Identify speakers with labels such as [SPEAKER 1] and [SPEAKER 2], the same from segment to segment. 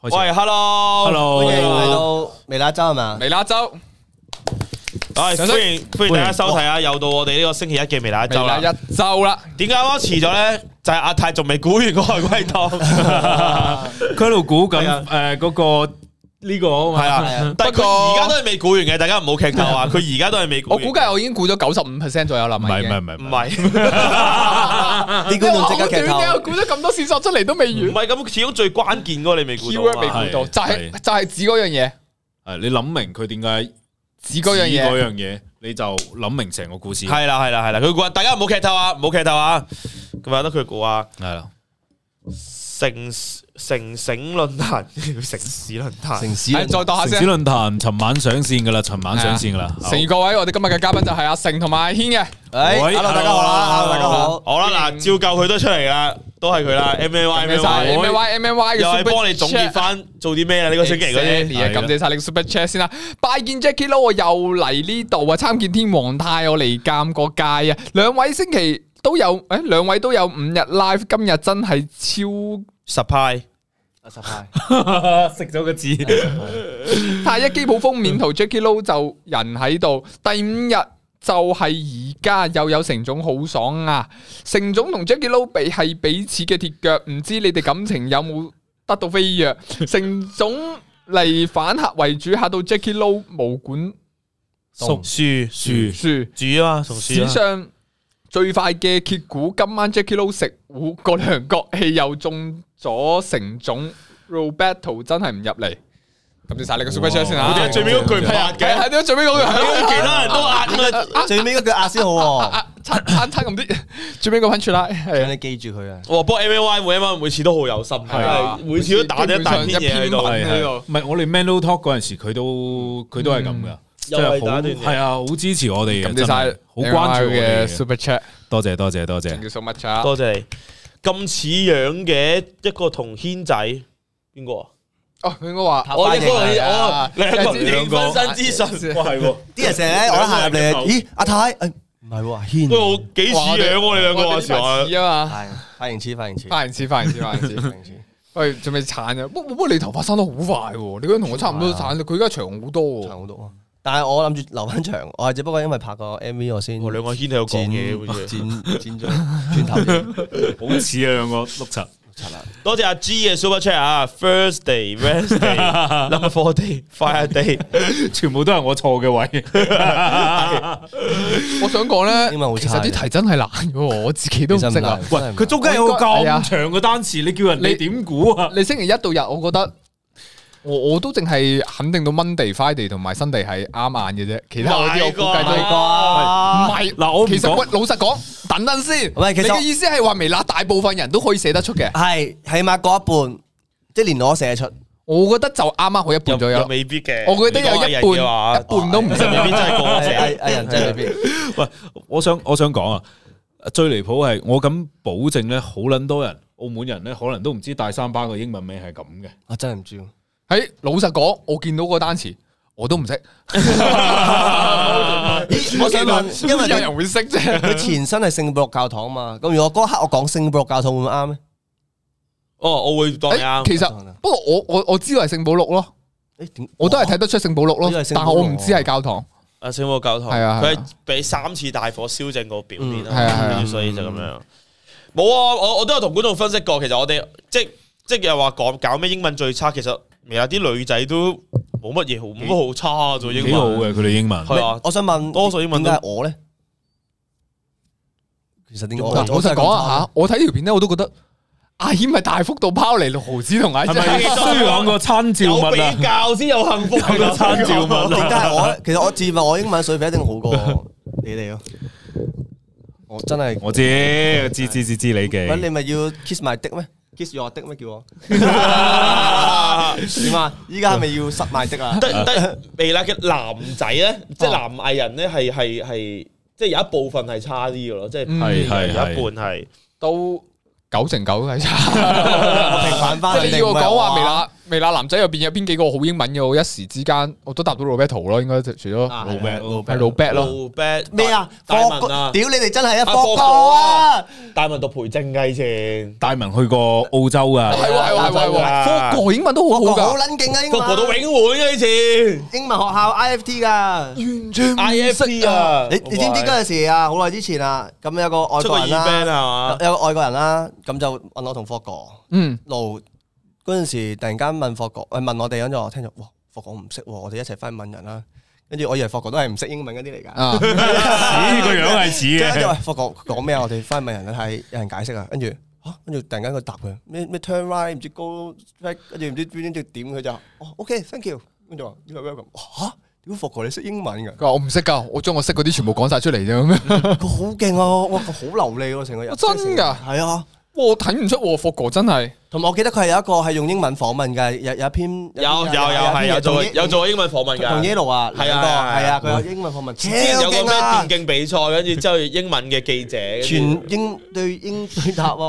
[SPEAKER 1] 開始
[SPEAKER 2] 喂，hello，hello，
[SPEAKER 1] Hello
[SPEAKER 3] 歡迎嚟到微辣州系嘛？
[SPEAKER 4] 微辣州，
[SPEAKER 2] 唉，
[SPEAKER 4] 上
[SPEAKER 2] 歡迎歡迎大家收睇啊！又到我哋呢個星期一嘅微辣一
[SPEAKER 4] 微
[SPEAKER 2] 周
[SPEAKER 4] 辣
[SPEAKER 2] 啦。
[SPEAKER 4] 一周啦，
[SPEAKER 2] 點解我遲咗咧？就係阿泰仲未估完個海龜湯，
[SPEAKER 1] 佢喺度估緊
[SPEAKER 2] 係啊
[SPEAKER 1] 誒嗰個呢個啊嘛
[SPEAKER 2] 係啊，但係
[SPEAKER 4] 不
[SPEAKER 2] 佢
[SPEAKER 4] 過
[SPEAKER 2] 而家都係未估完嘅，大家唔好劇透啊！佢而家都係未估
[SPEAKER 4] 我
[SPEAKER 2] 完。
[SPEAKER 4] 估計我已經估咗九十五 percent 左右啦，
[SPEAKER 1] 唔係唔係
[SPEAKER 4] 唔
[SPEAKER 1] 唔
[SPEAKER 2] 唔
[SPEAKER 1] 係哦 唔係，
[SPEAKER 2] 係
[SPEAKER 3] 啲觀眾即刻劇透，
[SPEAKER 4] 我估咗咁多線索出嚟都未
[SPEAKER 2] 唔係
[SPEAKER 4] 完
[SPEAKER 2] 咁，始終最關鍵嗰個你未嗯估到
[SPEAKER 4] keyword 未
[SPEAKER 2] 啊嘛。
[SPEAKER 4] 估到，
[SPEAKER 1] 係
[SPEAKER 4] 就係
[SPEAKER 1] 係
[SPEAKER 4] 就係指嗰樣嘢，
[SPEAKER 1] 係你諗明佢點解
[SPEAKER 4] 指嗰樣
[SPEAKER 1] 指
[SPEAKER 4] 嘢，
[SPEAKER 1] 嗰樣嘢，你就諗明成個故事係
[SPEAKER 2] 係啦係啦係啦，佢估啊，大家唔好劇透啊，唔好劇透啊！咁由得佢估啊。
[SPEAKER 1] 係啦，
[SPEAKER 2] 城城城論壇， 城市論壇，
[SPEAKER 3] 城市
[SPEAKER 4] 係再讀下
[SPEAKER 1] 城市
[SPEAKER 4] 先。
[SPEAKER 1] 論壇尋晚上線噶啦，尋晚上線噶啦，
[SPEAKER 4] 成各位，我哋今日嘅嘉賓就係阿成同埋阿軒嘅，
[SPEAKER 3] 诶
[SPEAKER 1] 喂
[SPEAKER 3] 哎，hello 大家好啦，hello 大家好，
[SPEAKER 2] 好啦，嗱，照舊佢都出嚟啦，都係佢啦，M A Y
[SPEAKER 4] 感
[SPEAKER 2] M A
[SPEAKER 4] 謝晒 M
[SPEAKER 2] Y，
[SPEAKER 4] M Y M M Y 嘅
[SPEAKER 2] 又係
[SPEAKER 4] super
[SPEAKER 2] 幫你總結
[SPEAKER 4] chat
[SPEAKER 2] 翻做啲咩啦？呢個星期嗰啲
[SPEAKER 4] Exactly 啊感謝晒你 super chat 先啦，拜見 Jackie 咯，我又嚟呢度啊，參見天皇太，我嚟鑑個界啊，兩位星期都有，誒兩位都有五日 live，今日真係超
[SPEAKER 2] 十派，
[SPEAKER 3] 十派，
[SPEAKER 1] 食咗個 字，
[SPEAKER 4] 太一基普封面圖 Jackie Lou 就人喺度，第五日。就係而家又有成總好爽啊！成總同 Jackie Lou 比係彼此嘅鐵腳，唔知你哋感情有冇得到飛躍？成總嚟反客為主，嚇到 Jackie Lou 毛管
[SPEAKER 3] 送
[SPEAKER 2] 輸
[SPEAKER 1] 輸
[SPEAKER 4] 輸。
[SPEAKER 2] 主啊嘛，同
[SPEAKER 4] 史
[SPEAKER 2] 輸啊，
[SPEAKER 4] 上最快嘅揭股，今晚 Jackie Lou 食糊個梁國氣又中咗成種 Roberto 真係唔入嚟，感謝晒你個 super chat 先
[SPEAKER 1] 哇
[SPEAKER 2] 啊
[SPEAKER 1] 我
[SPEAKER 4] 吓。
[SPEAKER 1] 哋最尾嗰句
[SPEAKER 2] 唔壓
[SPEAKER 4] 啊係係
[SPEAKER 2] 嘅，
[SPEAKER 4] 點解最尾嗰句
[SPEAKER 2] 其他人都壓嘅，
[SPEAKER 3] 最尾嗰句壓先好喎，
[SPEAKER 4] 啊餐餐餐咁啲， 最尾嗰 punch 啦，係
[SPEAKER 3] 請
[SPEAKER 4] 啊
[SPEAKER 3] 你記住佢啊，
[SPEAKER 2] 哇！不過 M A Y 每一晚每次都好有心，
[SPEAKER 1] 係
[SPEAKER 4] 啊
[SPEAKER 2] 真係每次都打咗一大篇嘢喺度，
[SPEAKER 1] 係
[SPEAKER 4] 呢
[SPEAKER 1] 係
[SPEAKER 4] 度
[SPEAKER 1] 唔係我哋 Man o Talk 嗰陣時，佢都佢都係咁噶，即
[SPEAKER 2] 又係
[SPEAKER 1] 係
[SPEAKER 2] 打
[SPEAKER 1] 好
[SPEAKER 2] 斷你
[SPEAKER 1] 係啊，好支持我哋嘅，
[SPEAKER 4] 感謝
[SPEAKER 1] 真
[SPEAKER 4] 晒
[SPEAKER 1] 係好關注我哋
[SPEAKER 4] 嘅
[SPEAKER 1] 嘅，
[SPEAKER 4] super chat，
[SPEAKER 1] 多謝多謝多謝
[SPEAKER 4] 仲。要 so much 啊！
[SPEAKER 2] 多謝你咁似樣嘅一個同軒仔邊個啊？
[SPEAKER 4] 哦，佢應該話
[SPEAKER 3] 我哋嗰個
[SPEAKER 4] 我
[SPEAKER 2] 兩個
[SPEAKER 4] 兩個
[SPEAKER 2] 分身資訊，
[SPEAKER 1] 哇，係喎，
[SPEAKER 3] 啲人成日咧我一行入嚟，咦阿太，誒唔係喎阿軒，
[SPEAKER 2] 啊喂，我幾似樣喎，你兩個
[SPEAKER 4] 我
[SPEAKER 2] 話
[SPEAKER 4] 哋
[SPEAKER 2] 時話
[SPEAKER 4] 呢排似啊嘛，
[SPEAKER 3] 係髮型似髮型似
[SPEAKER 4] 快人似，快人似，快人似。
[SPEAKER 3] 髮型似，
[SPEAKER 4] 喂，仲未鏟啊？不不不，你頭髮生得好快喎！你嗰陣同我差唔多鏟，佢而家長好多
[SPEAKER 3] 長
[SPEAKER 4] 喎。
[SPEAKER 3] 好多，但係我諗住留翻長，我係只不過因為拍個 MV 我先
[SPEAKER 2] 我兩個軒喺度講
[SPEAKER 3] 剪
[SPEAKER 2] 嘢，好似
[SPEAKER 3] 剪剪咗轉頭，
[SPEAKER 1] 好似啊兩個碌柒。
[SPEAKER 2] 多謝阿 G 嘅 Super Chat à. 啊，Thursday、Wednesday、Number Four Day、Friday，
[SPEAKER 1] 全部都系我錯嘅位，
[SPEAKER 4] 我想講咧，
[SPEAKER 3] 英文好
[SPEAKER 4] 其
[SPEAKER 3] 差
[SPEAKER 4] 實啲題真係難嘅喎，我自己都唔識啊。
[SPEAKER 3] 喂佢
[SPEAKER 1] 中
[SPEAKER 4] 間有個咁
[SPEAKER 2] Dạ.
[SPEAKER 1] 長嘅單詞，你叫人
[SPEAKER 4] 哋
[SPEAKER 1] 点估啊？
[SPEAKER 4] 你星期一到日，我覺得我我都淨係肯定到 Monday、Friday 同埋 Sunday 係啱眼嘅啫，其他嗰啲我估計都
[SPEAKER 3] 買
[SPEAKER 4] 係
[SPEAKER 3] 過啊
[SPEAKER 4] 唔係
[SPEAKER 1] 嗱我唔
[SPEAKER 4] 其實
[SPEAKER 1] 講
[SPEAKER 4] 喂，老實講，等等先。
[SPEAKER 3] 喂其實
[SPEAKER 4] 你嘅意思係話微辣大部分人都可以寫得出嘅，
[SPEAKER 3] 係起碼過一半，即係連我寫出。
[SPEAKER 4] 我覺得就啱啱好一半左
[SPEAKER 2] 又
[SPEAKER 4] 右。
[SPEAKER 2] 未必嘅。
[SPEAKER 4] 我覺得有一半
[SPEAKER 2] 如果係人嘅話
[SPEAKER 4] 一半都唔識
[SPEAKER 2] 未必真係 過
[SPEAKER 3] 藝
[SPEAKER 2] 者。
[SPEAKER 3] 藝人真係未必，
[SPEAKER 1] 我想我想講啊，最離譜係我敢保證咧，好撚多人澳門人咧，可能都唔知大三巴嘅英文名係咁嘅。
[SPEAKER 3] 我真係唔知喎。
[SPEAKER 4] 喺老實講，我見到個單詞我都唔識。
[SPEAKER 3] 咦，我想問，因為
[SPEAKER 4] 有
[SPEAKER 3] 佢
[SPEAKER 4] 人會識啫。
[SPEAKER 3] 佢前身係聖保羅教堂嘛，咁如果嗰刻我講聖保羅教堂會唔會啱咧？
[SPEAKER 2] 哦，我會當你
[SPEAKER 4] 誒
[SPEAKER 2] 啱。
[SPEAKER 4] 其實不過我我我知道係聖保祿咯，
[SPEAKER 3] 誒點？
[SPEAKER 4] 我都係睇得出聖保祿咯
[SPEAKER 3] 呢個係，聖保
[SPEAKER 4] 但
[SPEAKER 3] 祿
[SPEAKER 4] 係我唔知係教堂。
[SPEAKER 2] 阿聖母教堂
[SPEAKER 4] 係啊係啊
[SPEAKER 2] 佢係俾三次大火燒正個表面
[SPEAKER 3] 嗯
[SPEAKER 4] 係啊係啊
[SPEAKER 2] 啦，跟住所以就咁樣。冇啊，我我都有同觀眾分析過，其實我哋即即又話講搞咩英文最差，其實有啲女仔都冇乜嘢好，冇乜好差咗英
[SPEAKER 1] 嗯幾好
[SPEAKER 2] 文。
[SPEAKER 1] 嘅佢哋英文，
[SPEAKER 2] 係啊
[SPEAKER 3] 咩，我想問，
[SPEAKER 2] 多數英文都
[SPEAKER 3] 點解係我咧？其實點解我
[SPEAKER 4] 嗱，老實講啊吓，我睇條片咧，我都覺得阿顯係大幅度拋離六毫子同阿
[SPEAKER 1] 係
[SPEAKER 4] 珍
[SPEAKER 1] 咪需要講個參照
[SPEAKER 2] 有
[SPEAKER 1] 物
[SPEAKER 2] 比
[SPEAKER 1] 啊？
[SPEAKER 2] 較先有幸福㗎。
[SPEAKER 1] 有個參照
[SPEAKER 3] 嚇
[SPEAKER 1] 物啊
[SPEAKER 3] 點解係我咧？其實我自問我英文水平一定好過你哋咯。我真係，
[SPEAKER 1] 我知知知知知你
[SPEAKER 3] 喂你
[SPEAKER 1] 嘅，
[SPEAKER 3] 咪要 kiss my dick 咩？kiss your dick 咩叫我？點啊？依家係咪要塞 my dick 啊？
[SPEAKER 2] 得得微辣嘅男仔咧，即
[SPEAKER 4] 啊
[SPEAKER 2] 係男藝人咧，係係係，即係有一部分係差啲嘅咯，即係
[SPEAKER 4] 嗯
[SPEAKER 1] 係
[SPEAKER 2] 有
[SPEAKER 1] 係
[SPEAKER 2] 一
[SPEAKER 1] 係。
[SPEAKER 2] 半係。
[SPEAKER 4] 都九成九係差。
[SPEAKER 3] 我平反翻
[SPEAKER 4] 即係
[SPEAKER 3] 你
[SPEAKER 4] 你
[SPEAKER 3] 哋，
[SPEAKER 4] 要我講話微
[SPEAKER 3] 未
[SPEAKER 4] 辣微辣男仔入边有邊幾個好英文嘅？我一時之間我都答到 Roberto 咯，應該除咗
[SPEAKER 3] 啊
[SPEAKER 1] 老
[SPEAKER 3] 係啊
[SPEAKER 1] Mac 咯
[SPEAKER 4] 係老 b a t 咯，
[SPEAKER 2] 老 b
[SPEAKER 3] 咩啊？
[SPEAKER 2] 大
[SPEAKER 3] 霍
[SPEAKER 2] 文啊
[SPEAKER 3] 哥，，屌你哋真係啊，
[SPEAKER 2] 啊
[SPEAKER 3] 霍
[SPEAKER 2] 霍哥
[SPEAKER 3] 哥啊
[SPEAKER 2] 啊！大文讀培正嘅以前，
[SPEAKER 1] 大文去過澳洲
[SPEAKER 4] 係
[SPEAKER 1] 噶，
[SPEAKER 4] 喎係喎係喎係喎，科
[SPEAKER 2] 啊
[SPEAKER 4] 國英文都好
[SPEAKER 3] 霍
[SPEAKER 4] 好
[SPEAKER 3] 哥好
[SPEAKER 4] 噶，
[SPEAKER 3] 撚勁啊，英
[SPEAKER 2] 個
[SPEAKER 3] 文
[SPEAKER 2] 個到永會嘅以前
[SPEAKER 3] 英文學校 IFT 噶。
[SPEAKER 4] 完全唔
[SPEAKER 2] ，I F
[SPEAKER 4] 識
[SPEAKER 2] P 啊，
[SPEAKER 3] 你你知唔知嗰陣時啊？好耐之前啊，咁有個外
[SPEAKER 2] 出個
[SPEAKER 3] 國
[SPEAKER 2] e
[SPEAKER 3] 人
[SPEAKER 2] band 係
[SPEAKER 3] 啦，
[SPEAKER 2] 嘛？
[SPEAKER 3] 有有個外國人啦，咁就問我同霍哥。
[SPEAKER 4] 嗯，
[SPEAKER 3] 路嗰陣時，突然間問霍哥，誒問我哋，跟住我聽咗，哇，霍哥我唔識喎，我哋一齊翻去問人啦。跟住我以為霍哥都係唔識英文嗰啲嚟㗎。
[SPEAKER 4] 啊，
[SPEAKER 1] 咦個樣係似
[SPEAKER 3] 跟住
[SPEAKER 1] 嘅
[SPEAKER 3] 喂，，霍哥講咩啊？我哋翻去問人啦，係有人解釋啊。跟住嚇，跟住突然間佢答佢咩咩 turn right 唔知 go right，跟住唔知邊啲點，佢就哦 OK，thank you。跟住話呢個 welcome 嚇，屌霍哥你識英文㗎？
[SPEAKER 4] 佢話我唔識噶，我將我識嗰啲全部講晒出嚟啫咁樣。
[SPEAKER 3] 佢好勁啊！哇，佢好流利喎，成個人
[SPEAKER 4] 真㗎
[SPEAKER 3] 係啊。
[SPEAKER 4] 我睇唔出喎，霍哥真係
[SPEAKER 3] 同埋我記得佢係有一個係用英文訪問嘅，有有一篇
[SPEAKER 2] 有有有係有做有做英文訪問
[SPEAKER 3] 同
[SPEAKER 2] 㗎。
[SPEAKER 3] Yellow 啊，
[SPEAKER 2] 係啊
[SPEAKER 3] 兩個
[SPEAKER 2] 係啊
[SPEAKER 3] 係啊，佢有英文訪問，
[SPEAKER 2] 之前有個咩
[SPEAKER 3] 超勁啊
[SPEAKER 2] 電競比賽，跟住之後英文嘅記者，跟住
[SPEAKER 3] 全英對英對答喎，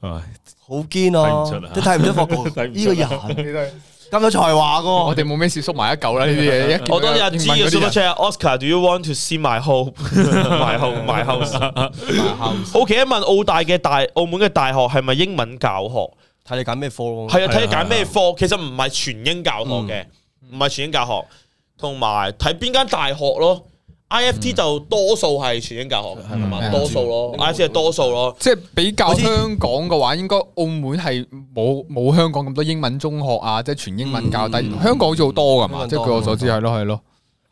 [SPEAKER 1] 唉
[SPEAKER 3] 好
[SPEAKER 1] 睇
[SPEAKER 3] 堅
[SPEAKER 1] 唔出
[SPEAKER 3] 啊
[SPEAKER 1] 啊！
[SPEAKER 3] 你睇唔出霍哥
[SPEAKER 1] 睇唔
[SPEAKER 3] 呢
[SPEAKER 1] 出
[SPEAKER 3] 個
[SPEAKER 1] 啊
[SPEAKER 3] 人咁有才華
[SPEAKER 4] 我
[SPEAKER 3] 嘅
[SPEAKER 4] 哋冇咩事縮埋一嚿啦呢啲嘢，一見到
[SPEAKER 2] 我當日知
[SPEAKER 4] 英
[SPEAKER 2] 嘅
[SPEAKER 4] 文嗰啲
[SPEAKER 2] super
[SPEAKER 4] 人
[SPEAKER 2] chat Oscar，do you want to see my home？my home，my house。
[SPEAKER 3] 喎，
[SPEAKER 2] 好奇一問澳大嘅大澳門嘅大學係咪英文教學？
[SPEAKER 3] 睇你揀咩科咯。
[SPEAKER 2] 係啊，睇你
[SPEAKER 1] 係啊
[SPEAKER 2] 揀咩科。其實唔係全英教學嘅，唔係全英教學，同埋睇邊間大學咯。I F T 就多數係全英教學嘅，係嘛？
[SPEAKER 4] 嗯
[SPEAKER 2] 多數咯，I F T 係多數咯。
[SPEAKER 4] 即係比較
[SPEAKER 3] 好似
[SPEAKER 4] 香港嘅話，應該澳門係冇冇香港咁多英文中學啊，即係全英文教低。
[SPEAKER 3] 嗯
[SPEAKER 4] 香港好似好多噶
[SPEAKER 3] 香港多
[SPEAKER 4] 嘛，即係據我所知係咯係咯，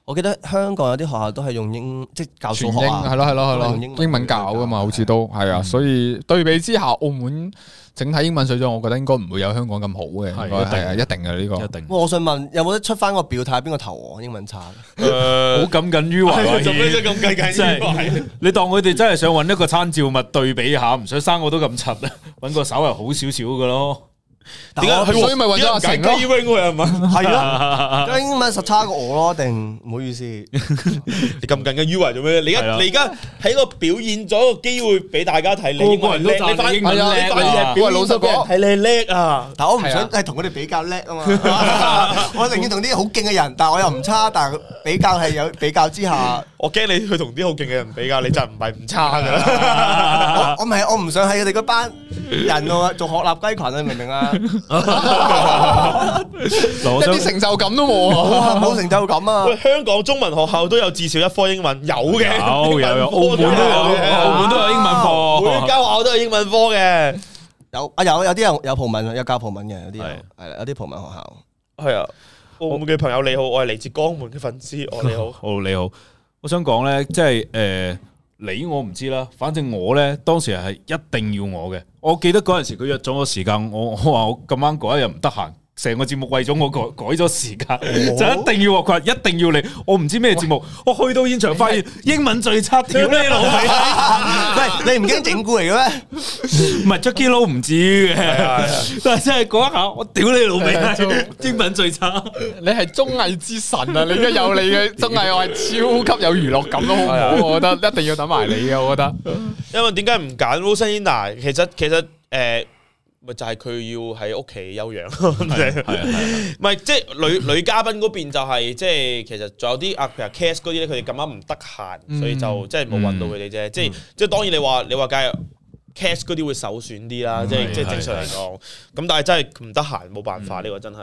[SPEAKER 3] 我記得香港有啲學校都係用英即係教
[SPEAKER 4] 全
[SPEAKER 3] 數
[SPEAKER 4] 英
[SPEAKER 3] 學
[SPEAKER 4] 係
[SPEAKER 3] 啊，
[SPEAKER 4] 咯係咯係
[SPEAKER 3] 都係
[SPEAKER 4] 咯
[SPEAKER 3] 用英，文
[SPEAKER 4] 英文教噶嘛，
[SPEAKER 3] 教嗯
[SPEAKER 4] 好似都係啊。所以對比之下，澳門整體英文水準，我覺得應該唔會有香港咁好嘅，
[SPEAKER 1] 係
[SPEAKER 4] 應該係啊，一
[SPEAKER 1] 一
[SPEAKER 4] 定嘅呢個
[SPEAKER 1] 一。定
[SPEAKER 3] 哇我想問有冇得出翻個表態邊個投我英文差？
[SPEAKER 1] 好
[SPEAKER 2] 誒，啊
[SPEAKER 1] 耿耿於懷
[SPEAKER 2] 做咩
[SPEAKER 1] 喎
[SPEAKER 2] 啫
[SPEAKER 1] 已經。
[SPEAKER 2] 咁計
[SPEAKER 1] 啊真係
[SPEAKER 2] 計？
[SPEAKER 1] 你當佢哋真係想揾一個參照物對比下，唔想生我都咁柒啊，揾個稍為好少少 嘅咯。
[SPEAKER 3] 但
[SPEAKER 2] 點解
[SPEAKER 3] 我
[SPEAKER 2] 佢
[SPEAKER 4] 所以咪揾咗阿成咯
[SPEAKER 2] 點解唔計 Gary Wing 喎係嘛？
[SPEAKER 3] 係 咯？咁英文實差過我咯，定唔好意思，
[SPEAKER 2] 你咁近嘅 U 為做咩？你而
[SPEAKER 1] 係
[SPEAKER 2] 家
[SPEAKER 1] 啊
[SPEAKER 2] 你而家喺個表現咗個機會俾大家睇，你英文叻，你翻
[SPEAKER 1] 英文
[SPEAKER 4] 文叻啊
[SPEAKER 1] 叻啊！
[SPEAKER 4] 喂老實講
[SPEAKER 2] 睇你叻啊！
[SPEAKER 3] 但我唔
[SPEAKER 4] 係
[SPEAKER 3] 想
[SPEAKER 4] 啊
[SPEAKER 3] 係同佢哋比較叻啊嘛。我寧願同啲好勁嘅人，但我又唔差，但比較係有比較之下。
[SPEAKER 2] 我驚你去同啲好勁嘅人比較，你就唔係唔差噶啦。
[SPEAKER 3] 我我唔係，我唔想喺佢哋嗰班人喎，做學立雞群啊，你明唔明啊？
[SPEAKER 1] 嗱我
[SPEAKER 4] 一
[SPEAKER 1] 想
[SPEAKER 4] 啲成就感都冇
[SPEAKER 3] 冇
[SPEAKER 4] 啊！
[SPEAKER 3] 啊，冇成就感啊
[SPEAKER 2] 喂，！香港中文學校都有至少一科英文，有嘅，
[SPEAKER 1] 有 有有，澳門都有，澳門都有英文
[SPEAKER 2] 每
[SPEAKER 1] 課。
[SPEAKER 2] 間學校都有英文科嘅。
[SPEAKER 3] 有啊有有啲人有葡文，有教葡文嘅，有啲人係啦，有啲葡文學校。
[SPEAKER 2] 係啊，澳門嘅朋友你好，我係嚟自江門嘅粉絲，我你 好。
[SPEAKER 1] 好你好，我想講咧，即係诶，呃你我唔知啦，反正我咧當時係一定要我嘅。我記得嗰陣時佢約咗我 時間，我我話我咁啱嗰一日唔得閒。成個節目為咗我改 改咗時間，就一定要我佢話一定要你，我唔知咩節目，我去到現場發現英文最差，屌你老味！
[SPEAKER 3] 喂，你唔驚整蠱嚟嘅咩？
[SPEAKER 1] 唔係 Jackie Lou 唔至於
[SPEAKER 2] 啊
[SPEAKER 1] 嘅， 但係真係嗰一下，我屌你老 味，英文最差。
[SPEAKER 4] 你係綜藝之神啊！你而家有你嘅綜藝，我係超級有娛樂感都好唔
[SPEAKER 3] 啊
[SPEAKER 4] 好？我覺得一定要等埋你嘅，我覺得。
[SPEAKER 2] 因為點解唔揀 Rosanna？其實其實誒，咪就係佢要喺屋企休 養。
[SPEAKER 1] 係啊係
[SPEAKER 2] 唔係，即係女女嘉賓嗰邊就係、即係其實仲有啲啊，譬如 cast 嗰啲咧，佢哋咁啱唔得閒，所以就即係冇揾到佢哋啫。即係即係當然你話你話梗係 cast 嗰啲會首選啲啦，即嗯係
[SPEAKER 1] 係
[SPEAKER 2] 即係嗯正常嚟講。咁但係真係唔得閒，冇辦法呢個真係。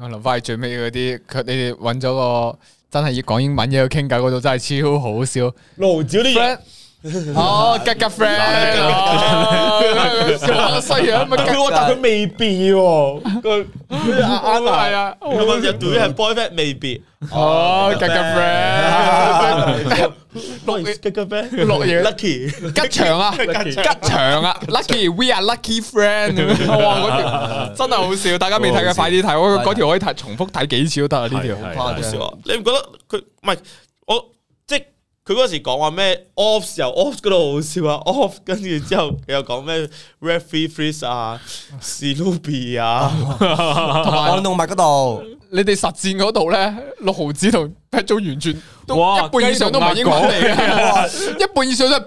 [SPEAKER 4] 我谂翻最尾嗰啲，佢你哋揾咗個真係要講英文嘢去傾偈嗰度，真係超好 笑。
[SPEAKER 2] 盧照啲嘢
[SPEAKER 4] friend，哦，吉吉 friend，哦笑我衰啊，乜吉
[SPEAKER 2] 佢話，但佢未必喎，佢佢阿
[SPEAKER 4] 啱啊，係
[SPEAKER 2] Anna
[SPEAKER 4] 啊，
[SPEAKER 2] 佢問日對係 boyfriend 未必，
[SPEAKER 4] 哦，吉吉
[SPEAKER 2] 六
[SPEAKER 4] friend，
[SPEAKER 2] 吉嘅 friend
[SPEAKER 4] 六嘢
[SPEAKER 2] lucky。
[SPEAKER 4] 吉祥啊，吉祥啊，lucky，we are lucky friend，哇，嗰條真係好笑，啊大家未睇嘅快啲睇，我嗰條可以睇重複睇幾次都得啊，呢條
[SPEAKER 1] 係
[SPEAKER 3] 好誇
[SPEAKER 2] 好
[SPEAKER 3] 張
[SPEAKER 2] 笑啊！你唔覺得佢唔係我即係佢嗰時講話咩 off 時候 off 嗰度好笑啊 off，跟住之後佢又講咩 referee freeze 啊 s l o b y 啊，
[SPEAKER 4] 同埋
[SPEAKER 3] 運動物嗰度，
[SPEAKER 4] 你哋實戰嗰度咧，六毫子同 p e t 完全都
[SPEAKER 1] 哇
[SPEAKER 4] 一半以上都唔係英文嚟嘅，一半以上都係。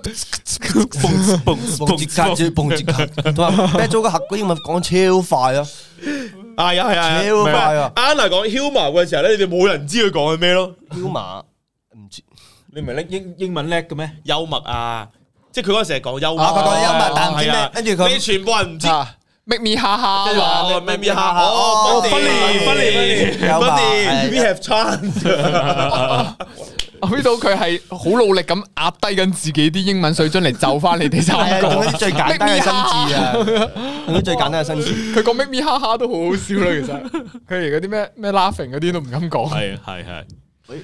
[SPEAKER 1] 蹦 蹦
[SPEAKER 3] 蹦節格啫，蹦節格。同埋 b e 個核嗰英文講超快啊！
[SPEAKER 2] 系啊系啊，
[SPEAKER 3] 超
[SPEAKER 2] 唔係
[SPEAKER 3] 快啊
[SPEAKER 2] Anna 講 humor 嘅時候咧，你哋冇人知佢講緊咩咯？
[SPEAKER 3] Humor 唔知
[SPEAKER 1] 你唔係英英文叻嘅咩？
[SPEAKER 2] 幽默啊，即係佢嗰陣時係講幽默，
[SPEAKER 3] 啊，佢講幽默，但唔知
[SPEAKER 2] 係啊
[SPEAKER 3] 咩，，跟住佢啊
[SPEAKER 2] 你全部人唔知，
[SPEAKER 4] 啊，make me 哈哈啊
[SPEAKER 2] 跟住
[SPEAKER 4] 嘛
[SPEAKER 2] 話哦咩咩下，哦
[SPEAKER 3] 哦
[SPEAKER 2] ，funny funny
[SPEAKER 3] funny，幽默係
[SPEAKER 2] funny，we have chance，
[SPEAKER 4] 我 feel 到佢係好努力咁壓低緊自己啲英文水準嚟就翻你哋
[SPEAKER 3] 係
[SPEAKER 4] 三
[SPEAKER 3] 啊，
[SPEAKER 4] 個
[SPEAKER 3] 用。嗰啲最簡單嘅生字啊，用啲最簡單嘅生字，
[SPEAKER 4] 佢講 make me 哈哈都好好笑啦，其實佢哋嗰啲咩咩 laughing 嗰啲都唔敢講。
[SPEAKER 1] 係係係，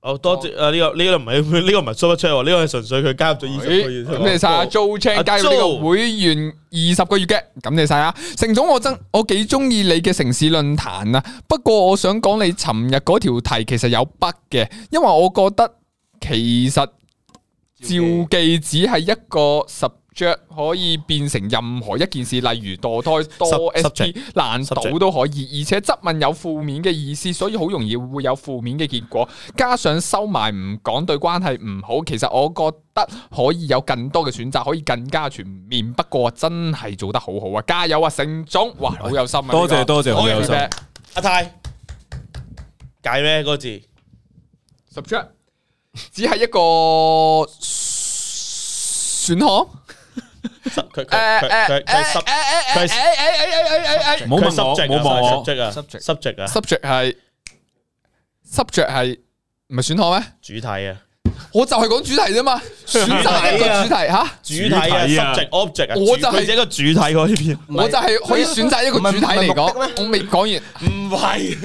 [SPEAKER 2] 哦多謝啊呢個呢個唔係 呢個唔係 super chat，喎呢個係純哦粹佢加入咗二十個月啫
[SPEAKER 4] 咦
[SPEAKER 2] 喎，
[SPEAKER 4] 哎咁你晒阿 Jo Chan 加入呢個會員二十個月嘅，咁你晒啊！成總我真我幾中意你嘅城市論壇啊，不過我想講你尋日嗰條題其實有 bug 嘅，因為我覺得其實照記只係一個 subject 可以變成任何一件事，例如墮胎、多
[SPEAKER 2] Sub-
[SPEAKER 4] S
[SPEAKER 2] subject
[SPEAKER 4] P 難倒都可以，而且質問有負面嘅意思，所以好容易會有負面嘅結果。加上收埋唔講對關係唔好，其實我覺得可以有更多嘅選擇，可以更加全面。不過真係做得好好啊！加油啊，盛總！哇，好有心啊！
[SPEAKER 1] 多謝
[SPEAKER 4] 呢個
[SPEAKER 1] 多謝好有心
[SPEAKER 4] feedback
[SPEAKER 2] 阿泰解咩嗰個 字？
[SPEAKER 4] subject 只係一個選項。
[SPEAKER 2] 佢佢
[SPEAKER 4] 誒誒誒誒誒誒誒誒誒誒誒
[SPEAKER 2] 佢佢佢十
[SPEAKER 1] 唔好問我，唔好問我，
[SPEAKER 2] subject 啊
[SPEAKER 3] Subject
[SPEAKER 2] subject 啊
[SPEAKER 4] subject 係 subject 係唔係選項咩？
[SPEAKER 2] 主題啊
[SPEAKER 4] 我就係講主題啫嘛，選擇一個主題吓，
[SPEAKER 2] 主題啊
[SPEAKER 1] 主題啊
[SPEAKER 2] subject object 啊，
[SPEAKER 4] 我就
[SPEAKER 2] 主佢
[SPEAKER 4] 係
[SPEAKER 2] 只係一個主題嗰呢邊，
[SPEAKER 4] 我就係可以選擇一個主題嚟
[SPEAKER 3] 唔係
[SPEAKER 4] 講。我未講完，
[SPEAKER 2] 唔 係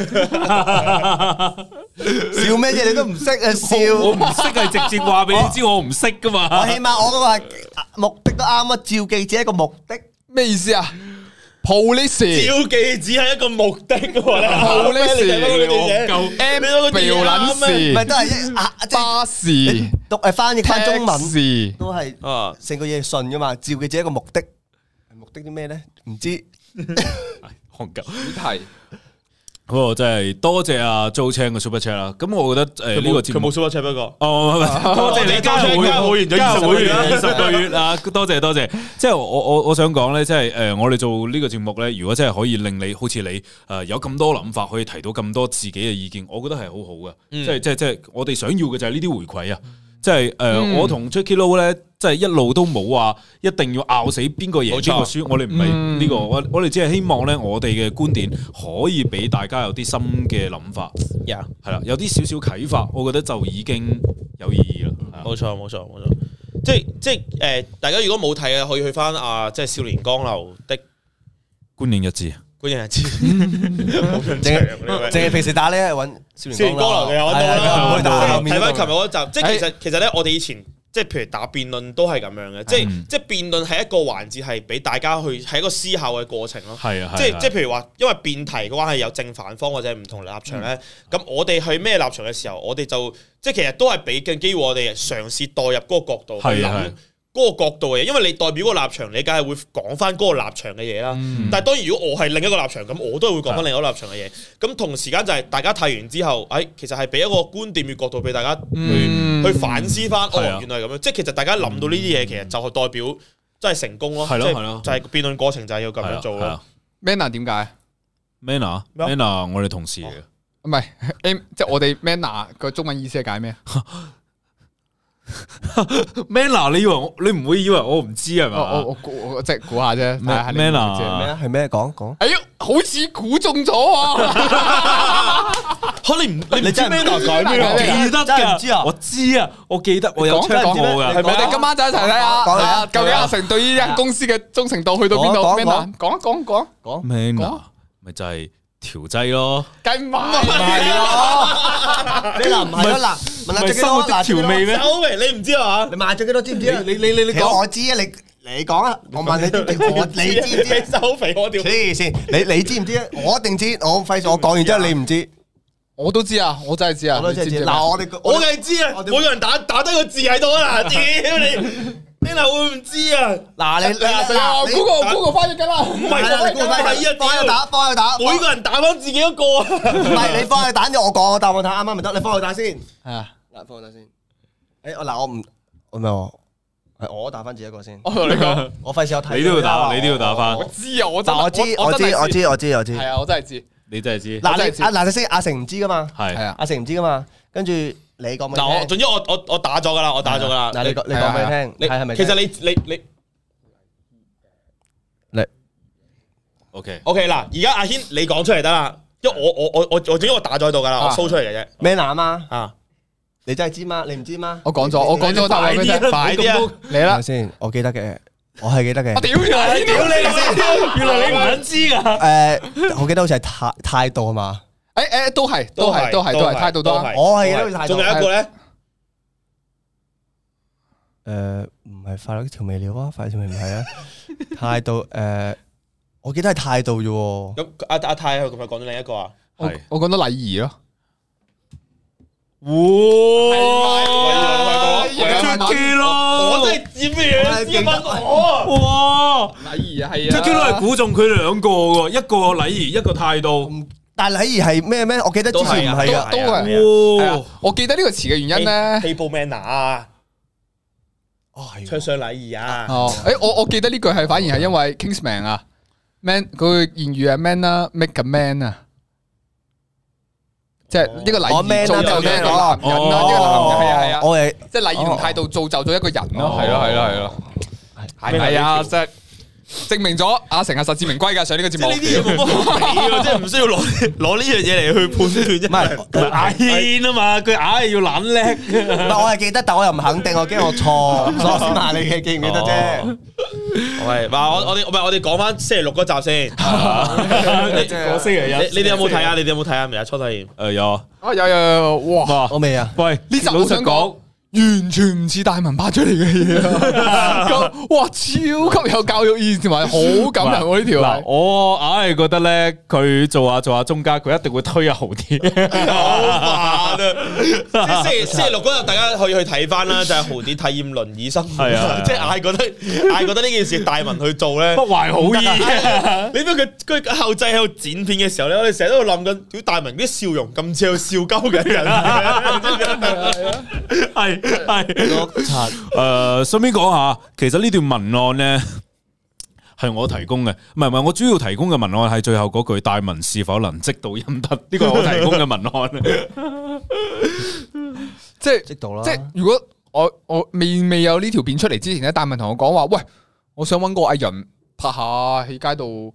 [SPEAKER 3] 笑咩啫？你都唔識啊
[SPEAKER 1] 我
[SPEAKER 3] 笑！
[SPEAKER 1] 唔識係直接話俾你知我唔識噶
[SPEAKER 3] 我
[SPEAKER 1] 嘛。
[SPEAKER 3] 起碼我嗰個係目的都啱啊，照記者一個目的。
[SPEAKER 4] 咩意思啊？Police
[SPEAKER 2] 照記只係一個目的喎，
[SPEAKER 4] 好
[SPEAKER 2] 好
[SPEAKER 4] 呢事
[SPEAKER 1] 夠
[SPEAKER 4] M
[SPEAKER 2] 你攞個電話
[SPEAKER 4] 標
[SPEAKER 2] 咩
[SPEAKER 3] 咪
[SPEAKER 4] 撚事，
[SPEAKER 3] 都係一啊，即係
[SPEAKER 4] 巴士
[SPEAKER 3] 讀誒翻譯翻中文
[SPEAKER 4] 事，
[SPEAKER 3] 都係
[SPEAKER 2] 啊，
[SPEAKER 3] 成個嘢順噶嘛，照記者一個目的，目的啲咩咧？唔知
[SPEAKER 1] 戇鳩。
[SPEAKER 4] 主題
[SPEAKER 1] 不過真係多謝阿 Jo Chan 嘅 Super Chat 啦。咁我覺得誒呢個節
[SPEAKER 2] 佢
[SPEAKER 1] 目
[SPEAKER 2] 冇。super chat 不過，
[SPEAKER 1] 哦，唔係唔係多謝你加入會
[SPEAKER 2] 加入會員咗
[SPEAKER 1] 加入會員
[SPEAKER 2] 20
[SPEAKER 1] 二十個月啊！多謝多謝，即係我我我想講咧，即係呃誒，我哋做呢個節目咧，如果真係可以令你好似你誒有咁多諗法，可以提到咁多自己嘅意見，我覺得係好好嘅。即係即係即係我哋想要嘅就係呢啲回饋啊！即係誒，我同 Jackie Lou 咧，即係一路都冇話一定要拗死邊個贏
[SPEAKER 2] 冇錯
[SPEAKER 1] 邊個輸，我哋唔係呢個，我我哋只係希望咧，我哋嘅觀點可以俾大家有啲新嘅諗法。
[SPEAKER 2] 呀，
[SPEAKER 1] 系啦，有啲少少啟發，我覺得就已經有意義啦。係啊
[SPEAKER 2] 冇錯冇錯冇錯，即係即係誒，大家如果冇睇嘅，可以去翻啊，即係少年江流的
[SPEAKER 1] 觀念一致，
[SPEAKER 2] 嗰人 知，好緊張啊呢位
[SPEAKER 3] 淨係平時打咧係揾少
[SPEAKER 2] 少年
[SPEAKER 3] 年
[SPEAKER 2] 江流嘅有得
[SPEAKER 3] 係啊
[SPEAKER 2] 啦
[SPEAKER 3] 唔，會打後面
[SPEAKER 2] 睇
[SPEAKER 3] 嗰
[SPEAKER 2] 翻
[SPEAKER 3] 度
[SPEAKER 2] 琴日嗰集，即係其
[SPEAKER 4] 哎
[SPEAKER 2] 實其實咧，我哋以前即係譬如打辯論都係咁樣嘅，即係
[SPEAKER 1] 嗯
[SPEAKER 2] 即係辯論係一個環節，係俾大家去係一個思考嘅過程咯。
[SPEAKER 1] 係啊，
[SPEAKER 2] 即係即係
[SPEAKER 1] 係
[SPEAKER 2] 譬如話，因為辯題嘅話係有正反方或者唔同立場
[SPEAKER 1] 嗯
[SPEAKER 2] 咧，咁、我哋去咩立場嘅時候，我哋就即係其實都係俾緊機會我哋嘗試代入嗰個角度去
[SPEAKER 1] 係啊
[SPEAKER 2] 諗嗰個角度嘅嘢，因為你代表嗰個立場，你梗係會講翻嗰個立場嘅嘢啦。
[SPEAKER 1] 嗯
[SPEAKER 2] 但係當然，如果我係另一個立場，咁我都係會講翻另一個立場嘅嘢。咁同時間就係大家睇完之後，誒、哎其實係俾一個觀點與角度俾大家去、
[SPEAKER 4] 嗯
[SPEAKER 2] 去反思翻，哦，
[SPEAKER 1] 係啊
[SPEAKER 2] 原來係咁樣。即係其實大家諗到呢啲嘢，其實就係代表真係成功咯。
[SPEAKER 1] 係咯
[SPEAKER 2] 即係
[SPEAKER 1] 係咯
[SPEAKER 2] 就係辯論過程就係要咁樣做
[SPEAKER 1] 係
[SPEAKER 2] 咯。
[SPEAKER 1] 啊。
[SPEAKER 4] Manner 點解？
[SPEAKER 1] Manna
[SPEAKER 2] 咩啊
[SPEAKER 1] Manna，我哋同事嚟嘅，
[SPEAKER 4] 唔係 M，即係我哋 Manner 個中文意思係解咩？
[SPEAKER 1] Manna，你以為我你唔會以為我唔知係
[SPEAKER 4] 我我
[SPEAKER 1] 嘛
[SPEAKER 4] 我估我即係估下啫。睇下你會唔會知係咩
[SPEAKER 3] 咩
[SPEAKER 1] ？Manna
[SPEAKER 3] 啊？係咩講講？
[SPEAKER 4] 哎呀，好似估中咗啊！
[SPEAKER 2] 吓你唔你唔
[SPEAKER 3] 你
[SPEAKER 2] 知
[SPEAKER 3] 真係
[SPEAKER 2] 咩
[SPEAKER 3] 唔
[SPEAKER 2] 男
[SPEAKER 3] 知
[SPEAKER 2] 仔咩啊
[SPEAKER 4] 真係
[SPEAKER 1] 記得
[SPEAKER 3] 真係
[SPEAKER 1] 㗎，
[SPEAKER 3] 唔知啊
[SPEAKER 1] 我知啊，我記得我有
[SPEAKER 4] 講
[SPEAKER 1] check 過㗎
[SPEAKER 3] 真係唔知咩。
[SPEAKER 4] 我哋今晚就一齊睇下
[SPEAKER 3] 講嚟啊
[SPEAKER 4] 啊，究竟阿成對呢間公司嘅忠誠度去到邊度？
[SPEAKER 3] 講
[SPEAKER 4] 咩難？講講講，
[SPEAKER 3] 講
[SPEAKER 1] Manna
[SPEAKER 4] 講
[SPEAKER 1] 咪就係調劑咯，
[SPEAKER 4] 梗唔係
[SPEAKER 3] 係咯，你嗱唔係咯嗱，問下
[SPEAKER 1] 咪
[SPEAKER 3] 最幾
[SPEAKER 1] 生活
[SPEAKER 3] 多
[SPEAKER 1] 的
[SPEAKER 3] 嗱
[SPEAKER 1] 調味？咩？
[SPEAKER 2] 走喂，你唔知啊
[SPEAKER 3] 你？賣咗幾多知唔知啊？你你你你講我知啊！你你講啊！我問你知唔知？我你知唔知啊？
[SPEAKER 2] 你收肥我條
[SPEAKER 3] 黐線！你你知唔知啊？我一定知，我費事我講完之後你唔知，
[SPEAKER 4] 我都知啊，我真係知啊，
[SPEAKER 3] 我都真係
[SPEAKER 4] 你知
[SPEAKER 3] 知。
[SPEAKER 4] 唔知啊
[SPEAKER 3] 嗱，我哋
[SPEAKER 2] 我梗係知啊！
[SPEAKER 3] 我點
[SPEAKER 2] 每個人打打低個字喺度啊！屌你，你嗱會唔知啊？
[SPEAKER 3] 嗱你你
[SPEAKER 4] 啊
[SPEAKER 3] 嗱你
[SPEAKER 4] Google Google 翻譯緊啦，唔
[SPEAKER 2] 唔係
[SPEAKER 3] 係啦，你啊
[SPEAKER 2] 我係一
[SPEAKER 3] 幫佢幫佢打，幫佢打，
[SPEAKER 2] 每個人打翻自己一個啊！
[SPEAKER 3] 唔係你幫佢打，我講我答案睇啱啱咪得，你幫佢打先。
[SPEAKER 4] 啊，
[SPEAKER 3] 嗱，幫我睇先。誒，我嗱，我唔，我咪話，係我打翻自己一個先，
[SPEAKER 4] 我同你講，
[SPEAKER 3] 我費事我睇
[SPEAKER 1] 你都要
[SPEAKER 3] 啦
[SPEAKER 1] 打，你都要打翻
[SPEAKER 4] 我，知啊，我真
[SPEAKER 3] 嗱，我知我知我知我知我知。
[SPEAKER 4] 系啊，我真係知，
[SPEAKER 1] 你真系知，
[SPEAKER 4] 我真
[SPEAKER 3] 嗱，
[SPEAKER 4] 係知
[SPEAKER 3] 你阿嗱你識阿成唔知噶嘛？
[SPEAKER 4] 係
[SPEAKER 1] 系
[SPEAKER 4] 啊，
[SPEAKER 3] 阿成唔知噶嘛？跟住你講俾
[SPEAKER 2] 嗱，我
[SPEAKER 3] 我
[SPEAKER 2] 總之我我我打咗噶啦，我打咗噶啦。
[SPEAKER 3] 嗱，你講你講俾佢
[SPEAKER 2] 你
[SPEAKER 3] 聽，係係咪
[SPEAKER 2] 其
[SPEAKER 3] 先？
[SPEAKER 2] 實你你你
[SPEAKER 1] ，OK，
[SPEAKER 2] OK 嗱，而家阿軒你講出嚟得啦，因為我我我我我總之我打咗喺度噶啦，我
[SPEAKER 4] 啊
[SPEAKER 2] show 出嚟嘅啫。
[SPEAKER 3] 咩男啊？
[SPEAKER 2] 啊，
[SPEAKER 3] 你真係知嗎？你唔知嗎？
[SPEAKER 4] 我講咗，我講咗個答案俾你
[SPEAKER 2] 快啲啊
[SPEAKER 4] 聽，
[SPEAKER 2] 快啲啊
[SPEAKER 4] 嚟啦
[SPEAKER 3] 係咪，先，我記得嘅，我係記得嘅
[SPEAKER 4] 我。屌你，屌你
[SPEAKER 2] 原來你唔肯知噶。
[SPEAKER 3] 誒，我記得好似係態態度啊嘛。
[SPEAKER 4] 诶诶，哎誒都係，都係，都係，都係，態度都啱。
[SPEAKER 3] 我係都態度
[SPEAKER 2] 仲有一個咧，
[SPEAKER 3] 誒，唔係快樂調味料啊，快樂調味唔係啊。態度誒，我記得係態度啫喎。
[SPEAKER 2] 咁阿阿泰佢咪講咗另一個啊？
[SPEAKER 4] 我
[SPEAKER 1] 係
[SPEAKER 4] 我講到禮儀咯，
[SPEAKER 2] 哇
[SPEAKER 4] 係咪係咪
[SPEAKER 1] 咯
[SPEAKER 2] 哦我真係知咩嘢？知哦問我
[SPEAKER 1] 哇！
[SPEAKER 4] 禮儀啊，係
[SPEAKER 1] 即系都系估中佢兩個喎，一個禮儀，一個態度。
[SPEAKER 3] 但係禮儀係咩咩？我記得之前唔係
[SPEAKER 4] 都
[SPEAKER 3] 啊。
[SPEAKER 4] 都係
[SPEAKER 1] à.
[SPEAKER 4] 係
[SPEAKER 1] 哇！
[SPEAKER 4] 啊。我記得呢個詞嘅原因咧，
[SPEAKER 2] ，table manner 啊，
[SPEAKER 3] 哦，係
[SPEAKER 2] 桌
[SPEAKER 3] 喎。
[SPEAKER 2] 上禮儀啊，
[SPEAKER 4] 哦，诶，我我記得呢句係反而係因為 Kingsman 啊，man 佢嘅言語係 man 啦，make a man 啊。即係呢個禮
[SPEAKER 3] 哦
[SPEAKER 4] 儀
[SPEAKER 3] ，man
[SPEAKER 4] 造
[SPEAKER 3] 啦
[SPEAKER 4] 就咗一個男人啦，
[SPEAKER 3] 哦
[SPEAKER 4] 呢個男人係啊係啊，
[SPEAKER 3] 我係
[SPEAKER 4] 即係禮儀同態度造就咗一個人咯，係咯係咯係咯，係咪啊？即係證明咗阿成係實至名歸㗎，上呢個節
[SPEAKER 2] 即係呢啲嘢
[SPEAKER 4] 目。
[SPEAKER 2] 冇乜好理喎，即係唔需要攞攞呢樣嘢嚟去判斷啫。
[SPEAKER 3] 唔
[SPEAKER 1] 佢阿軒啊嘛，佢硬係要懶叻。
[SPEAKER 3] 係我係記得，但我又唔肯定，我驚我錯，所以我先問你嘅記唔記得啫。
[SPEAKER 2] 喂，嗱，我我哋唔係我哋講翻星期六嗰集先。
[SPEAKER 1] Dạ. 個星期
[SPEAKER 2] 你你哋有冇睇啊？你哋有冇睇啊？未啊？初體驗
[SPEAKER 1] 誒有啊，
[SPEAKER 4] 啊有有有，哇！
[SPEAKER 3] 我未啊。
[SPEAKER 1] 喂，
[SPEAKER 4] 呢集
[SPEAKER 1] 老
[SPEAKER 4] 我
[SPEAKER 1] 實
[SPEAKER 4] 想講
[SPEAKER 1] 講，
[SPEAKER 4] 完全唔似大文拍出嚟嘅嘢啊！咁哇，超級有教育意義同埋好感人喎呢條
[SPEAKER 1] 嗱，
[SPEAKER 4] 係。
[SPEAKER 1] 我硬係覺得咧，佢做下做下中間，佢一定會推後 啲。
[SPEAKER 2] 好煩 啊！即係星期星期六嗰日，大家可以去睇翻啦，就係豪啲體驗輪椅生活。
[SPEAKER 1] 係啊
[SPEAKER 2] 即係嗌覺得嗌覺得呢件事大文去做咧
[SPEAKER 1] 不。懷好
[SPEAKER 2] Dạ.
[SPEAKER 1] 意，
[SPEAKER 2] 你知唔知佢佢後製喺度剪片嘅時候咧，我哋成日都喺度諗緊，屌大文啲笑容咁似喺度笑鳩緊人，
[SPEAKER 1] 係係。
[SPEAKER 3] 碌柒
[SPEAKER 1] 诶，顺便講下，其實呢段文案咧係我提供嘅，唔係唔係，我主要提供嘅文案係最後嗰句大文是否能積到陰德，呢個係我提供嘅文案。
[SPEAKER 4] 即係
[SPEAKER 3] 即到啦。
[SPEAKER 4] 即係，如果我我未未有呢條片出嚟之前咧，大文同我講話，喂，我想揾個藝人拍下喺街度，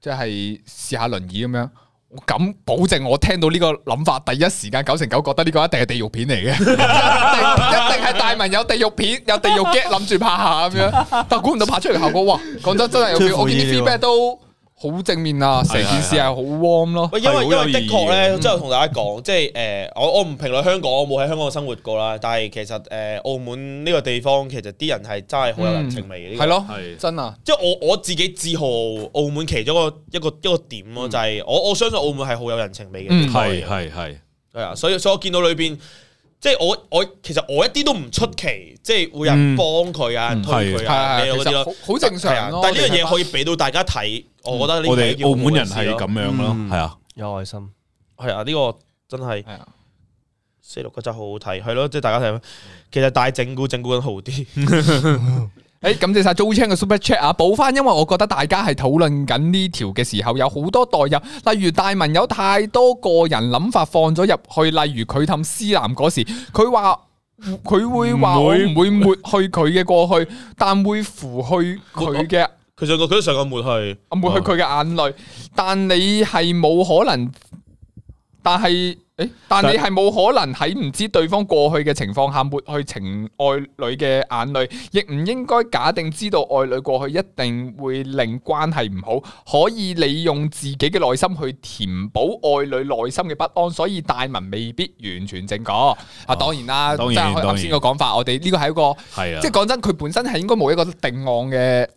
[SPEAKER 4] 即係試下輪椅咁樣。我敢保證，我聽到呢個諗法，第一時間九成九覺得呢個一定係地獄片 嚟嘅，一定一定係大文有地獄片，有地獄 get 諗住拍下咁樣，但估唔到拍出嚟效果，哇！講真真係有
[SPEAKER 3] 出
[SPEAKER 4] 票，
[SPEAKER 3] 乎
[SPEAKER 4] 我見
[SPEAKER 3] 意料
[SPEAKER 4] 啲 feedback 都好正面啊，成件事係好 warm 咯。
[SPEAKER 2] 喂，因為
[SPEAKER 1] 係好
[SPEAKER 2] 因
[SPEAKER 1] 有
[SPEAKER 2] 為的
[SPEAKER 1] 意義
[SPEAKER 2] 確咧，
[SPEAKER 1] 嘅
[SPEAKER 2] 即係同大家講，即係誒，我我唔評論香港，我冇喺香港生活過啦，但係其實誒澳門呢個地方其實啲人係真係好有人情味嘅，呢個
[SPEAKER 4] 係咯
[SPEAKER 1] 係，
[SPEAKER 4] 真啊，
[SPEAKER 2] 即係我我自己自豪澳門其中一個一個一個點咯，就係我我相信澳門係好有人情味嘅
[SPEAKER 4] 嗯
[SPEAKER 2] 地方嚟嘅，
[SPEAKER 1] 係係係，
[SPEAKER 2] 係啊，所以所以我見到裏邊，即係我我其實我一啲都唔出奇，即係會有人
[SPEAKER 1] 嗯
[SPEAKER 2] 幫佢啊，有人推
[SPEAKER 4] 係
[SPEAKER 2] 佢啊，
[SPEAKER 4] 係
[SPEAKER 2] 咩
[SPEAKER 4] 係，
[SPEAKER 2] 嗰啲
[SPEAKER 4] 其實
[SPEAKER 2] 咯
[SPEAKER 4] 好，好正
[SPEAKER 2] 係
[SPEAKER 4] 常
[SPEAKER 2] 啊
[SPEAKER 4] 咯。
[SPEAKER 2] 但係呢樣嘢可
[SPEAKER 4] 以
[SPEAKER 2] 以俾到大家睇，我覺得呢
[SPEAKER 1] 嗯我
[SPEAKER 2] 個係一
[SPEAKER 1] 哋
[SPEAKER 2] 件
[SPEAKER 1] 澳門人
[SPEAKER 2] 好嘅事
[SPEAKER 1] 係
[SPEAKER 2] 咯
[SPEAKER 1] 咁樣咯，
[SPEAKER 3] 嗯
[SPEAKER 1] 係啊，
[SPEAKER 3] 有愛心。
[SPEAKER 2] 係啊，呢個真係
[SPEAKER 4] 係啊
[SPEAKER 2] 四六嗰集好好睇，係咯，即係大家睇，其實大整蠱整蠱緊好啲，
[SPEAKER 4] 诶，哎感謝晒 Jo Chan 嘅 Super Chat 啊，補翻，因為我覺得大家係討論緊呢條嘅時候，有好多代入，例如大文有太多個人諗法放咗入去，例如佢氹思南嗰時，佢話佢會話
[SPEAKER 1] 唔
[SPEAKER 4] 我
[SPEAKER 1] 會
[SPEAKER 4] 唔會抹去佢嘅過去，但會扶去佢嘅
[SPEAKER 2] 佢上個佢都上個抹去，
[SPEAKER 4] 抹去佢嘅眼淚，但你係冇可能，但係诶，但你係冇可能喺唔知對方過去嘅情況下抹去情愛女嘅眼淚，亦唔應該假定知道愛女過去一定會令關係唔好，可以利用自己嘅內心去填補愛女內心嘅不安，所以大文未必完全正確。啊，當然啦，即
[SPEAKER 1] 當然
[SPEAKER 4] 係
[SPEAKER 1] 當
[SPEAKER 4] 啱
[SPEAKER 1] 然
[SPEAKER 4] 先個講法，我哋呢個係一個。
[SPEAKER 1] 係啊，
[SPEAKER 4] 即係講真，佢本身係應該冇一個定案嘅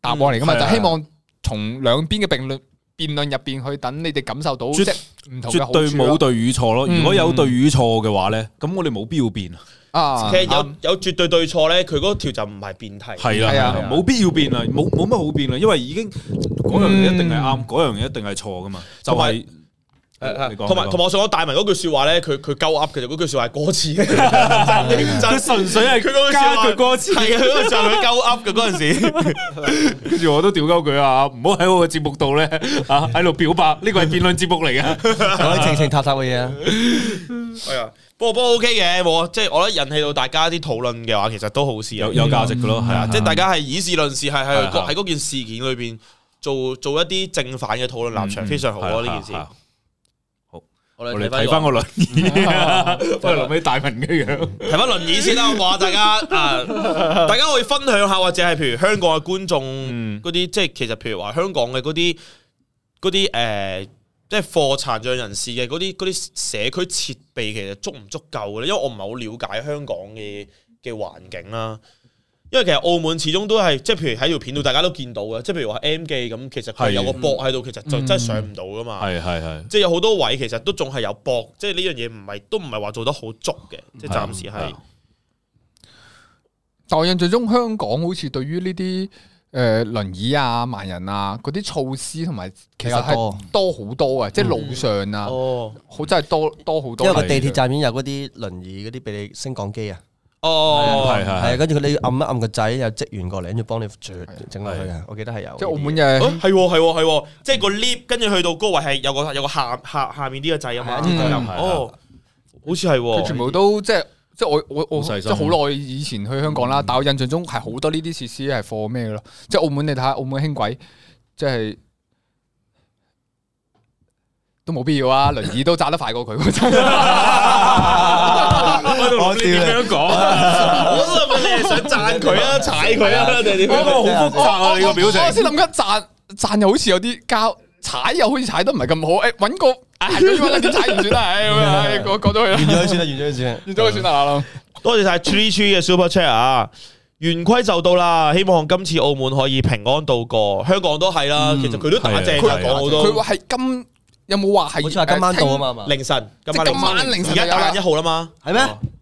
[SPEAKER 4] 答案嚟噶
[SPEAKER 1] 嗯
[SPEAKER 4] 嘛，
[SPEAKER 1] 係
[SPEAKER 4] 就
[SPEAKER 1] 啊
[SPEAKER 4] 希望從兩邊嘅辯論辯論入邊去等你哋感受到即
[SPEAKER 1] 絕
[SPEAKER 4] 係唔同嘅好
[SPEAKER 1] 絕
[SPEAKER 4] 處咯
[SPEAKER 1] 對冇對與錯咯。
[SPEAKER 4] 嗯
[SPEAKER 1] 如果有對與錯嘅話咧，咁我哋冇必要變啊。
[SPEAKER 4] 啊，
[SPEAKER 2] 其實有
[SPEAKER 4] 啱
[SPEAKER 2] 有絕對對錯咧，佢嗰條就唔係變題，
[SPEAKER 1] 係啦，
[SPEAKER 4] 係
[SPEAKER 1] 係
[SPEAKER 4] 啊
[SPEAKER 1] 啊冇必要變啊，冇冇乜好變啊，因為已經嗰樣嘢一定係啱，嗰樣嘢一定係錯噶嘛。就係你講
[SPEAKER 2] 同埋
[SPEAKER 1] 你講
[SPEAKER 2] 同埋我想講大文嗰句说話咧，佢佢鳩噏嘅，就嗰句说話係歌詞 嘅， 認真
[SPEAKER 1] 佢純粹係
[SPEAKER 2] 佢嗰句
[SPEAKER 1] 加
[SPEAKER 2] 说
[SPEAKER 1] 句歌詞
[SPEAKER 2] 話係啊，佢嗰句说話佢鳩噏嘅嗰陣時，
[SPEAKER 1] 跟住我都屌鳩佢啊！唔好喺我嘅節目度咧啊，喺度表白，呢個係辯論節目嚟 嘅。
[SPEAKER 3] 講啲情情塔塔嘅嘢啊，
[SPEAKER 2] 係啊，不過不過 OK 嘅，我即係我覺得引起到大家啲討論嘅話，其實都好事啊
[SPEAKER 1] 有有價值嘅咯，係
[SPEAKER 2] 係啊，
[SPEAKER 1] 啊，
[SPEAKER 2] 即係大家係以事論事，係係
[SPEAKER 1] 係啊係
[SPEAKER 2] 喺嗰件事件裏邊做做一啲正反嘅討論立場，非常好啊！呢件事
[SPEAKER 1] 嗯係啊係啊，
[SPEAKER 2] 我
[SPEAKER 1] 我哋睇翻個輪椅，不過臨尾大文嘅樣。
[SPEAKER 2] 睇翻輪椅先啦，好唔好啊？大 家啊，大家可以分享下，或者係譬如香港嘅觀眾
[SPEAKER 1] 嗯
[SPEAKER 2] 嗰啲，即係其實譬如話香港嘅嗰啲嗰啲誒，即係貨殘障人士嘅嗰啲嗰啲社區設備，其實足唔足夠嘅咧？因為我唔係好了解香港嘅嘅環境啦。因為其實澳門始終都係即係譬如喺條片度大家都見到嘅，即係譬如話 M 記咁，其實佢
[SPEAKER 1] 係
[SPEAKER 2] 有個博喺度，其實就
[SPEAKER 4] 嗯
[SPEAKER 2] 真係上唔到噶嘛。
[SPEAKER 1] 係係係，
[SPEAKER 2] 即係有好多位其實都仲係有搏，即係呢樣嘢唔係都唔係話做得好足嘅，即係暫時係
[SPEAKER 1] 係
[SPEAKER 4] 但我印象中香港好似對於呢啲誒輪椅啊、盲人啊嗰啲措施同埋其
[SPEAKER 3] 比
[SPEAKER 4] 實
[SPEAKER 3] 較
[SPEAKER 4] 係
[SPEAKER 3] 多
[SPEAKER 4] 多好多啊，即係路上啊，
[SPEAKER 1] 嗯
[SPEAKER 2] 哦
[SPEAKER 4] 好真係多多好
[SPEAKER 3] 因為個
[SPEAKER 4] 多。
[SPEAKER 3] 地鐵站已經有嗰啲輪椅嗰啲俾你升降機啊，
[SPEAKER 1] 係
[SPEAKER 2] 哦，
[SPEAKER 1] 係
[SPEAKER 3] 係啊
[SPEAKER 1] 係
[SPEAKER 3] 跟住佢你要按一按個掣，有職員過嚟，跟住幫你整落去嘅，我記得係有。
[SPEAKER 4] 即係澳門
[SPEAKER 2] 係
[SPEAKER 1] 哦
[SPEAKER 4] 嘅
[SPEAKER 2] 係喎係喎係喎，即係個 lift 跟住去到嗰個位係有個有個下下下面啲嘅掣啊嘛，
[SPEAKER 3] 係
[SPEAKER 4] 一啲掣
[SPEAKER 1] 啊
[SPEAKER 2] 哦，好似係
[SPEAKER 4] 佢
[SPEAKER 2] 喎，
[SPEAKER 4] 全部都即係即係我我我
[SPEAKER 1] 好細心嗯
[SPEAKER 4] 即係好耐以前去香港啦，但我印象中係好多呢啲設施係 for 咩嘅咯，即係澳門你睇下澳門輕軌，即係都冇必要 啊，輪椅都揸得快過佢嗰陣。
[SPEAKER 1] 我知點樣講啊？
[SPEAKER 2] 我都係咪你係想讚佢啊踩佢啊定係點
[SPEAKER 1] 我
[SPEAKER 2] 樣？
[SPEAKER 1] 個好複雜啊！你個表情
[SPEAKER 4] 我我先諗緊讚讚又好似有啲交，踩又好似踩得唔係咁好，誒揾個啊咁樣點踩唔 算啦，唉咁樣唉講講咗佢啦
[SPEAKER 3] 完，
[SPEAKER 1] 啊
[SPEAKER 3] 咗佢算啦，完咗佢算啦。
[SPEAKER 4] 完咗佢算啦。
[SPEAKER 2] 多謝晒 Tree Tree 嘅 Super Chat 啊！圓規就到啦，希望今次澳門可以平安度過，香港都係啦。
[SPEAKER 1] 嗯
[SPEAKER 2] 其實佢都打正
[SPEAKER 1] 係啊
[SPEAKER 2] 香港好多。
[SPEAKER 4] 佢話係今有冇話係
[SPEAKER 3] 好似話今晚到啊嘛係嘛，
[SPEAKER 2] 凌晨，今
[SPEAKER 4] 即係今晚凌晨
[SPEAKER 2] 而家
[SPEAKER 4] 就有啦
[SPEAKER 2] 打緊一號啦嘛，
[SPEAKER 3] 係咩？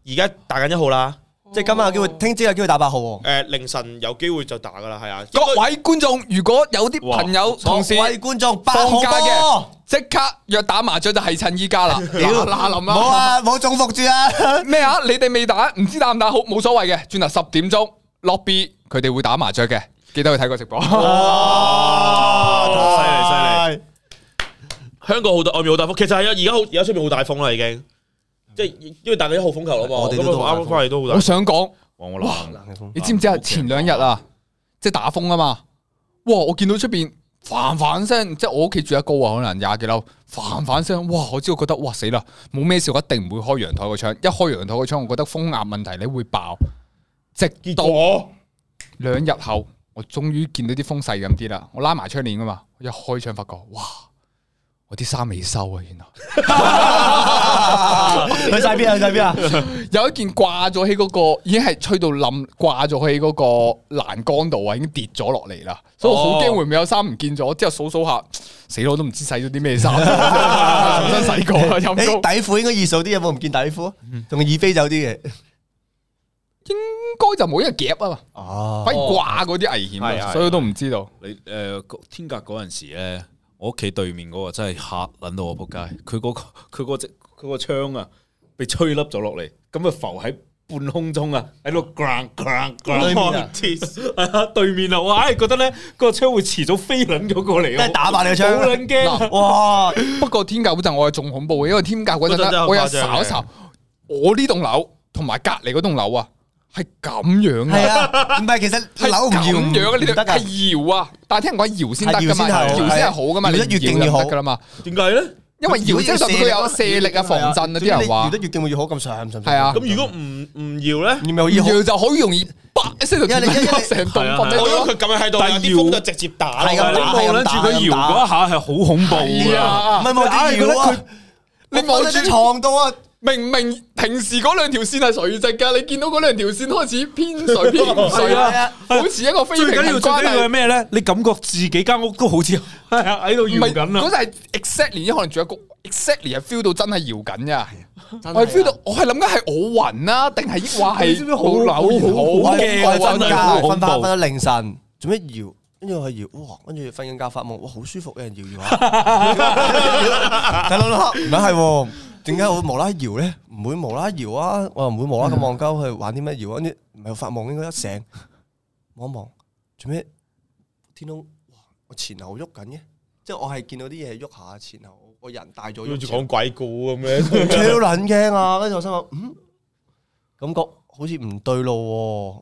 [SPEAKER 2] 而家打緊一號啦。
[SPEAKER 3] 即係今晚有機會，聽朝有機會打八號喎。
[SPEAKER 2] 誒，凌晨有機會就打噶啦，係啊。
[SPEAKER 4] 各位觀眾，如果有啲朋友同事
[SPEAKER 3] 各位觀眾，八
[SPEAKER 4] 放
[SPEAKER 3] 號
[SPEAKER 4] 假
[SPEAKER 3] 波
[SPEAKER 4] 嘅，即刻約打麻雀就係趁依家啦，嗱嗱臨
[SPEAKER 3] 冇
[SPEAKER 4] 啦。
[SPEAKER 3] 啊，冇中伏住啊！
[SPEAKER 4] 咩啊？你哋未打，唔知打唔打好，冇所謂嘅。轉頭十點鐘落 B，佢哋會打麻雀嘅，記得去睇個直播。
[SPEAKER 2] 哇
[SPEAKER 1] 犀
[SPEAKER 2] 利犀利！香港好大，外面好大風，其實係啊，而家好而家出面好大風啦，已經。即係因為打緊一號風球啦嘛，
[SPEAKER 3] 我哋
[SPEAKER 2] 咁
[SPEAKER 3] 都都好大
[SPEAKER 2] 啱
[SPEAKER 3] 風
[SPEAKER 2] 啱翻嚟都好
[SPEAKER 4] 我
[SPEAKER 2] 大。
[SPEAKER 4] 想講。
[SPEAKER 1] 黃我諗，
[SPEAKER 4] 你知唔知啊？前兩日啊，即係打風啊嘛，哇！我見到出邊煩煩聲，即係我屋企住得高啊，可能廿幾樓，煩煩聲，哇！我知道覺得哇死啦，冇咩事，我一定唔會開陽台個窗，一開陽台個窗，我覺得風壓問題你會爆，直到兩日後，我終於見到啲風細咁啲啦，我拉埋窗簾噶嘛，我一開窗發覺，哇！我啲衫未收啊，原來。
[SPEAKER 3] 去晒邊啊？去 晒邊啊？
[SPEAKER 4] 有一件掛咗喺嗰個，已經係吹到冧，掛咗喺嗰個欄杆度啊，已經跌咗落嚟啦。所以我好驚會唔會有衫唔見咗，之後數數下，死咯，我都唔知洗咗啲咩衫，重新洗過啦，
[SPEAKER 3] 誒，
[SPEAKER 4] 陰公。
[SPEAKER 3] 底褲應該易數啲，有冇唔見底褲？仲易飛走啲嘅。
[SPEAKER 4] 應該就冇一個夾啊嘛，
[SPEAKER 3] 哦
[SPEAKER 4] 反而掛嗰啲危險
[SPEAKER 2] 係
[SPEAKER 4] 啊，
[SPEAKER 2] 係
[SPEAKER 4] 所以我都唔知道。
[SPEAKER 1] 你誒天格嗰陣時咧，我屋企對面嗰個真係嚇撚到我仆街，佢嗰個佢嗰隻佢個窗啊，被吹凹咗落嚟，咁啊浮喺半空中啊，喺度 ground ground
[SPEAKER 3] 對面啊
[SPEAKER 1] ground，係啊對面啊，我唉覺得咧個窗會遲早飛撚咗過嚟，
[SPEAKER 3] 真係打爆你個窗
[SPEAKER 1] 好撚驚啊！
[SPEAKER 3] 哇！
[SPEAKER 4] 不過天價嗰陣我係仲恐怖嘅，因為天價嗰
[SPEAKER 2] 嗰
[SPEAKER 4] 陣
[SPEAKER 2] 陣真
[SPEAKER 4] 咧，
[SPEAKER 2] 係
[SPEAKER 4] 我有
[SPEAKER 2] 誇張
[SPEAKER 4] 睄一睄，我呢棟樓同埋隔離嗰棟樓啊，係咁樣啊
[SPEAKER 3] 係。啊，唔係其實
[SPEAKER 4] 係
[SPEAKER 3] 扭唔
[SPEAKER 4] 咁
[SPEAKER 3] 搖
[SPEAKER 4] 樣啊！你
[SPEAKER 3] 唔得㗎。
[SPEAKER 4] 哋係搖啊，但係聽人講搖先得噶嘛，
[SPEAKER 3] 係搖先係
[SPEAKER 4] 搖先係好噶嘛，你
[SPEAKER 3] 搖得越勁越好
[SPEAKER 4] 唔搖就唔得噶啦嘛，
[SPEAKER 2] 點解咧？
[SPEAKER 4] 因為搖即係代表佢有射力啊、防震啊，啲人話
[SPEAKER 3] 搖得越勁會越好咁上上。
[SPEAKER 4] 係啊
[SPEAKER 2] 咁如果唔唔要咧？
[SPEAKER 3] 你咪好易好
[SPEAKER 4] 搖就好容易啪一聲就
[SPEAKER 3] 因為你因為你
[SPEAKER 4] 成棟
[SPEAKER 1] 係啊
[SPEAKER 4] 瞓低
[SPEAKER 1] 係
[SPEAKER 2] 我
[SPEAKER 1] 啊
[SPEAKER 2] 因
[SPEAKER 4] 咗
[SPEAKER 2] 為佢咁樣喺度，
[SPEAKER 1] 但
[SPEAKER 2] 有
[SPEAKER 1] 係
[SPEAKER 2] 啲風就直接打落去。
[SPEAKER 3] 係咁
[SPEAKER 1] 但係你
[SPEAKER 3] 打
[SPEAKER 1] 望撚住佢搖嗰一下係好恐怖
[SPEAKER 4] 係
[SPEAKER 1] 啊！
[SPEAKER 4] 啊
[SPEAKER 3] 唔係冇啲搖啊！
[SPEAKER 4] 你望住
[SPEAKER 3] 喺床度啊！
[SPEAKER 4] 明明平時嗰兩條線係垂直㗎，你見到嗰兩條線開始偏 水偏唔水
[SPEAKER 3] 係
[SPEAKER 4] 啦
[SPEAKER 3] 啊，
[SPEAKER 4] 好似一個非
[SPEAKER 1] 最
[SPEAKER 4] 平
[SPEAKER 1] 緊要
[SPEAKER 4] 衡
[SPEAKER 1] 最
[SPEAKER 4] 關
[SPEAKER 1] 緊要係
[SPEAKER 4] 係。
[SPEAKER 1] 咩咧？你感覺自己間屋都好似 喺度搖
[SPEAKER 4] 唔係
[SPEAKER 1] 緊啊啦
[SPEAKER 4] 嗰。陣係 exactly，因為可能仲有個 exactly 係 feel 到真係搖緊㗎。我係 feel 到，我係諗緊係我暈啦，定係抑話係
[SPEAKER 3] 你知唔知好
[SPEAKER 4] 扭完
[SPEAKER 3] 好
[SPEAKER 4] 好
[SPEAKER 3] 驚，我
[SPEAKER 4] 驚
[SPEAKER 3] 瞓
[SPEAKER 4] 真
[SPEAKER 3] 覺
[SPEAKER 4] 係好
[SPEAKER 3] 瞓
[SPEAKER 4] 恐
[SPEAKER 3] 翻瞓
[SPEAKER 4] 怖。
[SPEAKER 3] 到凌晨，做咩搖？跟住我搖，哇！跟住瞓緊覺發夢，哇，好舒服，有人搖搖下。睇諗諗，唔係喎，點解我會無啦啦搖咧？唔會無啦啦搖啊！我又唔會無啦啦咁望鳩去玩啲咩搖啊？跟住唔係發夢，應該一醒望一望，做咩天空？哇！我前後喐緊嘅，即係我係見到啲嘢喐下，前後我人大咗
[SPEAKER 2] 好
[SPEAKER 3] 喐
[SPEAKER 2] 似
[SPEAKER 3] 前後。
[SPEAKER 2] 講鬼故咁樣。
[SPEAKER 3] 超撚驚啊！跟住我心諗，嗯，感覺好似唔對路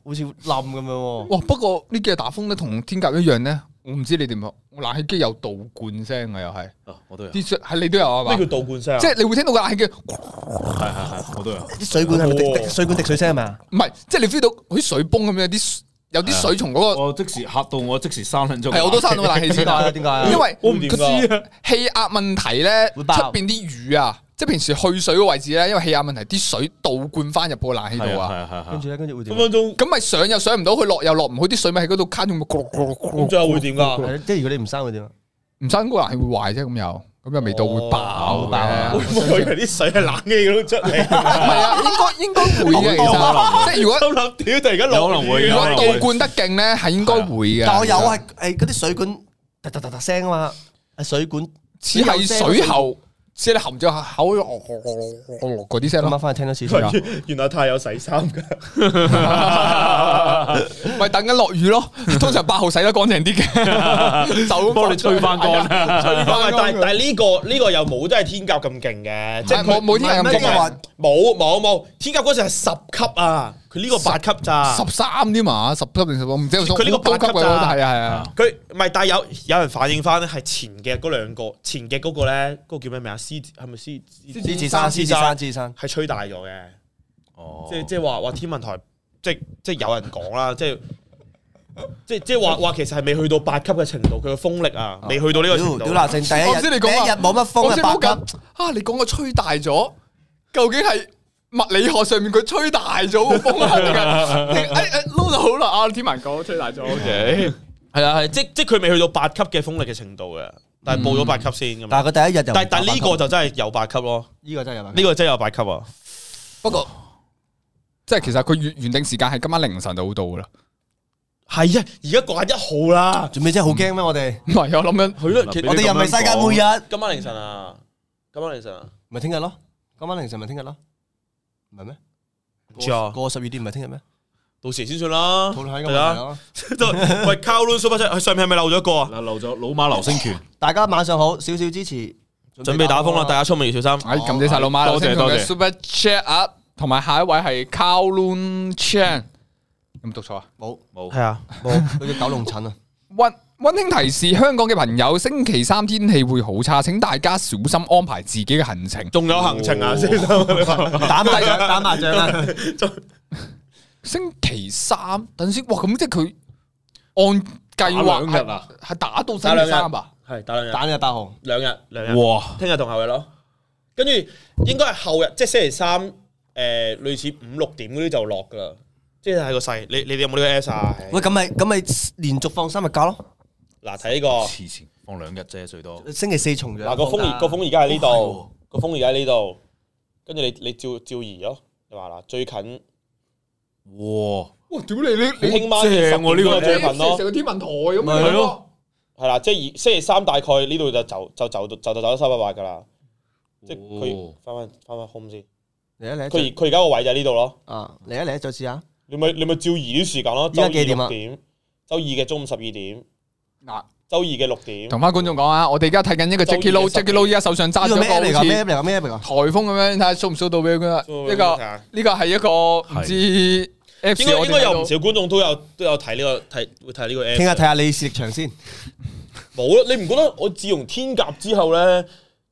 [SPEAKER 3] 喎，好似冧咁樣喎。
[SPEAKER 4] 哇！不過呢幾日打風咧，同天鴿一樣咧，我唔知你點啊。我冷氣機有倒灌聲啊，又係
[SPEAKER 1] 啊，我都有，係
[SPEAKER 4] 啲水係你都有啊嘛
[SPEAKER 2] 咩？叫倒灌聲啊？
[SPEAKER 4] 即係你會聽到個冷氣機，
[SPEAKER 1] 係係，我都有。
[SPEAKER 3] 啲水管係咪滴滴
[SPEAKER 2] 哇
[SPEAKER 3] 水管滴水聲係咪啊？
[SPEAKER 4] 唔係即係你 feel 到好似水泵咁樣，有啲有啲水從嗰個
[SPEAKER 1] 我即時嚇到我，即時閂撚咗。
[SPEAKER 4] 係我都閂到個冷氣
[SPEAKER 3] 點
[SPEAKER 4] 先
[SPEAKER 3] 解
[SPEAKER 4] 啊
[SPEAKER 3] 啊？，點解啊？
[SPEAKER 4] 因為
[SPEAKER 2] 我唔知啊。
[SPEAKER 4] 氣壓問題咧，出
[SPEAKER 3] 會爆
[SPEAKER 4] 邊啲雨啊，即係平時去水嘅位置咧，因為氣壓問題，啲水倒灌翻入個冷氣
[SPEAKER 1] 係
[SPEAKER 4] 度
[SPEAKER 1] 啊，係
[SPEAKER 4] 啊，
[SPEAKER 1] 啊係啊係
[SPEAKER 3] 跟
[SPEAKER 1] 啊。
[SPEAKER 3] 住咧，跟住會
[SPEAKER 2] 分
[SPEAKER 3] 點啊？
[SPEAKER 2] 分鐘
[SPEAKER 4] 咁咪上又上唔到，佢落又落唔好，啲水咪喺嗰度卡住咪咕嚕咕嚕咕嚕
[SPEAKER 2] 咁最後會點㗎？
[SPEAKER 3] 係即係如果你唔生會點啊？
[SPEAKER 4] 唔生個冷氣會壞啫，咁又咁又味道會爆
[SPEAKER 3] 哦爆啊
[SPEAKER 4] 嘅。
[SPEAKER 2] 我以為啲水係冷氣嗰度出嚟，
[SPEAKER 4] 唔係啊，應該應該會嘅，其實即係如果
[SPEAKER 2] 心諗屌，突然間
[SPEAKER 1] 有
[SPEAKER 2] 落
[SPEAKER 1] 可能會
[SPEAKER 2] 雨
[SPEAKER 4] 如
[SPEAKER 1] 有可
[SPEAKER 4] 果
[SPEAKER 1] 能
[SPEAKER 4] 倒灌得勁咧，係應該會嘅。
[SPEAKER 3] 但我有係係嗰啲水管突突突突聲啊嘛，係水管
[SPEAKER 4] 只係水喉，只係你含咗下口嗰啲聲
[SPEAKER 3] 今
[SPEAKER 4] 咯
[SPEAKER 3] 晚。翻去聽多次先啊。
[SPEAKER 2] 原 原來太有洗衫㗎，
[SPEAKER 4] 咪等緊落雨咯，通常八號洗得乾淨啲嘅，就咁
[SPEAKER 1] 幫你吹翻乾啦。
[SPEAKER 2] 但係但係呢個呢個又冇真係天鴿咁勁嘅，即係
[SPEAKER 4] 係冇冇天
[SPEAKER 3] 唔係
[SPEAKER 4] 人咁
[SPEAKER 3] 咩即係
[SPEAKER 4] 勁
[SPEAKER 3] 話
[SPEAKER 2] 冇冇冇，天鴿嗰時係十級啊，佢呢個八級咋？
[SPEAKER 4] 啊十三添嘛，十級定十五，唔知
[SPEAKER 2] 佢呢個
[SPEAKER 4] 高
[SPEAKER 2] 八
[SPEAKER 4] 級
[SPEAKER 2] 級
[SPEAKER 4] 嘅，
[SPEAKER 2] 咋
[SPEAKER 4] 係啊係啊，
[SPEAKER 2] 佢唔係，但係有有人反映翻咧，係前嘅嗰兩個，前嘅嗰個咧，嗰個叫咩名啊？獅子係咪獅獅
[SPEAKER 3] 獅子山，獅子山，獅子山。
[SPEAKER 2] 係吹大咗嘅，
[SPEAKER 1] 哦
[SPEAKER 2] 即係即係話話天文台，即係即係有人講啦，即係即係即係話話其實係未去到八級嘅程度，佢嘅風力啊，未去到呢個程
[SPEAKER 3] 屌
[SPEAKER 2] 度。
[SPEAKER 3] 屌嗱，成第一
[SPEAKER 4] 我知你
[SPEAKER 3] 日
[SPEAKER 4] 講
[SPEAKER 3] 第
[SPEAKER 4] 話
[SPEAKER 3] 一日冇乜
[SPEAKER 4] 我
[SPEAKER 3] 風
[SPEAKER 4] 先
[SPEAKER 3] 啊，
[SPEAKER 4] 好
[SPEAKER 3] 八
[SPEAKER 4] 緊
[SPEAKER 3] 級
[SPEAKER 4] 啊！你講個吹大咗，究竟係物理學上面佢吹大咗個風啊？定係誒誒撈到好啦啊！天文講吹大咗，OK，
[SPEAKER 2] 係啊係，即即係佢未去到八級嘅風力嘅程度嘅，但係報咗八級先咁樣。
[SPEAKER 3] 但係佢第一日就
[SPEAKER 2] 但但係呢個
[SPEAKER 3] 個
[SPEAKER 2] 就真係有八級咯，
[SPEAKER 3] 呢個真係有八級
[SPEAKER 2] 呢個真係有八級啊！
[SPEAKER 4] 不過即係其實佢原原定時間係今晚凌晨就好到噶啦，
[SPEAKER 2] 係啊，而家掛一號啦，
[SPEAKER 3] 做咩啫？好驚咩？我哋
[SPEAKER 4] 唔係我諗緊
[SPEAKER 2] 佢咯，其
[SPEAKER 1] 你
[SPEAKER 3] 我哋又唔係世界末日，
[SPEAKER 2] 今晚凌晨啊，今晚凌晨啊，
[SPEAKER 3] 咪聽日咯。今晚凌晨咪聽日咯，唔係咩？
[SPEAKER 2] 唔知啊
[SPEAKER 3] 過十二點唔係聽日咩？
[SPEAKER 2] 到時先算啦。
[SPEAKER 3] 討論下呢個
[SPEAKER 2] 係
[SPEAKER 3] 問題
[SPEAKER 2] 啊，
[SPEAKER 3] 咯。
[SPEAKER 2] 就 喂 c a r l o n Super Chat，佢上面係咪漏咗一個啊？
[SPEAKER 1] 嗱，留咗老馬流星拳，
[SPEAKER 3] 大家晚上好，少少支持，
[SPEAKER 2] 準備打風啦，大家出門要小心。
[SPEAKER 4] 哎，感謝晒老馬，
[SPEAKER 1] 多謝多謝
[SPEAKER 4] Super Chat 啊，同埋下一位係 Kowloon Chan，有冇讀錯啊？
[SPEAKER 3] 冇
[SPEAKER 1] 冇
[SPEAKER 2] 係啊，
[SPEAKER 3] 冇，佢叫九龍疹啊，
[SPEAKER 4] 温温馨提示：香港嘅朋友，星期三天氣會好差，請大家小心安排自己嘅行程。
[SPEAKER 2] 仲有行程啊，
[SPEAKER 1] 哦
[SPEAKER 2] 先生，你話
[SPEAKER 3] 打麻將打麻將啊，
[SPEAKER 4] 星期三，等先，哇！咁即係佢按計
[SPEAKER 1] 打
[SPEAKER 4] 劃
[SPEAKER 1] 兩日
[SPEAKER 4] 係
[SPEAKER 1] 啊！
[SPEAKER 4] 係打到星期三啊？
[SPEAKER 2] 係打兩日，
[SPEAKER 3] 打呢個八號，
[SPEAKER 2] 兩日，兩日，
[SPEAKER 1] 哇，
[SPEAKER 2] 聽日同後日咯。跟住應該係後日，即係星期三，誒類似五六點嗰啲就落噶啦。即係喺個細，你你哋有冇呢個 S 啊？
[SPEAKER 3] 喂咁咪咁咪連續放三日假咯，
[SPEAKER 2] 嗱睇呢個，
[SPEAKER 1] 黐線，放兩日啫最多。
[SPEAKER 3] 星期四重陽
[SPEAKER 2] 嗱個風而個風而家喺呢
[SPEAKER 1] 哦
[SPEAKER 2] 度，個風而家喺呢度，跟住你你照照移咯。你話嗱最近。
[SPEAKER 1] 哇，
[SPEAKER 4] 哇！屌你你
[SPEAKER 2] 聽晚
[SPEAKER 1] 正喎呢個
[SPEAKER 2] 最近
[SPEAKER 4] 成
[SPEAKER 2] 咯，
[SPEAKER 4] 個天文台咁
[SPEAKER 3] 咪
[SPEAKER 4] 樣
[SPEAKER 1] 係咯。
[SPEAKER 2] 係啦，即係而星期三大概呢度就走就走就就走咗三百八噶啦，即係佢
[SPEAKER 1] 哦
[SPEAKER 2] 翻翻翻翻 home 先，
[SPEAKER 3] 嚟啊嚟啊
[SPEAKER 2] 佢而佢而家個位就喺呢度咯，
[SPEAKER 3] 啊嚟啊嚟啊再試下，
[SPEAKER 2] 你咪你咪照移啲時間咯，
[SPEAKER 3] 依
[SPEAKER 2] 周
[SPEAKER 3] 家
[SPEAKER 2] 二
[SPEAKER 3] 幾點
[SPEAKER 2] 六
[SPEAKER 3] 啊
[SPEAKER 2] 點，周二嘅中午十二點，
[SPEAKER 4] 嗱，
[SPEAKER 2] 周二嘅六點，
[SPEAKER 4] 同翻觀眾講啊，我哋而家睇緊一個 Jackie
[SPEAKER 2] 周二嘅十
[SPEAKER 4] Lou，Jackie Lou 依家手上揸
[SPEAKER 3] 呢
[SPEAKER 4] 咗
[SPEAKER 3] 個
[SPEAKER 4] 啊個
[SPEAKER 3] 咩
[SPEAKER 4] 好
[SPEAKER 3] app 嚟㗎？咩 app
[SPEAKER 4] 似
[SPEAKER 3] 嚟㗎？咩 app 嚟㗎？
[SPEAKER 4] 颱風咁樣，睇下掃唔掃到俾佢啊？
[SPEAKER 2] 呢
[SPEAKER 4] 呢個呢個係一個唔知 Apps
[SPEAKER 2] 應該
[SPEAKER 4] 我哋
[SPEAKER 2] 應該
[SPEAKER 4] 睇到
[SPEAKER 2] 有唔少觀眾都有都有睇呢個睇會睇呢個 app，
[SPEAKER 3] 聽下睇下你視力場先，
[SPEAKER 2] 冇啊啦，你唔覺得我自從天鴿之後咧，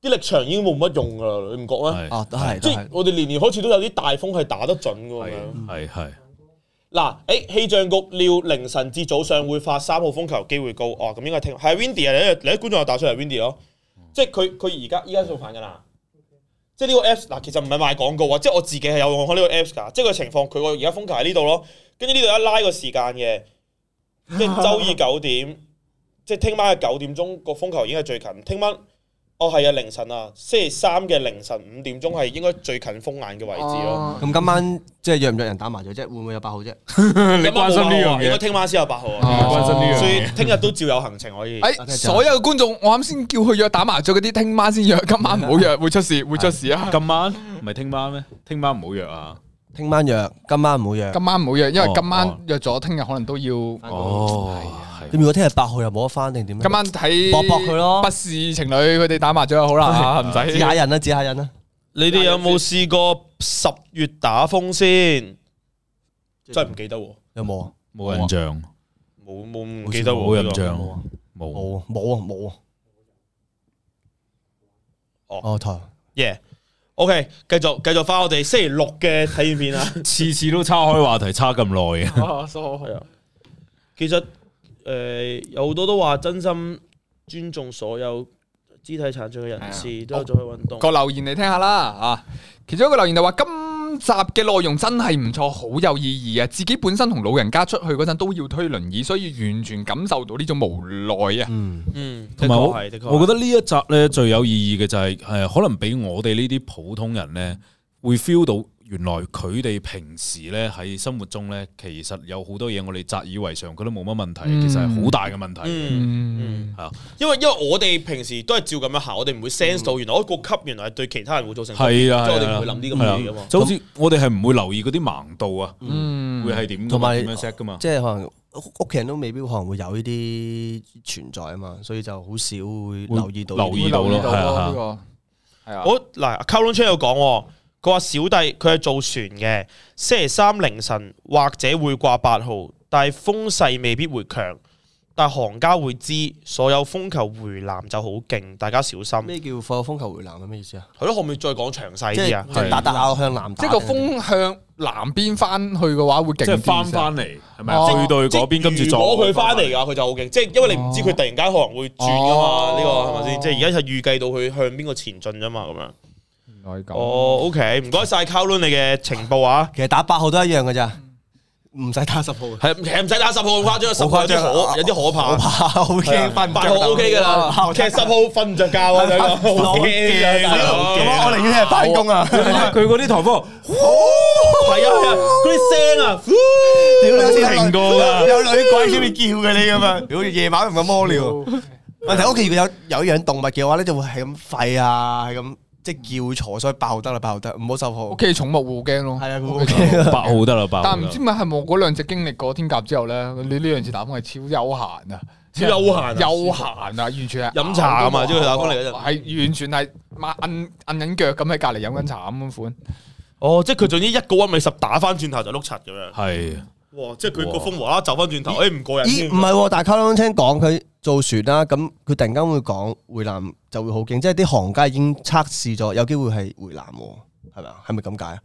[SPEAKER 2] 啲力場已經冇乜用噶啦，你唔覺咩？
[SPEAKER 1] 啊係
[SPEAKER 3] 哦都係
[SPEAKER 2] 即
[SPEAKER 3] 都
[SPEAKER 2] 係
[SPEAKER 3] 係，
[SPEAKER 2] 我哋年年開始都有啲大風係打得準噶喎。
[SPEAKER 1] 係係
[SPEAKER 2] 嗱，誒氣象局料凌晨至早上會發三號風球，機會高。哦，咁應該聽係 Windy 啊！你你啲觀眾又打出嚟 Windy 咯，即係佢佢而家依家做反㗎啦。啊即係呢個 Apps 嗱，其實唔係賣廣告啊，即係我自己係有用開呢個 Apps 㗎。即係個情況，佢個而家風球喺呢度咯，跟住呢度一拉個時間嘅， 即係周二九點，即係聽晚嘅九點鐘個風球已經係最近。聽晚哦，係啊，凌晨啊，星期三嘅凌晨五點鐘係應該最近風眼嘅位置咯。
[SPEAKER 4] 哦
[SPEAKER 3] 咁今晚即係約唔約人打麻雀啫？會唔會有八號啫？
[SPEAKER 1] 你關心呢樣
[SPEAKER 2] 啊應該
[SPEAKER 1] 嘢，哦
[SPEAKER 2] 聽晚先有八號
[SPEAKER 1] 你
[SPEAKER 2] 啊，
[SPEAKER 1] 關心呢樣
[SPEAKER 2] 所
[SPEAKER 1] 嘢
[SPEAKER 2] 以。聽日都照有行程可以。
[SPEAKER 1] 哎
[SPEAKER 4] 诶，哎所有嘅觀眾，我啱先叫佢約打麻雀嗰啲，聽晚先約，今晚唔好約，會出事，會出事啊！
[SPEAKER 1] 今晚唔係聽晚咩？聽晚唔好約啊！
[SPEAKER 3] 聽晚約，今晚唔好約。
[SPEAKER 4] 今晚唔好約，因為
[SPEAKER 1] 哦
[SPEAKER 4] 今晚
[SPEAKER 1] 哦
[SPEAKER 4] 約咗，聽日可能都要。今
[SPEAKER 1] 哦，
[SPEAKER 3] 咁如果聽日八號又冇得翻定點咧？
[SPEAKER 4] 晚睇
[SPEAKER 3] 搏搏佢咯
[SPEAKER 4] 不是情侶佢哋打麻雀就好
[SPEAKER 1] 啊
[SPEAKER 4] 啦，唔
[SPEAKER 3] 指
[SPEAKER 4] 使。
[SPEAKER 3] 下人啦，啊指下人啦。
[SPEAKER 2] 你哋有冇試過十月打風先？真係唔記得喎，
[SPEAKER 3] 有冇啊？
[SPEAKER 1] 冇印象，
[SPEAKER 2] 冇冇唔記得
[SPEAKER 1] 冇
[SPEAKER 2] 喎。
[SPEAKER 1] 印象
[SPEAKER 3] 冇啊，
[SPEAKER 1] 冇。
[SPEAKER 3] 冇啊，冇啊，冇啊。
[SPEAKER 2] 哦
[SPEAKER 3] 哦，台灣
[SPEAKER 2] Yeah，OK，繼續繼續翻我哋星期六嘅體驗片啊。
[SPEAKER 1] 次次都叉開話題，叉咁耐嘅。
[SPEAKER 4] 哦，so 好
[SPEAKER 2] 啊其實诶、誒有好多都話真心尊重所有肢體殘障嘅人
[SPEAKER 1] 啊
[SPEAKER 2] 士，都有做去運動。
[SPEAKER 1] 哦
[SPEAKER 4] 個留言嚟聽下啦啊！其中一個留言就話今集嘅內容真係唔錯，好有意義啊！自己本身同老人家出去嗰陣都要推輪椅，所以完全感受到呢種無奈啊！
[SPEAKER 3] 嗯，
[SPEAKER 2] 嗯，的
[SPEAKER 1] 同埋我
[SPEAKER 2] 確係，的確係。
[SPEAKER 1] 我覺得呢一集咧最有意義嘅就係、誒可能俾我哋呢啲普通人咧會 feel 到原來佢哋平時咧喺生活中咧其實有好多嘢我哋習以為常，覺得冇乜問題，
[SPEAKER 4] 嗯
[SPEAKER 1] 其實係好大嘅問題。
[SPEAKER 2] 嗯。
[SPEAKER 4] 嗯，
[SPEAKER 2] 因為因為我哋平時都係照咁樣行，我哋唔會
[SPEAKER 1] 嗯
[SPEAKER 2] sense 到原來我個級原來係對其他人會造成
[SPEAKER 1] 係啦，
[SPEAKER 2] 即係我
[SPEAKER 1] 係
[SPEAKER 2] 哋
[SPEAKER 1] 啦
[SPEAKER 2] 唔會諗啲咁
[SPEAKER 1] 係
[SPEAKER 2] 嘅
[SPEAKER 1] 啦
[SPEAKER 2] 嘢噶嘛。
[SPEAKER 1] 就好似我哋係唔會留意嗰啲盲道啊，
[SPEAKER 4] 嗯
[SPEAKER 1] 會係點㗎嘛
[SPEAKER 3] 同埋
[SPEAKER 1] 點樣 set
[SPEAKER 2] 啊
[SPEAKER 1] 噶嘛？
[SPEAKER 3] 即係可能屋屋企人都未必可能會有呢啲存在啊嘛，所以就好少會留意到呢啲。
[SPEAKER 1] 留意到咯係啊
[SPEAKER 4] 呢個係啊。
[SPEAKER 2] 我嗱 c a r o n 有講喎，佢話小弟佢係做船嘅，星期三凌晨或者會掛八號，但係風勢未必會強，但行家會知所有風球回南就好勁，大家小心。
[SPEAKER 3] 咩叫火風球回南係咩意思啊？
[SPEAKER 2] 係咯，可唔可以再講詳細
[SPEAKER 3] 即
[SPEAKER 2] 啲啊
[SPEAKER 3] 係？即係打打拗向南打
[SPEAKER 4] 即係個風向南邊翻去嘅話，會
[SPEAKER 1] 即
[SPEAKER 4] 勁啲先。
[SPEAKER 1] 係翻翻嚟係咪
[SPEAKER 4] 哦
[SPEAKER 1] 啊？對對嗰邊跟住
[SPEAKER 2] 如
[SPEAKER 1] 撞。
[SPEAKER 2] 果佢翻嚟㗎，佢就好勁，即係因為你唔知佢突然間可能會轉㗎
[SPEAKER 4] 哦
[SPEAKER 2] 嘛，呢個係咪先？即係而家係預計到佢向邊個前進啫嘛，咁樣。
[SPEAKER 4] 原來係咁。
[SPEAKER 2] 哦，OK，唔該晒 c a r o n 你嘅情報啊。
[SPEAKER 3] 其實打八號都一樣㗎咋，唔使打十號。
[SPEAKER 2] 係其實唔使打十號咁誇張，十號有啲可有啲可怕。
[SPEAKER 3] 怕，好驚瞓唔
[SPEAKER 2] 啊八
[SPEAKER 3] 着
[SPEAKER 2] 號 OK 噶啦，啊其實十號瞓唔着覺 啊，大佬好驚啊，大佬
[SPEAKER 3] 咁啊我寧願係翻工啊！
[SPEAKER 1] 佢嗰啲台風，
[SPEAKER 2] 係啊係啊，嗰啲聲啊，
[SPEAKER 3] 屌你
[SPEAKER 1] 冇停過㗎
[SPEAKER 3] 有女鬼先會叫嘅你咁啊！屌夜晚唔敢屙尿。問題屋企如果有有養動物嘅話咧，就會係咁吠啊，係咁即係叫嘈，所以爆得啦，爆得，唔好受
[SPEAKER 4] 屋
[SPEAKER 3] 號。
[SPEAKER 4] 企寵物會驚咯。
[SPEAKER 3] 係啊，
[SPEAKER 4] 屋企
[SPEAKER 3] 佢
[SPEAKER 1] 八號得啦，八號
[SPEAKER 4] 但
[SPEAKER 1] 得
[SPEAKER 4] 唔
[SPEAKER 1] 啦
[SPEAKER 4] 知咪係咪我嗰兩隻經歷過天鴿之後咧，你呢兩次打風係超悠閒啊！
[SPEAKER 2] 超悠閒啊
[SPEAKER 4] 悠閒啊，完全係
[SPEAKER 2] 飲茶啊嘛即係佢打風嚟嗰陣
[SPEAKER 4] 係完全係抹摁摁緊腳咁喺隔離飲緊茶咁樣款。
[SPEAKER 2] 哦，即係佢總之一個温米十打翻轉頭就碌柒咁樣，
[SPEAKER 1] 係
[SPEAKER 2] 哇！即係佢個風無啦啦走翻轉頭，誒唔過癮
[SPEAKER 3] 咦，
[SPEAKER 2] 添
[SPEAKER 3] 唔，係喎，但係卡通聽講佢做船啦，咁佢突然間會講回南就會好勁，即係啲行家已經測試咗有機會係回南喎，係咪啊？係咪咁解啊？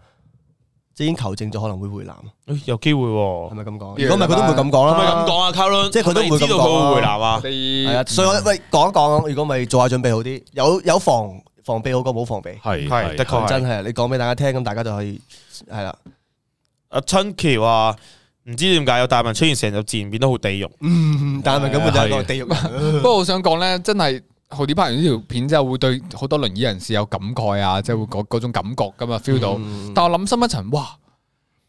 [SPEAKER 3] 即係已經求證咗可能會回南，
[SPEAKER 2] 誒哎有機會
[SPEAKER 3] 係
[SPEAKER 2] 喎，
[SPEAKER 3] 咪咁講？如
[SPEAKER 4] 係
[SPEAKER 3] 果唔係佢都唔會咁講
[SPEAKER 2] 可唔
[SPEAKER 3] 啦。
[SPEAKER 2] 可以咁講啊 c a r o
[SPEAKER 3] 即係佢都會咁講啊
[SPEAKER 2] 知道佢會回南啊
[SPEAKER 4] 我，哋
[SPEAKER 3] 係啊，所以我喂講一講，如果咪做下準備好啲，有有防防備好過冇防備。
[SPEAKER 1] 係
[SPEAKER 2] 係的確係
[SPEAKER 3] 真係，你講俾大家聽，咁大家就可以係啦。
[SPEAKER 2] 阿春橋啊，唔知點解有大文出現成日自然變得好地獄，
[SPEAKER 3] 嗯，但係根本就係一個
[SPEAKER 1] 係
[SPEAKER 3] 地獄
[SPEAKER 4] 不過我想講咧，真係。豪啲拍完呢條片之後，會對好多輪椅人士有感慨啊，即係會嗰嗰種感覺噶嘛，feel 到。
[SPEAKER 3] 嗯
[SPEAKER 4] 但我諗深一層，哇！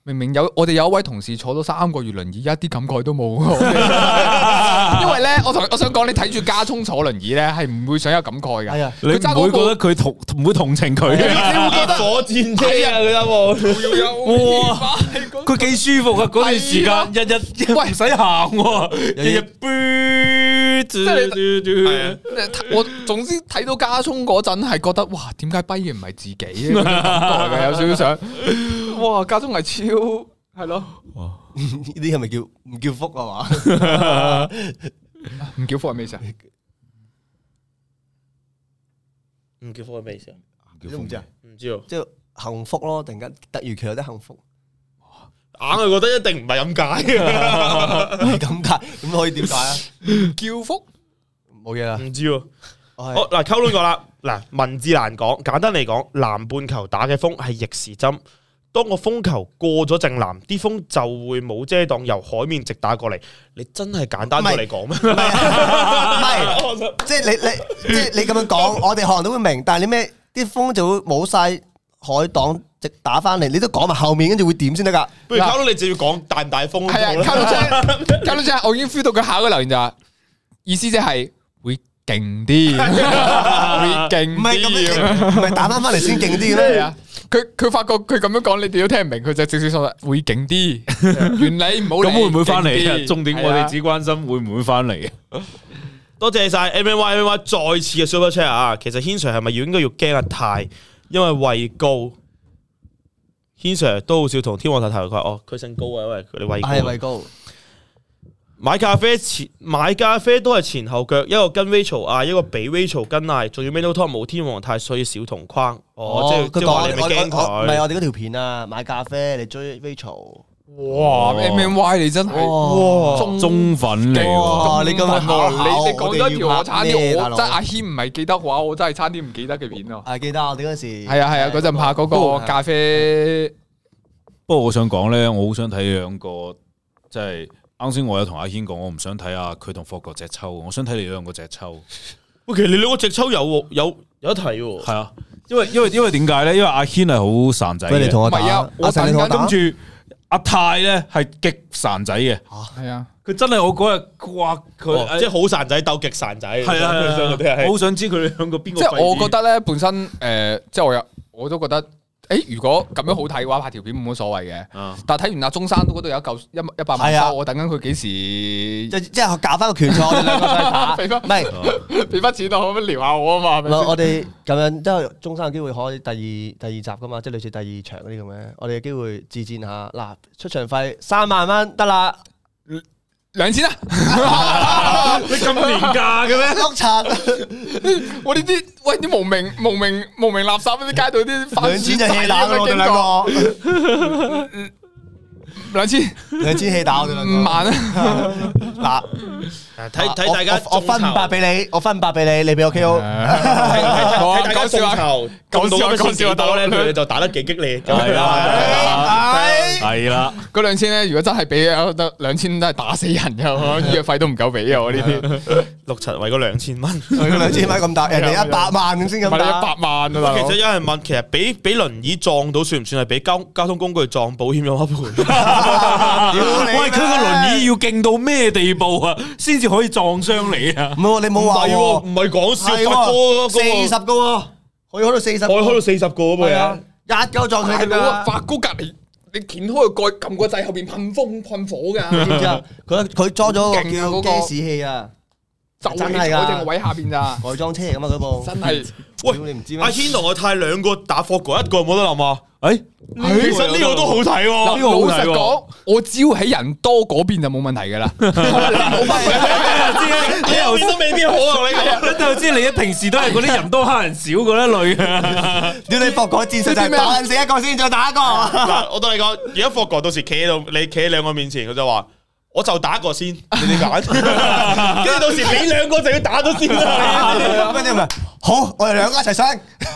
[SPEAKER 4] 明明有我哋有一位同事坐咗三個月輪椅，一啲感慨都冇。 因為咧，我同我想講，你睇住家聰坐輪椅咧，係唔會想有感慨
[SPEAKER 3] 係
[SPEAKER 4] 㗎。
[SPEAKER 3] 啊，
[SPEAKER 1] 你
[SPEAKER 4] 佢揸嗰
[SPEAKER 1] 唔會覺得佢同唔會同情佢嘅？
[SPEAKER 2] 啊火箭車啊，佢有 冇？
[SPEAKER 1] 哇！佢幾舒服啊！嗰段時間日日
[SPEAKER 4] 喂
[SPEAKER 1] 唔使行喎，日日
[SPEAKER 4] 即係
[SPEAKER 2] 係啊
[SPEAKER 1] 嘟
[SPEAKER 4] 我總之睇到家聰嗰陣係覺得，哇！點解跛嘅唔係自己嘅嗰種感覺㗎？有少少想，哇！家聰係超係咯，
[SPEAKER 3] 呢啲係咪叫唔叫福 啊嘛？
[SPEAKER 4] 唔叫福係咩意思啊？
[SPEAKER 2] 唔叫火係咩意思啊？
[SPEAKER 3] 你都唔知啊，
[SPEAKER 2] 唔知喎。
[SPEAKER 3] 即係幸福咯，突然間突如其來的幸福，
[SPEAKER 2] 硬係覺得一定唔係咁解 啊！
[SPEAKER 3] 係咁解，咁可以點解啊？
[SPEAKER 4] 叫福
[SPEAKER 3] 冇嘢啦，
[SPEAKER 2] 唔知喎，
[SPEAKER 3] 我
[SPEAKER 2] 好
[SPEAKER 3] 係
[SPEAKER 2] 嗱，溝亂講啦，嗱，文字難講，簡單嚟講，南半球打嘅風係逆時針，東當個風球過咗正南，啲風就會冇遮擋，由海面直打過嚟。你真係簡單過嚟講咩？
[SPEAKER 3] 係即係你你即係你咁 樣講，我哋可能都會明，但係你咩啲風就會冇晒海擋直打翻嚟，你都講埋後面跟住會點先得㗎？
[SPEAKER 2] 不如搞到你就要講大唔大風
[SPEAKER 4] 系啊，
[SPEAKER 2] 呢
[SPEAKER 4] 卡到姐，卡到姐，我已經 feel 到佢下一個留言就話，意思 即係會勁啲，會勁
[SPEAKER 3] 唔係咁
[SPEAKER 4] 啲咁樣。
[SPEAKER 3] 樣，唔係打翻翻嚟先勁啲嘅
[SPEAKER 4] 係
[SPEAKER 3] 咩？
[SPEAKER 4] 啊，佢佢发觉佢咁樣講，你哋都聽唔明，佢就直接说會勁啲，原理唔好理。
[SPEAKER 1] 咁會唔會翻嚟
[SPEAKER 4] 勁
[SPEAKER 1] 啊？
[SPEAKER 4] 啲
[SPEAKER 1] 重點我哋
[SPEAKER 4] 係
[SPEAKER 1] 只關心會唔會翻嚟。 啊
[SPEAKER 2] 多謝晒 M N Y M N Y 再次嘅 Super Chat 啊！其實軒 Sir 係咪要應該要驚阿泰，因為畏高。軒 Sir 都好少同天王太太佢話哦，佢姓高啊，因為佢哋畏高
[SPEAKER 3] 係
[SPEAKER 2] 啊。
[SPEAKER 3] 畏高，
[SPEAKER 2] 買咖啡前買咖啡都係前後腳，一個跟 Rachel 嗌，一個俾 Rachel 跟嗌，仲要 Middle Top 冇天王太歲小童框。哦，即係即係話你咪驚
[SPEAKER 3] 唔係
[SPEAKER 2] 佢。
[SPEAKER 3] 我哋嗰條片啊，買咖啡你追 Rachel，
[SPEAKER 4] 哇，M M Y 你真係
[SPEAKER 3] 哇
[SPEAKER 4] 中
[SPEAKER 1] 中粉嚟嗯喎，
[SPEAKER 3] 哇！你咁樣考
[SPEAKER 4] 你你
[SPEAKER 3] 考
[SPEAKER 4] 講咗一條我差啲，我真係阿
[SPEAKER 3] 係
[SPEAKER 4] 軒唔係記得話，我真係差啲唔記得嘅片咯。
[SPEAKER 3] 啊係記得我哋嗰陣時
[SPEAKER 4] 係啊係啊，嗰陣拍嗰個咖啡
[SPEAKER 1] 不過我想講咧，我好想睇兩個，即係啱先我有同阿軒講，我唔想睇阿佢同霍國隻抽，我想睇你兩個隻抽。
[SPEAKER 2] 喂，其實你兩個隻抽有喎有有得睇喎。
[SPEAKER 1] 係啊，因為因為因為點解咧？因為阿軒係好散仔
[SPEAKER 3] 喂，你
[SPEAKER 1] 嘅，
[SPEAKER 3] 同我
[SPEAKER 4] 唔係
[SPEAKER 3] 打
[SPEAKER 4] 啊，我
[SPEAKER 3] 阿成你
[SPEAKER 4] 等
[SPEAKER 3] 同
[SPEAKER 4] 緊
[SPEAKER 3] 我打
[SPEAKER 1] 跟。住阿泰咧係極散仔嘅，
[SPEAKER 4] 係啊，
[SPEAKER 1] 佢真係我嗰日哇
[SPEAKER 3] 哎
[SPEAKER 2] 哦
[SPEAKER 1] 佢
[SPEAKER 2] 即係好散仔鬥極散仔，
[SPEAKER 1] 係啊係
[SPEAKER 2] 嗰
[SPEAKER 1] 啊
[SPEAKER 2] 啲係
[SPEAKER 1] 係啊，我好想知佢哋兩個邊個廢
[SPEAKER 4] 即
[SPEAKER 1] 啲。
[SPEAKER 4] 係我覺得咧，本身诶，即係我有我都覺得，诶，如果咁樣好睇嘅話，拍條片冇乜所謂嘅。
[SPEAKER 1] 啊，
[SPEAKER 4] 但係睇完阿中山都嗰度有一嚿一一百
[SPEAKER 3] 係
[SPEAKER 4] 萬
[SPEAKER 3] 啊
[SPEAKER 4] 收，我等緊佢幾時
[SPEAKER 3] 即即係搞翻個拳賽，我哋兩個再 打，
[SPEAKER 4] 俾翻
[SPEAKER 3] 唔係
[SPEAKER 4] 俾翻錢我，可唔可以撩下我啊嘛？係咪
[SPEAKER 3] 我
[SPEAKER 4] 先
[SPEAKER 3] 我哋咁樣都有中山有機會可以第二第二集噶嘛，即係類似第二場嗰啲咁嘅，我哋有機會自薦下。嗱，出場費三萬蚊得啦，
[SPEAKER 4] 兩千啊！
[SPEAKER 1] 你咁廉價嘅咩？
[SPEAKER 3] 碌柒
[SPEAKER 4] 我呢啲喂啲無名無名無名垃圾呢啲街道啲番
[SPEAKER 3] 兩
[SPEAKER 4] 薯
[SPEAKER 3] 千就
[SPEAKER 4] 仔
[SPEAKER 3] 氣打
[SPEAKER 4] 咁樣
[SPEAKER 3] 我哋
[SPEAKER 4] 經過
[SPEAKER 3] 兩個，
[SPEAKER 4] 兩千
[SPEAKER 3] 兩千氣打我哋兩
[SPEAKER 4] 五
[SPEAKER 3] 個。
[SPEAKER 4] 萬啊！
[SPEAKER 3] 嗱，
[SPEAKER 2] 睇睇大家
[SPEAKER 3] 我我我分五百俾你，我分五百俾你，你俾我 KO。
[SPEAKER 4] 我
[SPEAKER 2] 睇大家
[SPEAKER 4] 講笑
[SPEAKER 2] 眾
[SPEAKER 4] 啊！
[SPEAKER 2] 籌
[SPEAKER 4] 講笑啊
[SPEAKER 2] 到嗰個
[SPEAKER 4] 講笑啊
[SPEAKER 2] 多咧，
[SPEAKER 4] 大佬啊
[SPEAKER 2] 佢哋就打得幾激烈。
[SPEAKER 1] 係啦
[SPEAKER 3] 唉
[SPEAKER 1] 係啦，
[SPEAKER 4] 嗰兩千咧，如果真係俾啊得兩千，真係打死人嘅，我醫藥費都唔夠俾啊！我呢啲
[SPEAKER 2] 六七為嗰兩千蚊，其
[SPEAKER 3] 佢兩千蚊咁大，人哋一百萬先
[SPEAKER 4] 唔
[SPEAKER 3] 咁
[SPEAKER 4] 係一
[SPEAKER 3] 打。
[SPEAKER 4] 百萬啊！大佬
[SPEAKER 2] 實有人問，其實俾俾輪椅撞到算唔算係俾交交通工具撞保險有乜賠？
[SPEAKER 3] 屌你
[SPEAKER 1] 喂，佢個輪椅要勁到咩地步啊，先至可以撞傷你啊？
[SPEAKER 3] 唔係喎，你冇
[SPEAKER 2] 唔
[SPEAKER 3] 話
[SPEAKER 2] 係喎，
[SPEAKER 3] 喎，
[SPEAKER 2] 唔係講
[SPEAKER 3] 係
[SPEAKER 2] 笑，發哥
[SPEAKER 3] 喎，
[SPEAKER 2] 嗰
[SPEAKER 3] 四十
[SPEAKER 2] 個
[SPEAKER 3] 個喎，可以開到四十。
[SPEAKER 2] 我開到四十個嗰部
[SPEAKER 3] 係
[SPEAKER 2] 嘢
[SPEAKER 3] 啊，，一鳩撞佢
[SPEAKER 4] 大
[SPEAKER 3] 㗎
[SPEAKER 4] 佬啊！
[SPEAKER 3] 啦。
[SPEAKER 4] 發哥隔離，你掀開個蓋，撳個掣，後邊噴風噴火 㗎。
[SPEAKER 3] 知唔知啊？佢佢裝咗個
[SPEAKER 4] 勁啊嗰個
[SPEAKER 3] 叫 gas 器啊，
[SPEAKER 4] 就
[SPEAKER 3] 真
[SPEAKER 4] 係
[SPEAKER 3] 係㗎
[SPEAKER 4] 坐正個位下邊咋，
[SPEAKER 3] 改裝車嚟噶嘛嗰部。
[SPEAKER 4] 真係
[SPEAKER 2] 喂
[SPEAKER 3] 屌你唔知咩
[SPEAKER 2] 阿？軒同我太兩個打霍哥，一個冇得諗啊！
[SPEAKER 1] 诶，
[SPEAKER 2] 其實呢個都好睇
[SPEAKER 4] 嗱，
[SPEAKER 2] 喎，
[SPEAKER 1] 呢個好
[SPEAKER 4] 老
[SPEAKER 1] 睇
[SPEAKER 4] 實
[SPEAKER 1] 喎
[SPEAKER 4] 講，我只要喺人多嗰邊就冇問題㗎啦。冇
[SPEAKER 2] 你又都未必好啊！你
[SPEAKER 1] 你就知你平時都係嗰啲人多蝦人少嗰一類啊。
[SPEAKER 3] 屌你博改戰術就係打撚死一個先，再打一個。
[SPEAKER 2] 嗱，我同你講，而家霍哥到時企喺度，你企喺兩個面前，佢就話。我就打過先，你哋 揀，跟住到時你兩個就要打咗先啦。
[SPEAKER 3] 跟住咪好，我哋兩個一齊上。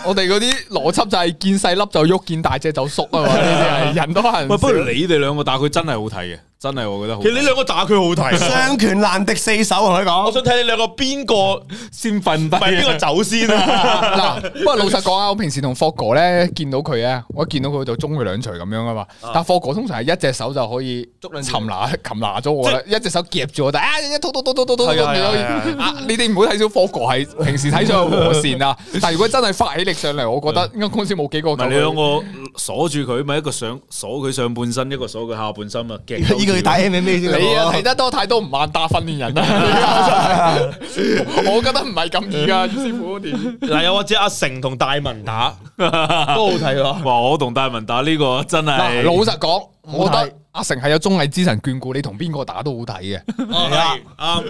[SPEAKER 4] 我哋嗰啲邏輯就係見細粒就喐，見大隻就縮啊嘛。呢啲係人多人
[SPEAKER 1] 喂，不
[SPEAKER 4] 少。
[SPEAKER 1] 如你哋兩個打佢真係好睇嘅，真係我覺得好
[SPEAKER 2] 其。實你兩個打佢好睇，
[SPEAKER 3] 雙拳難敵四手，我同你
[SPEAKER 2] 我
[SPEAKER 3] 講。
[SPEAKER 2] 想睇你兩個邊個唔
[SPEAKER 1] 先瞓低，
[SPEAKER 2] 係邊個走先啊？
[SPEAKER 4] 嗱，不過老實講啊，我平時同霍哥咧見到佢啊，我一見到佢就中佢兩錘咁樣啊嘛。但霍哥通常係一隻手就可以
[SPEAKER 3] 捉兩條
[SPEAKER 4] 擒拿擒拿咗我啦，一隻手夾住我，但係啊，一拖拖拖拖拖拖
[SPEAKER 2] 係啊
[SPEAKER 4] 你可以
[SPEAKER 2] 係啊係
[SPEAKER 4] 啊你哋唔好睇小霍哥係平時睇上去和善啊，但係如果真係發起力上嚟，我覺得應該公司冇幾個
[SPEAKER 1] 唔
[SPEAKER 4] 夠
[SPEAKER 1] 係
[SPEAKER 4] 佢。
[SPEAKER 1] 你兩個鎖住佢，咪一個上鎖佢上半身，一個鎖佢下半 身啊！夾鳩住
[SPEAKER 3] 呢個要打 MMA 先得喎。
[SPEAKER 4] 你啊睇得多太多唔萬打訓練人啦，我覺得唔係咁易噶，師傅點？
[SPEAKER 2] 嗱，又或者阿成同大文打都好睇喎。
[SPEAKER 1] 哇！我同戴文打呢個真
[SPEAKER 4] 嗱，
[SPEAKER 1] 係
[SPEAKER 4] 老實講，我覺
[SPEAKER 3] 好睇
[SPEAKER 4] 得阿成係有綜藝之神眷顧，你同邊個打都好睇嘅。
[SPEAKER 2] 係啊，啱。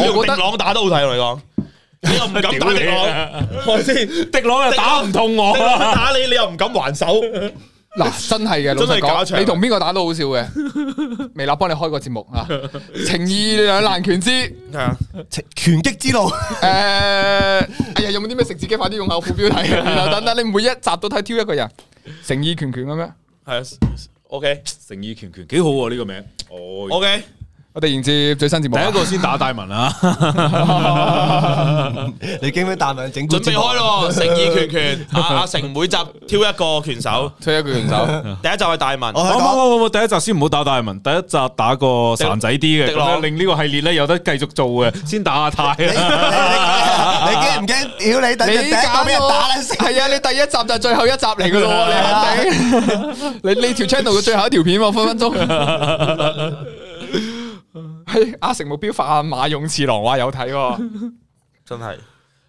[SPEAKER 4] 我
[SPEAKER 2] 我覺
[SPEAKER 4] 覺得
[SPEAKER 2] 得朗打都好睇，我同你講，你又唔敢打
[SPEAKER 1] 屌你
[SPEAKER 2] 迪朗，係咪先？迪
[SPEAKER 1] 迪朗又打唔痛 我。
[SPEAKER 2] 朗打你，你又唔敢還手。
[SPEAKER 4] 嗱，真係嘅，老
[SPEAKER 2] 真
[SPEAKER 4] 實
[SPEAKER 2] 係假
[SPEAKER 3] 啊
[SPEAKER 4] 講，
[SPEAKER 2] 場
[SPEAKER 4] 你同邊個打都好笑嘅。 微辣幫你開個節目啊，情義兩難拳之
[SPEAKER 2] 係啊，
[SPEAKER 3] 拳擊之路，
[SPEAKER 4] 誒，哎呀，有冇 啲咩食自己快啲用下副標題啊？然後等等，你每一集都睇挑一個人，誠意拳拳咁樣，
[SPEAKER 2] 系，OK
[SPEAKER 1] 诚意拳拳几好喎呢个名。哦，
[SPEAKER 2] OK，
[SPEAKER 4] 我哋迎接最新節目
[SPEAKER 1] 第
[SPEAKER 4] 啊。
[SPEAKER 1] 一个先打大文 啊，
[SPEAKER 3] 你惊唔惊大文整
[SPEAKER 2] 准备开 咯，诚意拳拳，阿阿成每集挑一个拳手，
[SPEAKER 4] 推一個拳手，
[SPEAKER 2] 第一集系大文，
[SPEAKER 3] 我
[SPEAKER 1] 唔
[SPEAKER 3] 喺
[SPEAKER 1] 唔
[SPEAKER 3] 度
[SPEAKER 1] 唔唔，第一集先唔好打大文，第一集打个散仔啲 嘅，
[SPEAKER 2] 迪
[SPEAKER 1] 咁樣
[SPEAKER 2] 朗
[SPEAKER 1] 令呢个系列咧有得继续做嘅，先打下泰
[SPEAKER 3] 你
[SPEAKER 1] 啊。
[SPEAKER 3] 你你你惊唔惊？屌你，等陣 第
[SPEAKER 4] 你
[SPEAKER 3] 一個俾人打
[SPEAKER 4] 揀我
[SPEAKER 3] 啦先。
[SPEAKER 4] 係啊！你第一集就係最後一集嚟 噶咯，你肯定你呢條 channel 嘅最後一條片喎，分分鐘。 係阿成目標發阿馬勇次郎話有睇喎，
[SPEAKER 2] 真係。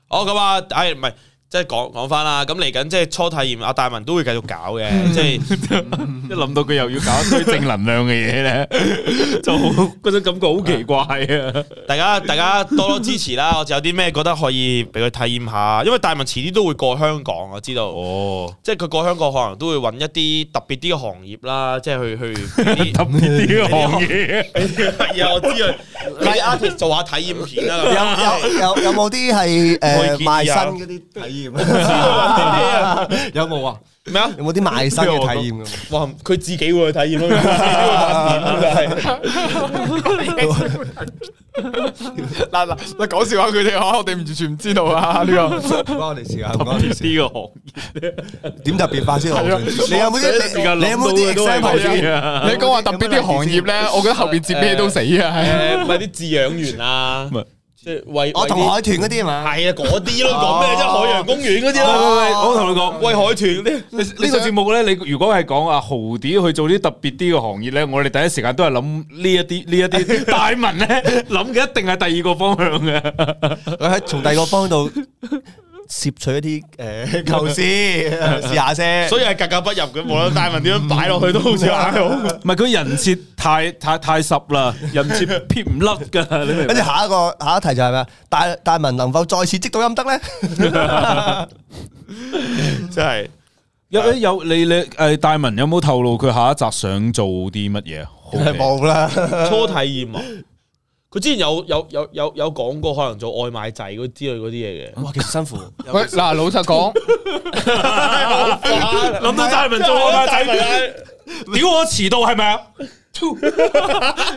[SPEAKER 2] 哦，咁啊，唉，唔係，即係講講翻啦。咁嚟緊即係初體驗，阿大文都會繼續搞 嘅，即係
[SPEAKER 1] 一諗到佢又要搞一堆正能量嘅嘢咧， 就好嗰種感覺好奇怪啊！
[SPEAKER 4] 嗯
[SPEAKER 2] 大家大家多多支持 啦。我哋有啲咩覺得可以俾佢體驗下，因為大文遲啲都會過香港，我知道。
[SPEAKER 1] 哦，
[SPEAKER 2] 即係佢過香港可能都會揾一啲特別啲嘅行業啦，即係去去 俾
[SPEAKER 1] 特
[SPEAKER 2] 啲
[SPEAKER 1] 別啲嘅行業，
[SPEAKER 2] 係 啊，我知啊，啲 artist 做下體驗片啊啦。
[SPEAKER 3] 有
[SPEAKER 2] 咁 樣
[SPEAKER 3] 有有有冇啲係
[SPEAKER 2] 我
[SPEAKER 3] 诶
[SPEAKER 2] 意見
[SPEAKER 3] 卖身
[SPEAKER 2] 有
[SPEAKER 3] 嗰啲體驗？有冇啊？
[SPEAKER 2] 咩啊？
[SPEAKER 3] 有冇啲賣身嘅體驗㗎？
[SPEAKER 2] 哇！佢自己會去體驗咯，佢自己會發展真係
[SPEAKER 4] 嗱嗱嗱講笑下佢哋哦嚇，我 哋唔完全唔知道啊 呢個。
[SPEAKER 3] 唔關我哋事啊，唔關我哋事。
[SPEAKER 1] 啲嘅行
[SPEAKER 3] 點特別化先？我想知你有冇
[SPEAKER 1] 業，時間
[SPEAKER 3] 啲你有冇
[SPEAKER 1] 諗到嘅
[SPEAKER 3] 啲
[SPEAKER 1] 都
[SPEAKER 3] example
[SPEAKER 1] 係
[SPEAKER 3] 先？
[SPEAKER 1] 啊。
[SPEAKER 4] 你講話特別啲行業咧，我覺得後邊接咩都死啊！
[SPEAKER 2] 誒，咪啲飼養員啊
[SPEAKER 1] 唔係，
[SPEAKER 2] 即係為
[SPEAKER 3] 我同
[SPEAKER 2] 為啲
[SPEAKER 3] 海豚嗰啲係嘛？
[SPEAKER 2] 系啊，嗰啲咯，講咩啫？海洋公園嗰啲啦，
[SPEAKER 1] 喂我同你講，
[SPEAKER 2] 喂海豚嗰啲，
[SPEAKER 1] 呢個節目咧，你如果係講啊阿豪啲去做啲特別啲嘅行業咧，我哋第一時間都係諗呢一啲呢一 啲大文咧諗嘅一定係第二個方向嘅。
[SPEAKER 3] 佢喺從第二個方度攝取一啲诶構思，試下 先。
[SPEAKER 2] 所以係格格不入嘅，無論大文點樣擺落去都好似玩好。
[SPEAKER 1] 唔係佢人設太太太濕啦，人設撇唔甩 㗎，你明唔明
[SPEAKER 3] 跟住？下一個下一題就係咩？大大文能否再次積到陰德咧？
[SPEAKER 2] 真係
[SPEAKER 1] 有有你你誒大文有冇透露佢下一集想做啲乜嘢？好
[SPEAKER 3] 係
[SPEAKER 1] 奇
[SPEAKER 3] 冇啦。
[SPEAKER 2] 初體驗啊！佢之前有有有有有講過，可能做外賣仔嗰之類嗰 啲嘢嘅。
[SPEAKER 3] 哇，其實辛苦。
[SPEAKER 4] 喂，嗱，老實講，
[SPEAKER 1] 諗到大文做啊大文，屌我遲到係咪 啊？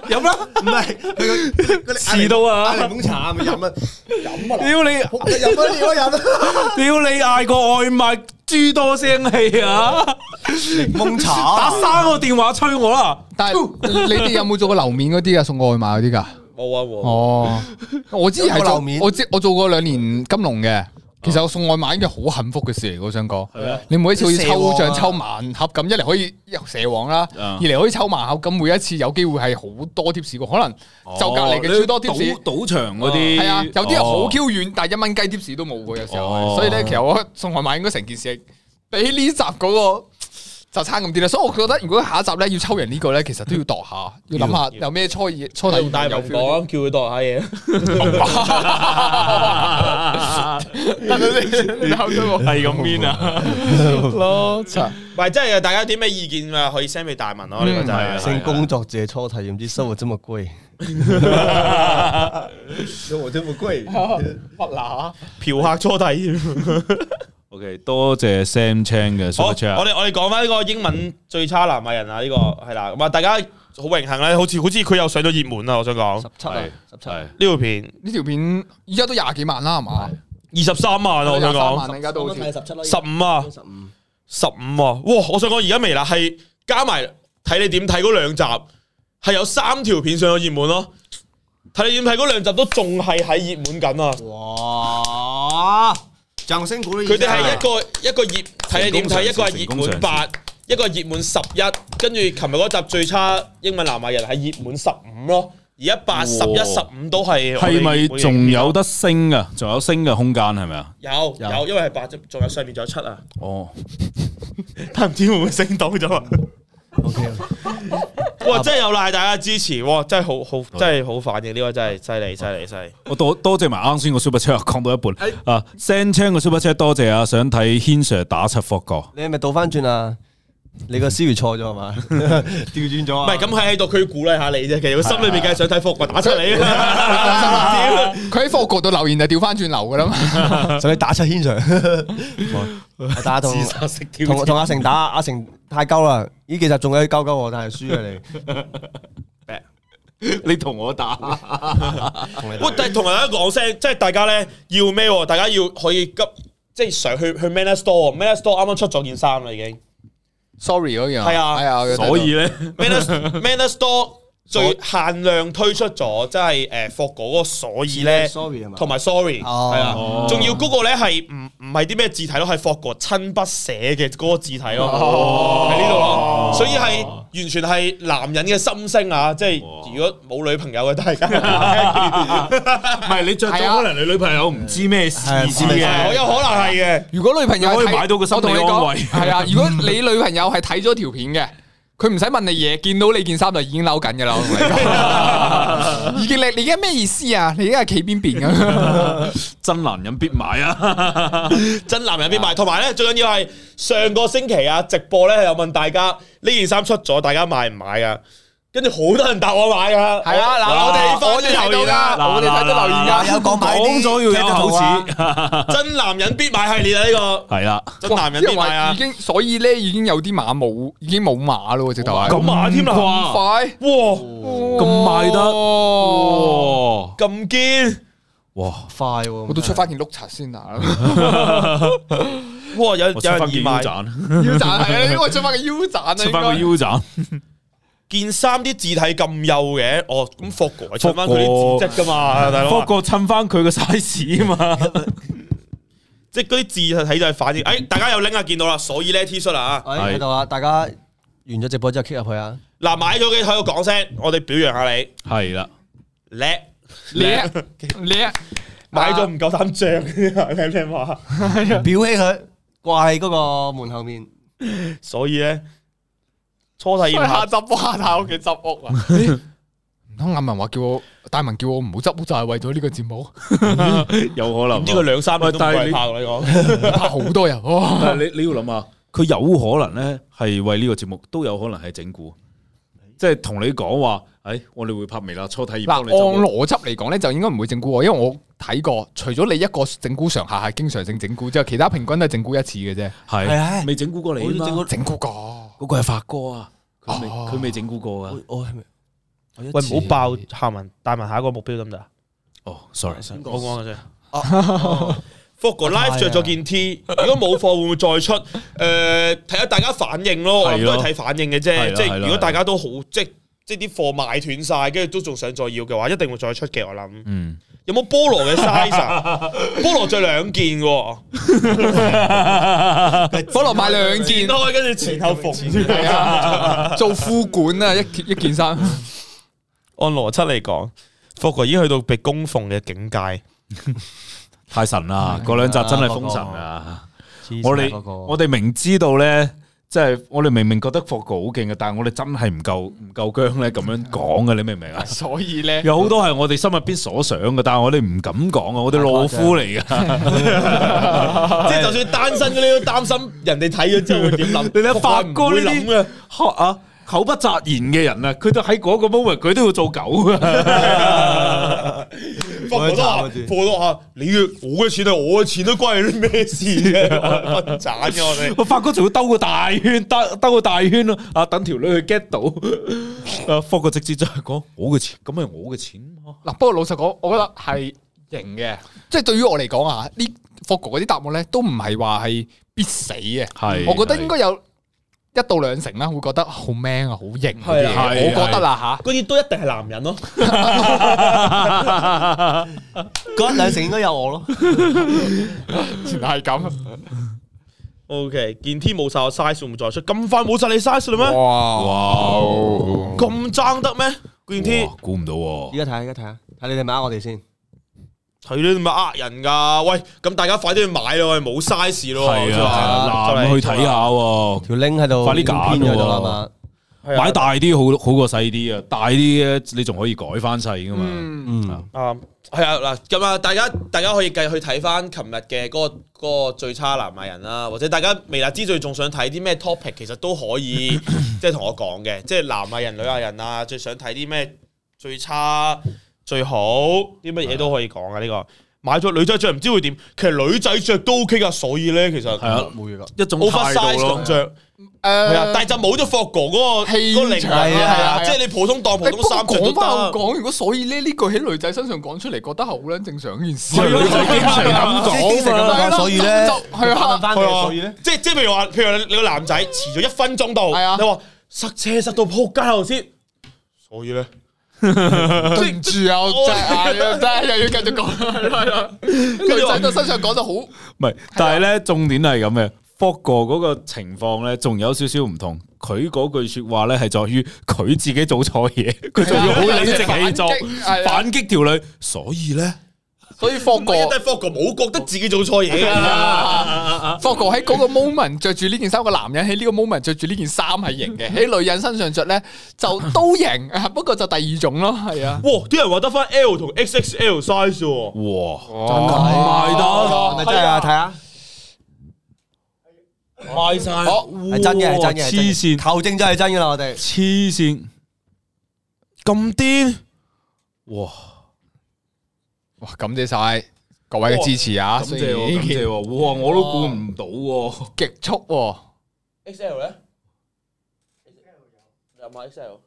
[SPEAKER 1] 飲啦，
[SPEAKER 3] 唔係佢個
[SPEAKER 1] 遲到啊！
[SPEAKER 3] 檸檬茶咪飲啊，飲 啊，
[SPEAKER 1] 屌你！
[SPEAKER 3] 你飲啊，你我飲啊，
[SPEAKER 1] 屌你嗌個外賣諸多聲氣啊！
[SPEAKER 3] 檸檬
[SPEAKER 1] 打
[SPEAKER 3] 茶。
[SPEAKER 1] 三個電話催我啦！
[SPEAKER 4] 但係你哋有冇做過樓面嗰啲啊，送外賣嗰啲㗎？
[SPEAKER 2] 冇啊冇啊。
[SPEAKER 4] 哦，我之前係
[SPEAKER 3] 有個
[SPEAKER 4] 做
[SPEAKER 3] 樓面，
[SPEAKER 4] 我知我做過兩年金融嘅。其實我送外賣已經好幸福嘅事嚟嘅，我想講。你每一次好似抽
[SPEAKER 3] 蛇王
[SPEAKER 4] 獎
[SPEAKER 3] 啊
[SPEAKER 4] 抽盲盒咁，一嚟可以有蛇王啦，
[SPEAKER 1] 啊
[SPEAKER 4] 二嚟可以抽盲盒，咁每一次有機會係好多 tips 嘅，可能就隔離嘅超多 tips。
[SPEAKER 1] 哦賭賭場嗰啲
[SPEAKER 4] 係啊，有啲人好
[SPEAKER 1] 哦
[SPEAKER 4] Q 遠，但係一蚊雞 tips 都冇嘅，有時候
[SPEAKER 1] 哦
[SPEAKER 4] 係。所以咧，其實我送外賣應該成件事係比呢集嗰個就差咁啲啦。所以我覺得如果下一集咧要抽人呢個咧，其實都要度下，要諗下有咩初二初
[SPEAKER 2] 我
[SPEAKER 4] 底
[SPEAKER 2] 同哎大文講啦，叫佢度下嘢。
[SPEAKER 4] 得啦你你口 水我
[SPEAKER 1] 係咁面啊！
[SPEAKER 4] 咯，
[SPEAKER 2] 唔係，真係大家有啲咩意見啊？可以 send 俾大文咯。呢個真係啊
[SPEAKER 3] 性工作者初體驗之生活這麼貴，生活這麼貴，
[SPEAKER 4] 乜啦？
[SPEAKER 2] 嫖客初體驗。
[SPEAKER 1] OK，多謝 Sam Chan 嘅
[SPEAKER 2] 好，
[SPEAKER 1] super
[SPEAKER 2] 我
[SPEAKER 1] chat。
[SPEAKER 2] 哋我哋講翻呢個英文最差南亞人啊，呢個係啦。咁啊，大家好榮幸咧，好似好似佢又上咗熱門啦。我想講
[SPEAKER 3] 十
[SPEAKER 2] 呢
[SPEAKER 3] 七啊，十七，
[SPEAKER 1] 係
[SPEAKER 2] 條片
[SPEAKER 4] 呢條片而家都廿幾萬啦，係嘛？
[SPEAKER 2] 二十三萬啊，我想
[SPEAKER 4] 廿三
[SPEAKER 2] 講
[SPEAKER 4] 萬啦，而家都好似
[SPEAKER 3] 十七啦
[SPEAKER 2] 十五啊，
[SPEAKER 3] 十五，
[SPEAKER 2] 十五啊，哇！我想講而家微辣係加埋睇你點睇嗰兩集，係有三條片上咗熱門咯。睇你點睇嗰兩集都仲係喺熱門緊啊！
[SPEAKER 3] 哇！掌聲鼓勵
[SPEAKER 2] 佢哋係一啊個一個熱睇你點睇，一個係熱門八，一個係熱門十一，跟住琴日嗰集最差英文南亞人係熱門十五咯，而家八十一
[SPEAKER 1] 哇
[SPEAKER 2] 十五都係我哋
[SPEAKER 1] 係咪
[SPEAKER 2] 熱門
[SPEAKER 1] 仲有得升啊？仲有升嘅空間係咪啊？
[SPEAKER 2] 有
[SPEAKER 3] 有
[SPEAKER 2] 有，因為係八，仲有上面仲有七啊，
[SPEAKER 1] 哦，
[SPEAKER 2] 但唔知會唔會升到咗啊？
[SPEAKER 3] ，OK，
[SPEAKER 2] 哇！真係有賴大家支持，哇！真係好好，真係好反應，呢個真係犀利，犀利，犀利！
[SPEAKER 1] 我多多謝埋啱先個 super chat，講到一半啊，Sam Chan 嘅 super chat 多謝啊，想睇 Hin Sir 打七霍哥。
[SPEAKER 3] 你係咪倒翻轉啊？你個 Siri 錯咗係嘛？ 調轉咗
[SPEAKER 2] 唔
[SPEAKER 3] 啊！
[SPEAKER 2] 係咁喺喺度，佢要鼓勵下你啫。其實佢心裏面梗係想睇霍國 打出嚟 啊！
[SPEAKER 4] 佢喺科局度留言就調翻轉流噶啦嘛，
[SPEAKER 3] 咁，所以打出 牽上，我打同
[SPEAKER 2] 自殺式挑
[SPEAKER 3] 同
[SPEAKER 2] 戰
[SPEAKER 3] 同阿成打，阿成太鳩啦！呢幾集仲喺鳩鳩我，但係輸啊嘅你。
[SPEAKER 1] 你同我打，
[SPEAKER 3] 同你打
[SPEAKER 2] 喂，但係同大家講聲，即係大家咧要咩喎？大家要可以急，即係上去去 Manner Store，Manner Store 啱啱出咗件衫啦，已 經。
[SPEAKER 4] ，sorry 嗰樣，
[SPEAKER 2] 係啊
[SPEAKER 4] 係啊，
[SPEAKER 1] 所以咧
[SPEAKER 2] Manner Manner Store 最限量推出咗，即係誒霍哥嗰個所 以咧。
[SPEAKER 3] sorry 係嘛？
[SPEAKER 2] 同埋 sorry
[SPEAKER 3] 哦
[SPEAKER 2] 係啊
[SPEAKER 1] 哦，
[SPEAKER 2] 仲要嗰個咧係唔唔係啲咩字體咯，係霍國親筆寫嘅嗰個字體咯
[SPEAKER 4] 哦，
[SPEAKER 2] 喺呢度咯，所以係完全係男人嘅心聲啊！即係如果冇女朋友嘅 大家，啊
[SPEAKER 1] 唔係你着
[SPEAKER 4] 係
[SPEAKER 1] 咗，
[SPEAKER 4] 啊
[SPEAKER 1] 可能你女朋友唔知咩事
[SPEAKER 3] 係
[SPEAKER 1] 知
[SPEAKER 3] 係
[SPEAKER 1] 嘅，
[SPEAKER 2] 我有可能係嘅。
[SPEAKER 4] 如果女朋友
[SPEAKER 1] 你可以
[SPEAKER 4] 睇
[SPEAKER 1] 買到個心理
[SPEAKER 4] 我同你
[SPEAKER 1] 安
[SPEAKER 4] 講
[SPEAKER 1] 慰
[SPEAKER 4] 係 啊，如果你女朋友係睇咗條片嘅，佢唔使問你嘢，見到你件衫就已經嬲緊噶啦，我同
[SPEAKER 1] 啊
[SPEAKER 4] 你講，已經你你而家咩意思啊？你而家係企邊邊 咁？
[SPEAKER 1] 真男人必買啊！
[SPEAKER 2] 真男人必買，同埋咧最緊要係上個星期啊直播咧有問大家呢件衫出咗，大家買唔買啊？跟住好多人答我買啊！
[SPEAKER 4] 係啊，嗱，我
[SPEAKER 2] 我
[SPEAKER 4] 哋
[SPEAKER 2] 哋
[SPEAKER 4] 我哋
[SPEAKER 2] 翻啲
[SPEAKER 4] 睇
[SPEAKER 2] 留
[SPEAKER 4] 到
[SPEAKER 2] 言啦，
[SPEAKER 4] 噶，我哋睇到留
[SPEAKER 1] 嗱嗱
[SPEAKER 4] 言
[SPEAKER 1] 嗱
[SPEAKER 4] 噶
[SPEAKER 1] 嗱。
[SPEAKER 3] 有講買啲
[SPEAKER 1] 啊講咗要有口齒，
[SPEAKER 2] 真男人必買系列啊！呢個
[SPEAKER 1] 係啦，
[SPEAKER 2] 真男人
[SPEAKER 4] 即係
[SPEAKER 2] 必買
[SPEAKER 4] 話
[SPEAKER 2] 啊
[SPEAKER 4] 已！經，所以咧已經有啲馬冇，已經冇馬咯，直頭係
[SPEAKER 1] 咁馬添啦，哇，
[SPEAKER 4] 快
[SPEAKER 2] 哇，
[SPEAKER 4] 咁
[SPEAKER 1] 賣得哇
[SPEAKER 2] 咁堅！
[SPEAKER 1] 哇，
[SPEAKER 3] 快喎，啊
[SPEAKER 4] 我都出翻件碌柒先啊！
[SPEAKER 2] 哇！有有
[SPEAKER 1] 我出
[SPEAKER 2] 人
[SPEAKER 1] 翻個
[SPEAKER 2] 易
[SPEAKER 1] U
[SPEAKER 2] 買
[SPEAKER 1] 盞，
[SPEAKER 4] 腰斬係啊，應該出翻個腰斬啊，
[SPEAKER 1] 出翻個
[SPEAKER 4] 應
[SPEAKER 1] U 盞，
[SPEAKER 2] 件衫啲字體咁幼嘅，哦，咁霍哥襯翻
[SPEAKER 1] 霍
[SPEAKER 2] 佢啲
[SPEAKER 1] 哥
[SPEAKER 2] 字跡噶嘛，大佬
[SPEAKER 1] 不
[SPEAKER 2] 啊，
[SPEAKER 1] 過襯翻佢個 size 啊嘛，
[SPEAKER 2] 即係嗰啲字體就係反映。誒，大家有拎啊，見到啦，所以咧 T 恤啊，
[SPEAKER 3] 喺度啊！大家完咗直播之後 kick 入去啊！
[SPEAKER 2] 嗱買咗嘅喺度講聲，我哋表揚下你
[SPEAKER 1] 係啦，
[SPEAKER 2] 叻，
[SPEAKER 4] 該叻叻
[SPEAKER 2] 買咗唔夠膽漲靚唔靚話？
[SPEAKER 1] 啊
[SPEAKER 3] 裱起佢，掛喺嗰個門後面。
[SPEAKER 2] 所以咧初體驗下，
[SPEAKER 4] 執屋，下屋企執屋啊！唔通阿文話叫我，大文叫我唔好執屋，就係為咗呢個節目，
[SPEAKER 1] 有可能
[SPEAKER 2] 呢個
[SPEAKER 1] 喎。
[SPEAKER 2] 兩三年都冇
[SPEAKER 1] 喂
[SPEAKER 2] 人拍
[SPEAKER 1] 但
[SPEAKER 2] 我你講，
[SPEAKER 4] 怕好多 人哦。
[SPEAKER 1] 但係你你要諗下，佢有可能咧係為呢個節目，都有可能係整蠱，即係同你講話，誒，我哋會拍微辣初體驗，
[SPEAKER 4] 嗱，
[SPEAKER 1] 幫
[SPEAKER 4] 按
[SPEAKER 1] 你做
[SPEAKER 4] 邏輯嚟講咧，就應該唔會整蠱我，因為我睇過，除咗你一個整蠱上下係經常性整蠱之後，其他平均都係整蠱一次嘅啫。
[SPEAKER 3] 係
[SPEAKER 1] 係
[SPEAKER 3] 啊
[SPEAKER 1] 未整蠱過你啊嘛，
[SPEAKER 4] 整蠱過。
[SPEAKER 1] 嗰個係發哥啊，佢未
[SPEAKER 4] 哦
[SPEAKER 1] 佢未整蠱過啊，
[SPEAKER 3] 我係咪？喂
[SPEAKER 2] 喂唔好爆下文，大文下一個目標得唔得啊？
[SPEAKER 1] 哦，sorry，
[SPEAKER 2] 我講嘅啫。霍哥 live 着咗件 T，如果冇貨會唔會再出？誒，睇下大家反應咯，我諗
[SPEAKER 1] 係
[SPEAKER 2] 都
[SPEAKER 1] 咯
[SPEAKER 2] 係睇反應嘅
[SPEAKER 1] 係
[SPEAKER 2] 啫。
[SPEAKER 1] 啦
[SPEAKER 2] 即
[SPEAKER 1] 係啦
[SPEAKER 2] 係如
[SPEAKER 1] 係
[SPEAKER 2] 果
[SPEAKER 1] 啦
[SPEAKER 2] 大家都好，即係即係啲貨賣斷晒，跟住都仲想再要嘅話，一定會再出嘅。我諗
[SPEAKER 1] 嗯，
[SPEAKER 2] 有冇菠蘿嘅 size 啊？菠蘿着兩件喎，
[SPEAKER 4] 菠蘿買兩件
[SPEAKER 2] 剪，開跟住前後縫住。
[SPEAKER 4] 係啊， 做副管啊，一件一件衫。？
[SPEAKER 2] 按邏輯嚟講，霍哥已經去到被供奉嘅境界。
[SPEAKER 1] 太神啦，嗰兩集真係封神啊！我哋
[SPEAKER 3] 我
[SPEAKER 1] 我哋明知道咧，即係我哋明明覺得霍哥好勁嘅，但係我哋真係唔夠唔夠姜咧，咁樣講嘅，你明唔明 啊
[SPEAKER 4] 所以咧，
[SPEAKER 1] 有好多係我哋心入邊所想嘅，但係我哋唔敢講啊！我哋懦夫嚟噶，
[SPEAKER 2] 即係就算單身嗰啲都擔心人哋睇咗之後會點諗。
[SPEAKER 1] 你睇發
[SPEAKER 2] 霍
[SPEAKER 1] 哥
[SPEAKER 2] 會
[SPEAKER 1] 呢
[SPEAKER 2] 諗
[SPEAKER 1] 啲
[SPEAKER 2] 嘅。
[SPEAKER 1] 學啊口不擇言嘅人啊，佢都喺嗰個 moment 佢都要做狗 啊！
[SPEAKER 2] 霍哥都話，霍哥話：你嘅我嘅錢係我嘅錢，都關你咩事啫？ 我係分賺嘅我哋。
[SPEAKER 1] 我發哥仲要兜個大圈，兜兜個大圈咯，啊等條女去 get 到，啊霍哥直接就係講我嘅錢，咁係我嘅錢嘛
[SPEAKER 4] 嗱，不過老實講，我覺得係型嘅，即係對於我嚟講啊，呢霍哥嗰啲答案咧，都唔係話係必死嘅。
[SPEAKER 1] 係
[SPEAKER 4] 我覺得應該有一到兩成啦，會覺得好 man 啊，好型嗰啲
[SPEAKER 2] 係
[SPEAKER 1] 啊
[SPEAKER 4] 嘢。我覺得啦
[SPEAKER 2] 嗰啲都一定係男人咯，
[SPEAKER 3] 嗰一兩成應該有 我咯。
[SPEAKER 4] 吓，原來係咁。
[SPEAKER 2] OK，件 T 冇晒我 size 會唔會再出？咁快冇晒你 size 啦咩？
[SPEAKER 4] 哇！
[SPEAKER 1] 哇！
[SPEAKER 2] 咁爭得咩？件 T
[SPEAKER 1] 哇估唔到
[SPEAKER 3] 而
[SPEAKER 1] 喎，
[SPEAKER 3] 家睇下，而家睇下，睇你哋咪呃我哋先。
[SPEAKER 2] 睇你咪呃人㗎？喂，咁大家快啲去買咯，我哋冇 size 咯，
[SPEAKER 1] 係
[SPEAKER 2] 好似話
[SPEAKER 1] 啊，
[SPEAKER 2] 就嚟
[SPEAKER 1] 男去睇下喎，
[SPEAKER 3] 條 link 喺度，
[SPEAKER 1] 快啲揀
[SPEAKER 3] 編咗喺度啦
[SPEAKER 1] 喎
[SPEAKER 3] 嘛。
[SPEAKER 2] 係啊
[SPEAKER 1] 買大啲好好過細啲啊！大啲咧你仲可以改翻細噶嘛？
[SPEAKER 4] 嗯，
[SPEAKER 3] 嗯，
[SPEAKER 2] 啱，係啊嗱，咁啊，大家大家可以繼續去睇翻琴日嘅嗰個嗰個最差南亞人啦，或者大家微辣之最仲想睇啲咩 topic，其實都可以即係同我講嘅，即係南亞人、女亞人啊，最想睇啲咩最差、最好啲乜嘢都可以講啊！呢個買咗女仔着唔知會點，其實女仔着都 OK 噶，所以咧其實
[SPEAKER 1] 係啊
[SPEAKER 3] 冇嘢噶。
[SPEAKER 1] 一種態
[SPEAKER 2] oversize
[SPEAKER 1] 度咯
[SPEAKER 2] 咁。着，係啊，但
[SPEAKER 4] 誒，
[SPEAKER 2] 係就冇咗霍哥嗰個
[SPEAKER 4] 氣
[SPEAKER 2] 嗰個靈魂
[SPEAKER 4] 場啊
[SPEAKER 2] 係
[SPEAKER 4] 係啊
[SPEAKER 2] 啊，即係你普通當普
[SPEAKER 4] 你
[SPEAKER 2] 通
[SPEAKER 4] 不過
[SPEAKER 2] 衫着都
[SPEAKER 4] 講翻我
[SPEAKER 2] 得。
[SPEAKER 4] 講，如果所以呢呢句喺女仔身上講出嚟，覺得係好撚正常一件事。
[SPEAKER 1] 係 啊女啊仔經常咁
[SPEAKER 3] 即係經常
[SPEAKER 1] 講
[SPEAKER 3] 咁
[SPEAKER 1] 嘛
[SPEAKER 3] 講。所以咧
[SPEAKER 4] 係啊，
[SPEAKER 5] 翻
[SPEAKER 2] 係啊
[SPEAKER 5] 佢，所以咧，
[SPEAKER 2] 即即譬如話，譬如你個男仔遲咗一分鐘到，
[SPEAKER 4] 係啊
[SPEAKER 2] 你話塞車塞到撲街頭先，所以咧，
[SPEAKER 4] 對唔住啊，我真係啊真係又要 繼續講，係啦，女仔到身上講就好，
[SPEAKER 1] 唔係，啊但係咧重點係咁嘅。福哥嗰個情況咧，仲有少少唔同。佢嗰句说話咧，係在於佢自己做錯 嘢，佢仲要好理直氣壯
[SPEAKER 4] 係啊
[SPEAKER 1] 反擊條女。所以咧，
[SPEAKER 4] 所以霍
[SPEAKER 2] 唔
[SPEAKER 4] 哥
[SPEAKER 2] 係，啊但係霍哥冇覺得自己做
[SPEAKER 1] 啊
[SPEAKER 2] 錯嘢㗎啦，
[SPEAKER 4] 霍哥喺嗰個 moment 着住呢件衫，個男人喺呢個 moment 着住呢件衫係 型嘅，喺女人身上着咧就都型，啊不過就第二種咯，係啊，
[SPEAKER 2] 哇！啲人話得翻 L 同 XXL size 喎，
[SPEAKER 1] 哇，
[SPEAKER 3] 係
[SPEAKER 4] 哦
[SPEAKER 3] 咪真係啊？睇下，
[SPEAKER 1] 賣晒，
[SPEAKER 4] 好
[SPEAKER 3] 係真嘅，係真嘅，係真嘅
[SPEAKER 1] 黐線，
[SPEAKER 3] 求證真係真噶啦，我哋
[SPEAKER 1] 黐線，咁癲，哇！
[SPEAKER 4] 哇，感謝晒各位嘅支持啊，
[SPEAKER 1] 感
[SPEAKER 4] 雖
[SPEAKER 1] 謝
[SPEAKER 4] 然
[SPEAKER 1] 喎，
[SPEAKER 4] 呢
[SPEAKER 1] 感謝
[SPEAKER 4] 件
[SPEAKER 1] 喎，哇！我都估唔到喎，
[SPEAKER 4] 極速喎，
[SPEAKER 2] XL 咧有買 XL，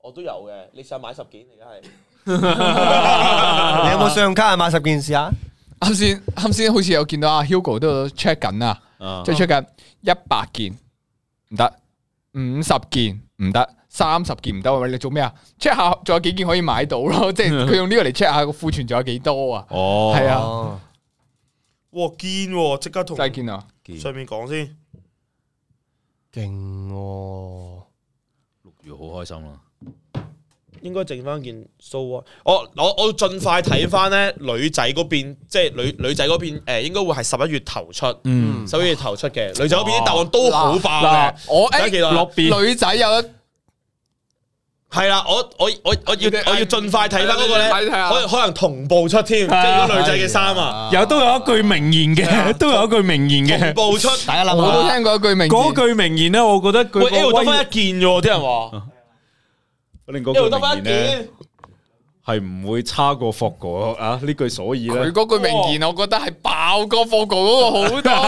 [SPEAKER 2] 我都有嘅，你想買十件而家係。
[SPEAKER 3] 你有冇信用卡啊？買十件事啊？
[SPEAKER 4] 啱先啱先好似有見到阿 Hugo 都有 check 緊啊。
[SPEAKER 1] 啊
[SPEAKER 4] 即系出緊一百件唔得，五十件唔得，三十件唔得，喂你做咩啊？check 下仲有幾件可以買到咯，即係 佢用呢個嚟 check 下個庫存仲有幾多啊？
[SPEAKER 1] 哦，
[SPEAKER 4] 係啊
[SPEAKER 3] 哦，
[SPEAKER 2] 哇堅喎！即刻同
[SPEAKER 4] 真係見啊！
[SPEAKER 2] 上面講先，
[SPEAKER 3] 勁喎！
[SPEAKER 1] 六月好開心啦，
[SPEAKER 2] 應該剩翻件 show 啊！我我我盡快睇翻咧女仔嗰邊，即係女女仔嗰邊誒，應該會係十一月頭出，
[SPEAKER 1] 嗯，
[SPEAKER 2] 十一月頭出嘅。女仔嗰邊啲答案都好爆嘅
[SPEAKER 4] 哦嗱，，我
[SPEAKER 2] 大家記
[SPEAKER 4] 誒
[SPEAKER 2] 得啦
[SPEAKER 1] 哎落邊
[SPEAKER 4] 女仔有一
[SPEAKER 2] 係啦，我我我我要我要盡快睇翻嗰個咧，
[SPEAKER 4] 睇睇下
[SPEAKER 2] 可可能同步出添，即係如果女仔嘅衫啊，
[SPEAKER 1] 有都有一句名言嘅，都有一句名言
[SPEAKER 2] 同
[SPEAKER 1] 嘅。
[SPEAKER 2] 步出。
[SPEAKER 3] 大家
[SPEAKER 4] 我都
[SPEAKER 3] 諗下，
[SPEAKER 4] 聽過一句名言
[SPEAKER 1] 嗰句名言咧，我覺得佢
[SPEAKER 2] 喂
[SPEAKER 1] 個
[SPEAKER 2] ，L 得
[SPEAKER 1] 威
[SPEAKER 2] 翻一件啫喎，啲人話
[SPEAKER 1] 令嗰
[SPEAKER 2] L
[SPEAKER 1] 句
[SPEAKER 2] 得翻一
[SPEAKER 1] 名言咧
[SPEAKER 2] 件，
[SPEAKER 1] 係唔會差過霍哥啊！呢句所以
[SPEAKER 4] 佢
[SPEAKER 1] 咧，
[SPEAKER 4] 嗰句名
[SPEAKER 2] 哦
[SPEAKER 4] 言，我覺得係爆過霍哥嗰 個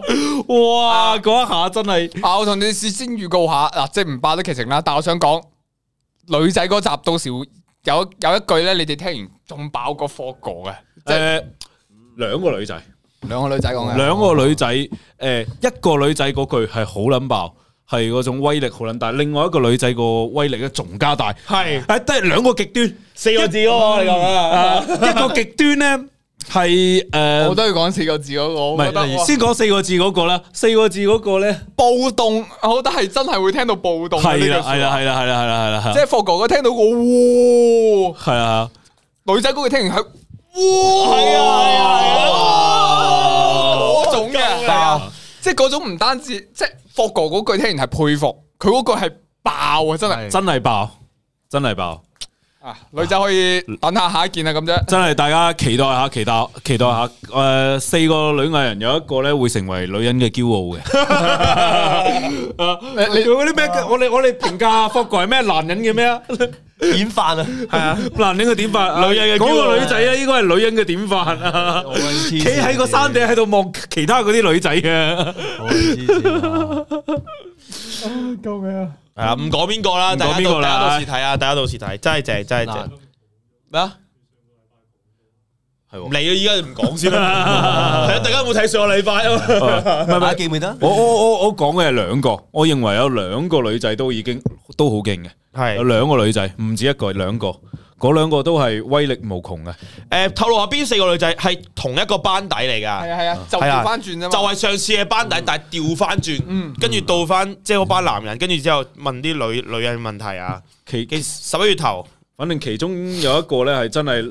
[SPEAKER 4] 好多。
[SPEAKER 1] 哇！嗰一下真係
[SPEAKER 4] 啊，我同你事先預告下，嗱，即係唔爆得劇情啦，但我想講女仔嗰集到時會有有一句咧，你哋聽完仲爆過霍哥嘅，即係
[SPEAKER 1] 誒兩個女仔，
[SPEAKER 4] 兩個女仔講嘅。
[SPEAKER 1] 兩個女仔誒一個女仔嗰句係好撚爆，係嗰種威力好撚大，另外一個女仔個威力咧仲加大，
[SPEAKER 2] 係
[SPEAKER 1] 誒都係兩個極端。
[SPEAKER 2] 四個字喎，你講啊
[SPEAKER 1] 啊，一個極端咧係
[SPEAKER 4] 我
[SPEAKER 1] 誒。
[SPEAKER 4] 都要講四個字嗰、個，
[SPEAKER 1] 唔
[SPEAKER 4] 我覺得
[SPEAKER 1] 係，先講四個字嗰個啦，四個字嗰個咧，
[SPEAKER 4] 暴動，我覺得係真係會聽到暴動。
[SPEAKER 1] 係啦，係啦，，係啦，係啦，係啦，係啦，係啦
[SPEAKER 4] 即係霍哥哥聽到個哇，
[SPEAKER 1] 係啊，
[SPEAKER 4] 女仔嗰句聽完係哇，係
[SPEAKER 2] 啊係啊係啊
[SPEAKER 4] 嗰種嘅，
[SPEAKER 2] 係
[SPEAKER 3] 啊
[SPEAKER 4] 即係嗰種唔單止，即係霍哥嗰句聽完係佩服，佢嗰句係爆啊，真係
[SPEAKER 1] 真係爆，真係爆，
[SPEAKER 4] 啊，女仔可以等下下一件啦啊咁啫。
[SPEAKER 1] 真係大家期待下，期待期待下。诶、四個女藝人有一個咧會成為女人嘅驕傲嘅。
[SPEAKER 4] 你你
[SPEAKER 1] 嗰啲咩？我哋我哋评价霍哥係咩男人嘅咩 啊？
[SPEAKER 2] 嗯
[SPEAKER 3] 典範啊！
[SPEAKER 1] 男人嘅典範，女人嘅嗰個女仔咧，應該係女人嘅典範啊！企喺個山頂喺度望其他嗰啲女仔啊嘅。
[SPEAKER 2] 係啊，唔講邊個啦，大
[SPEAKER 1] 嗯唔講
[SPEAKER 2] 家
[SPEAKER 1] 邊個
[SPEAKER 2] 到
[SPEAKER 1] 啦
[SPEAKER 2] 大家到時睇啊，大家到時睇，真係正，真係正。咩啊？
[SPEAKER 1] 係
[SPEAKER 2] 唔
[SPEAKER 1] 喎
[SPEAKER 2] 理啦，啊依家唔講先 啦。係啊，大家有冇睇上個禮拜啊？
[SPEAKER 1] 唔係唔
[SPEAKER 3] 大家
[SPEAKER 1] 係，
[SPEAKER 3] 記唔記得？
[SPEAKER 1] 我我我我講嘅係兩個，我認為有兩個女仔都已經都好勁嘅，有
[SPEAKER 2] 係
[SPEAKER 1] 兩個女仔唔止一個，兩個，嗰兩個都係威力無窮嘅。
[SPEAKER 2] 誒，透露下邊四個女仔係同一個班底嚟
[SPEAKER 4] 係
[SPEAKER 2] 㗎，
[SPEAKER 4] 啊係啊，就調翻轉啫嘛，
[SPEAKER 2] 就係上次嘅班底，但係調翻
[SPEAKER 4] 嗯
[SPEAKER 2] 轉，跟住到翻即係嗰班男人，跟住之後問啲女女人問題啊。
[SPEAKER 1] 其
[SPEAKER 2] 幾十一月頭
[SPEAKER 1] 反正其中有一個咧係真係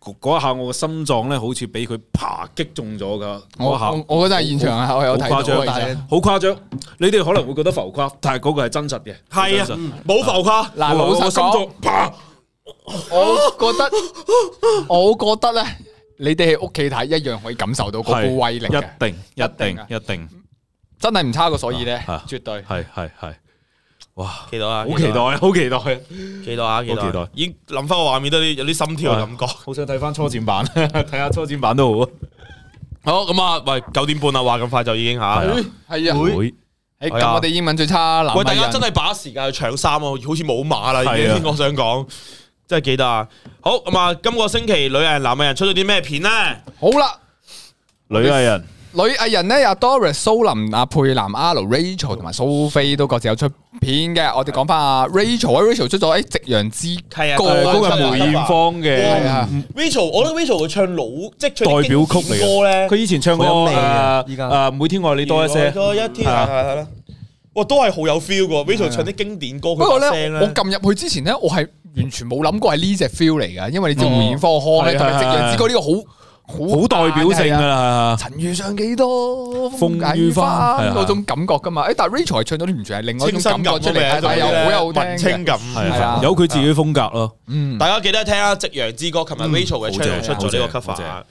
[SPEAKER 1] 嗰嗰一下我個心臟咧好似俾佢啪擊中咗㗎，
[SPEAKER 4] 我
[SPEAKER 1] 嗰一下
[SPEAKER 4] 我我嗰陣係現場啊，我有睇
[SPEAKER 1] 好誇張
[SPEAKER 4] 到啊。
[SPEAKER 3] 但
[SPEAKER 4] 其實
[SPEAKER 3] 係
[SPEAKER 1] 好誇張。你哋可能會覺得浮誇，但係嗰個係嗯真實嘅。
[SPEAKER 2] 係啊
[SPEAKER 1] 真實，
[SPEAKER 2] 冇浮誇。
[SPEAKER 4] 嗱，老
[SPEAKER 1] 我個
[SPEAKER 4] 實
[SPEAKER 1] 心
[SPEAKER 4] 講
[SPEAKER 1] 臟。啪
[SPEAKER 4] 我覺得，我覺得咧，你哋喺屋企睇一樣可以感受到嗰股威力嘅，
[SPEAKER 1] 一定一
[SPEAKER 4] 定啊
[SPEAKER 1] 定一定
[SPEAKER 4] 真係唔差過所以咧
[SPEAKER 1] 啊，
[SPEAKER 4] 絕對。
[SPEAKER 1] 係係係，哇！好
[SPEAKER 2] 期待啊！
[SPEAKER 1] 期待，好期待啊！
[SPEAKER 2] 期待啊！期待啊！
[SPEAKER 1] 好期待
[SPEAKER 2] 已經諗翻個畫面都有啲有啲心跳嘅感覺。
[SPEAKER 1] 好想睇翻初戰版， 睇下初戰版都好啊。
[SPEAKER 2] 好咁啊，喂，九點半啦，話咁快就已經吓。
[SPEAKER 1] 係啊
[SPEAKER 4] 係啊，
[SPEAKER 1] 會
[SPEAKER 4] 誒
[SPEAKER 2] 係啊
[SPEAKER 4] 咁我哋英文最差男
[SPEAKER 2] 喂，大
[SPEAKER 4] 藝
[SPEAKER 2] 家
[SPEAKER 4] 人
[SPEAKER 2] 真係把握時間去搶衫啊，好似冇碼啦已
[SPEAKER 1] 係啊
[SPEAKER 2] 經。我想講，真係記得啊！好咁啊，今個星期女藝人、男藝人出咗啲咩片咧？
[SPEAKER 4] 好啦。
[SPEAKER 1] 女藝人
[SPEAKER 4] 女藝人咧，有 Doris、蘇林、阿佩蘭、阿 Lo、Rachel 同埋蘇菲都各自有出片嘅。我哋講翻阿 Rachel 啊，Rachel 出咗《誒夕陽之
[SPEAKER 2] 係啊
[SPEAKER 4] 歌
[SPEAKER 1] 誒
[SPEAKER 2] 誒
[SPEAKER 1] 嗰個係
[SPEAKER 2] 真係
[SPEAKER 1] 梅艷芳
[SPEAKER 4] 係
[SPEAKER 1] 嘅
[SPEAKER 4] 啊
[SPEAKER 1] 嗯
[SPEAKER 2] Rachel，我覺得 Rachel 佢唱老即係唱啲
[SPEAKER 1] 代表曲嚟
[SPEAKER 2] 經典歌咧
[SPEAKER 1] 嘅，，佢以前唱過
[SPEAKER 3] 好有味啊
[SPEAKER 1] 誒
[SPEAKER 3] 依家
[SPEAKER 1] 誒每天愛你多一些，
[SPEAKER 2] 多一天
[SPEAKER 1] 係啊
[SPEAKER 2] 係係啦。哇，都係好有 feel 噶，Rachel 唱啲經典歌，
[SPEAKER 4] 不過
[SPEAKER 2] 佢把
[SPEAKER 4] 咧，
[SPEAKER 2] 聲啊
[SPEAKER 4] 我
[SPEAKER 2] 咧，
[SPEAKER 4] 撳入去之前咧，我係完全冇諗過係呢只 feel 嚟嘅，因為你知梅艷芳嘅腔
[SPEAKER 1] 嗯
[SPEAKER 4] 咧，同埋《夕陽之歌》呢個好
[SPEAKER 1] 好代表性啊噶啦。
[SPEAKER 4] 塵遇上幾多
[SPEAKER 1] 風雨翻係啊
[SPEAKER 4] 嗰種感覺噶嘛？誒，但係 Rachel 係唱到完全係另外一
[SPEAKER 2] 清新
[SPEAKER 4] 種感覺
[SPEAKER 2] 感
[SPEAKER 4] 出嚟，係啊但係又好有聽
[SPEAKER 2] 文青
[SPEAKER 4] 嘅。
[SPEAKER 2] 感，
[SPEAKER 1] 係
[SPEAKER 4] 係啊
[SPEAKER 1] 啊，有佢自己風格咯。
[SPEAKER 4] 嗯，
[SPEAKER 2] 大家記得聽啊！《夕陽之歌》琴日 Rachel 嘅
[SPEAKER 1] 好
[SPEAKER 2] channel
[SPEAKER 1] 正
[SPEAKER 2] 出咗呢個
[SPEAKER 1] 好正好
[SPEAKER 2] cover，
[SPEAKER 1] 正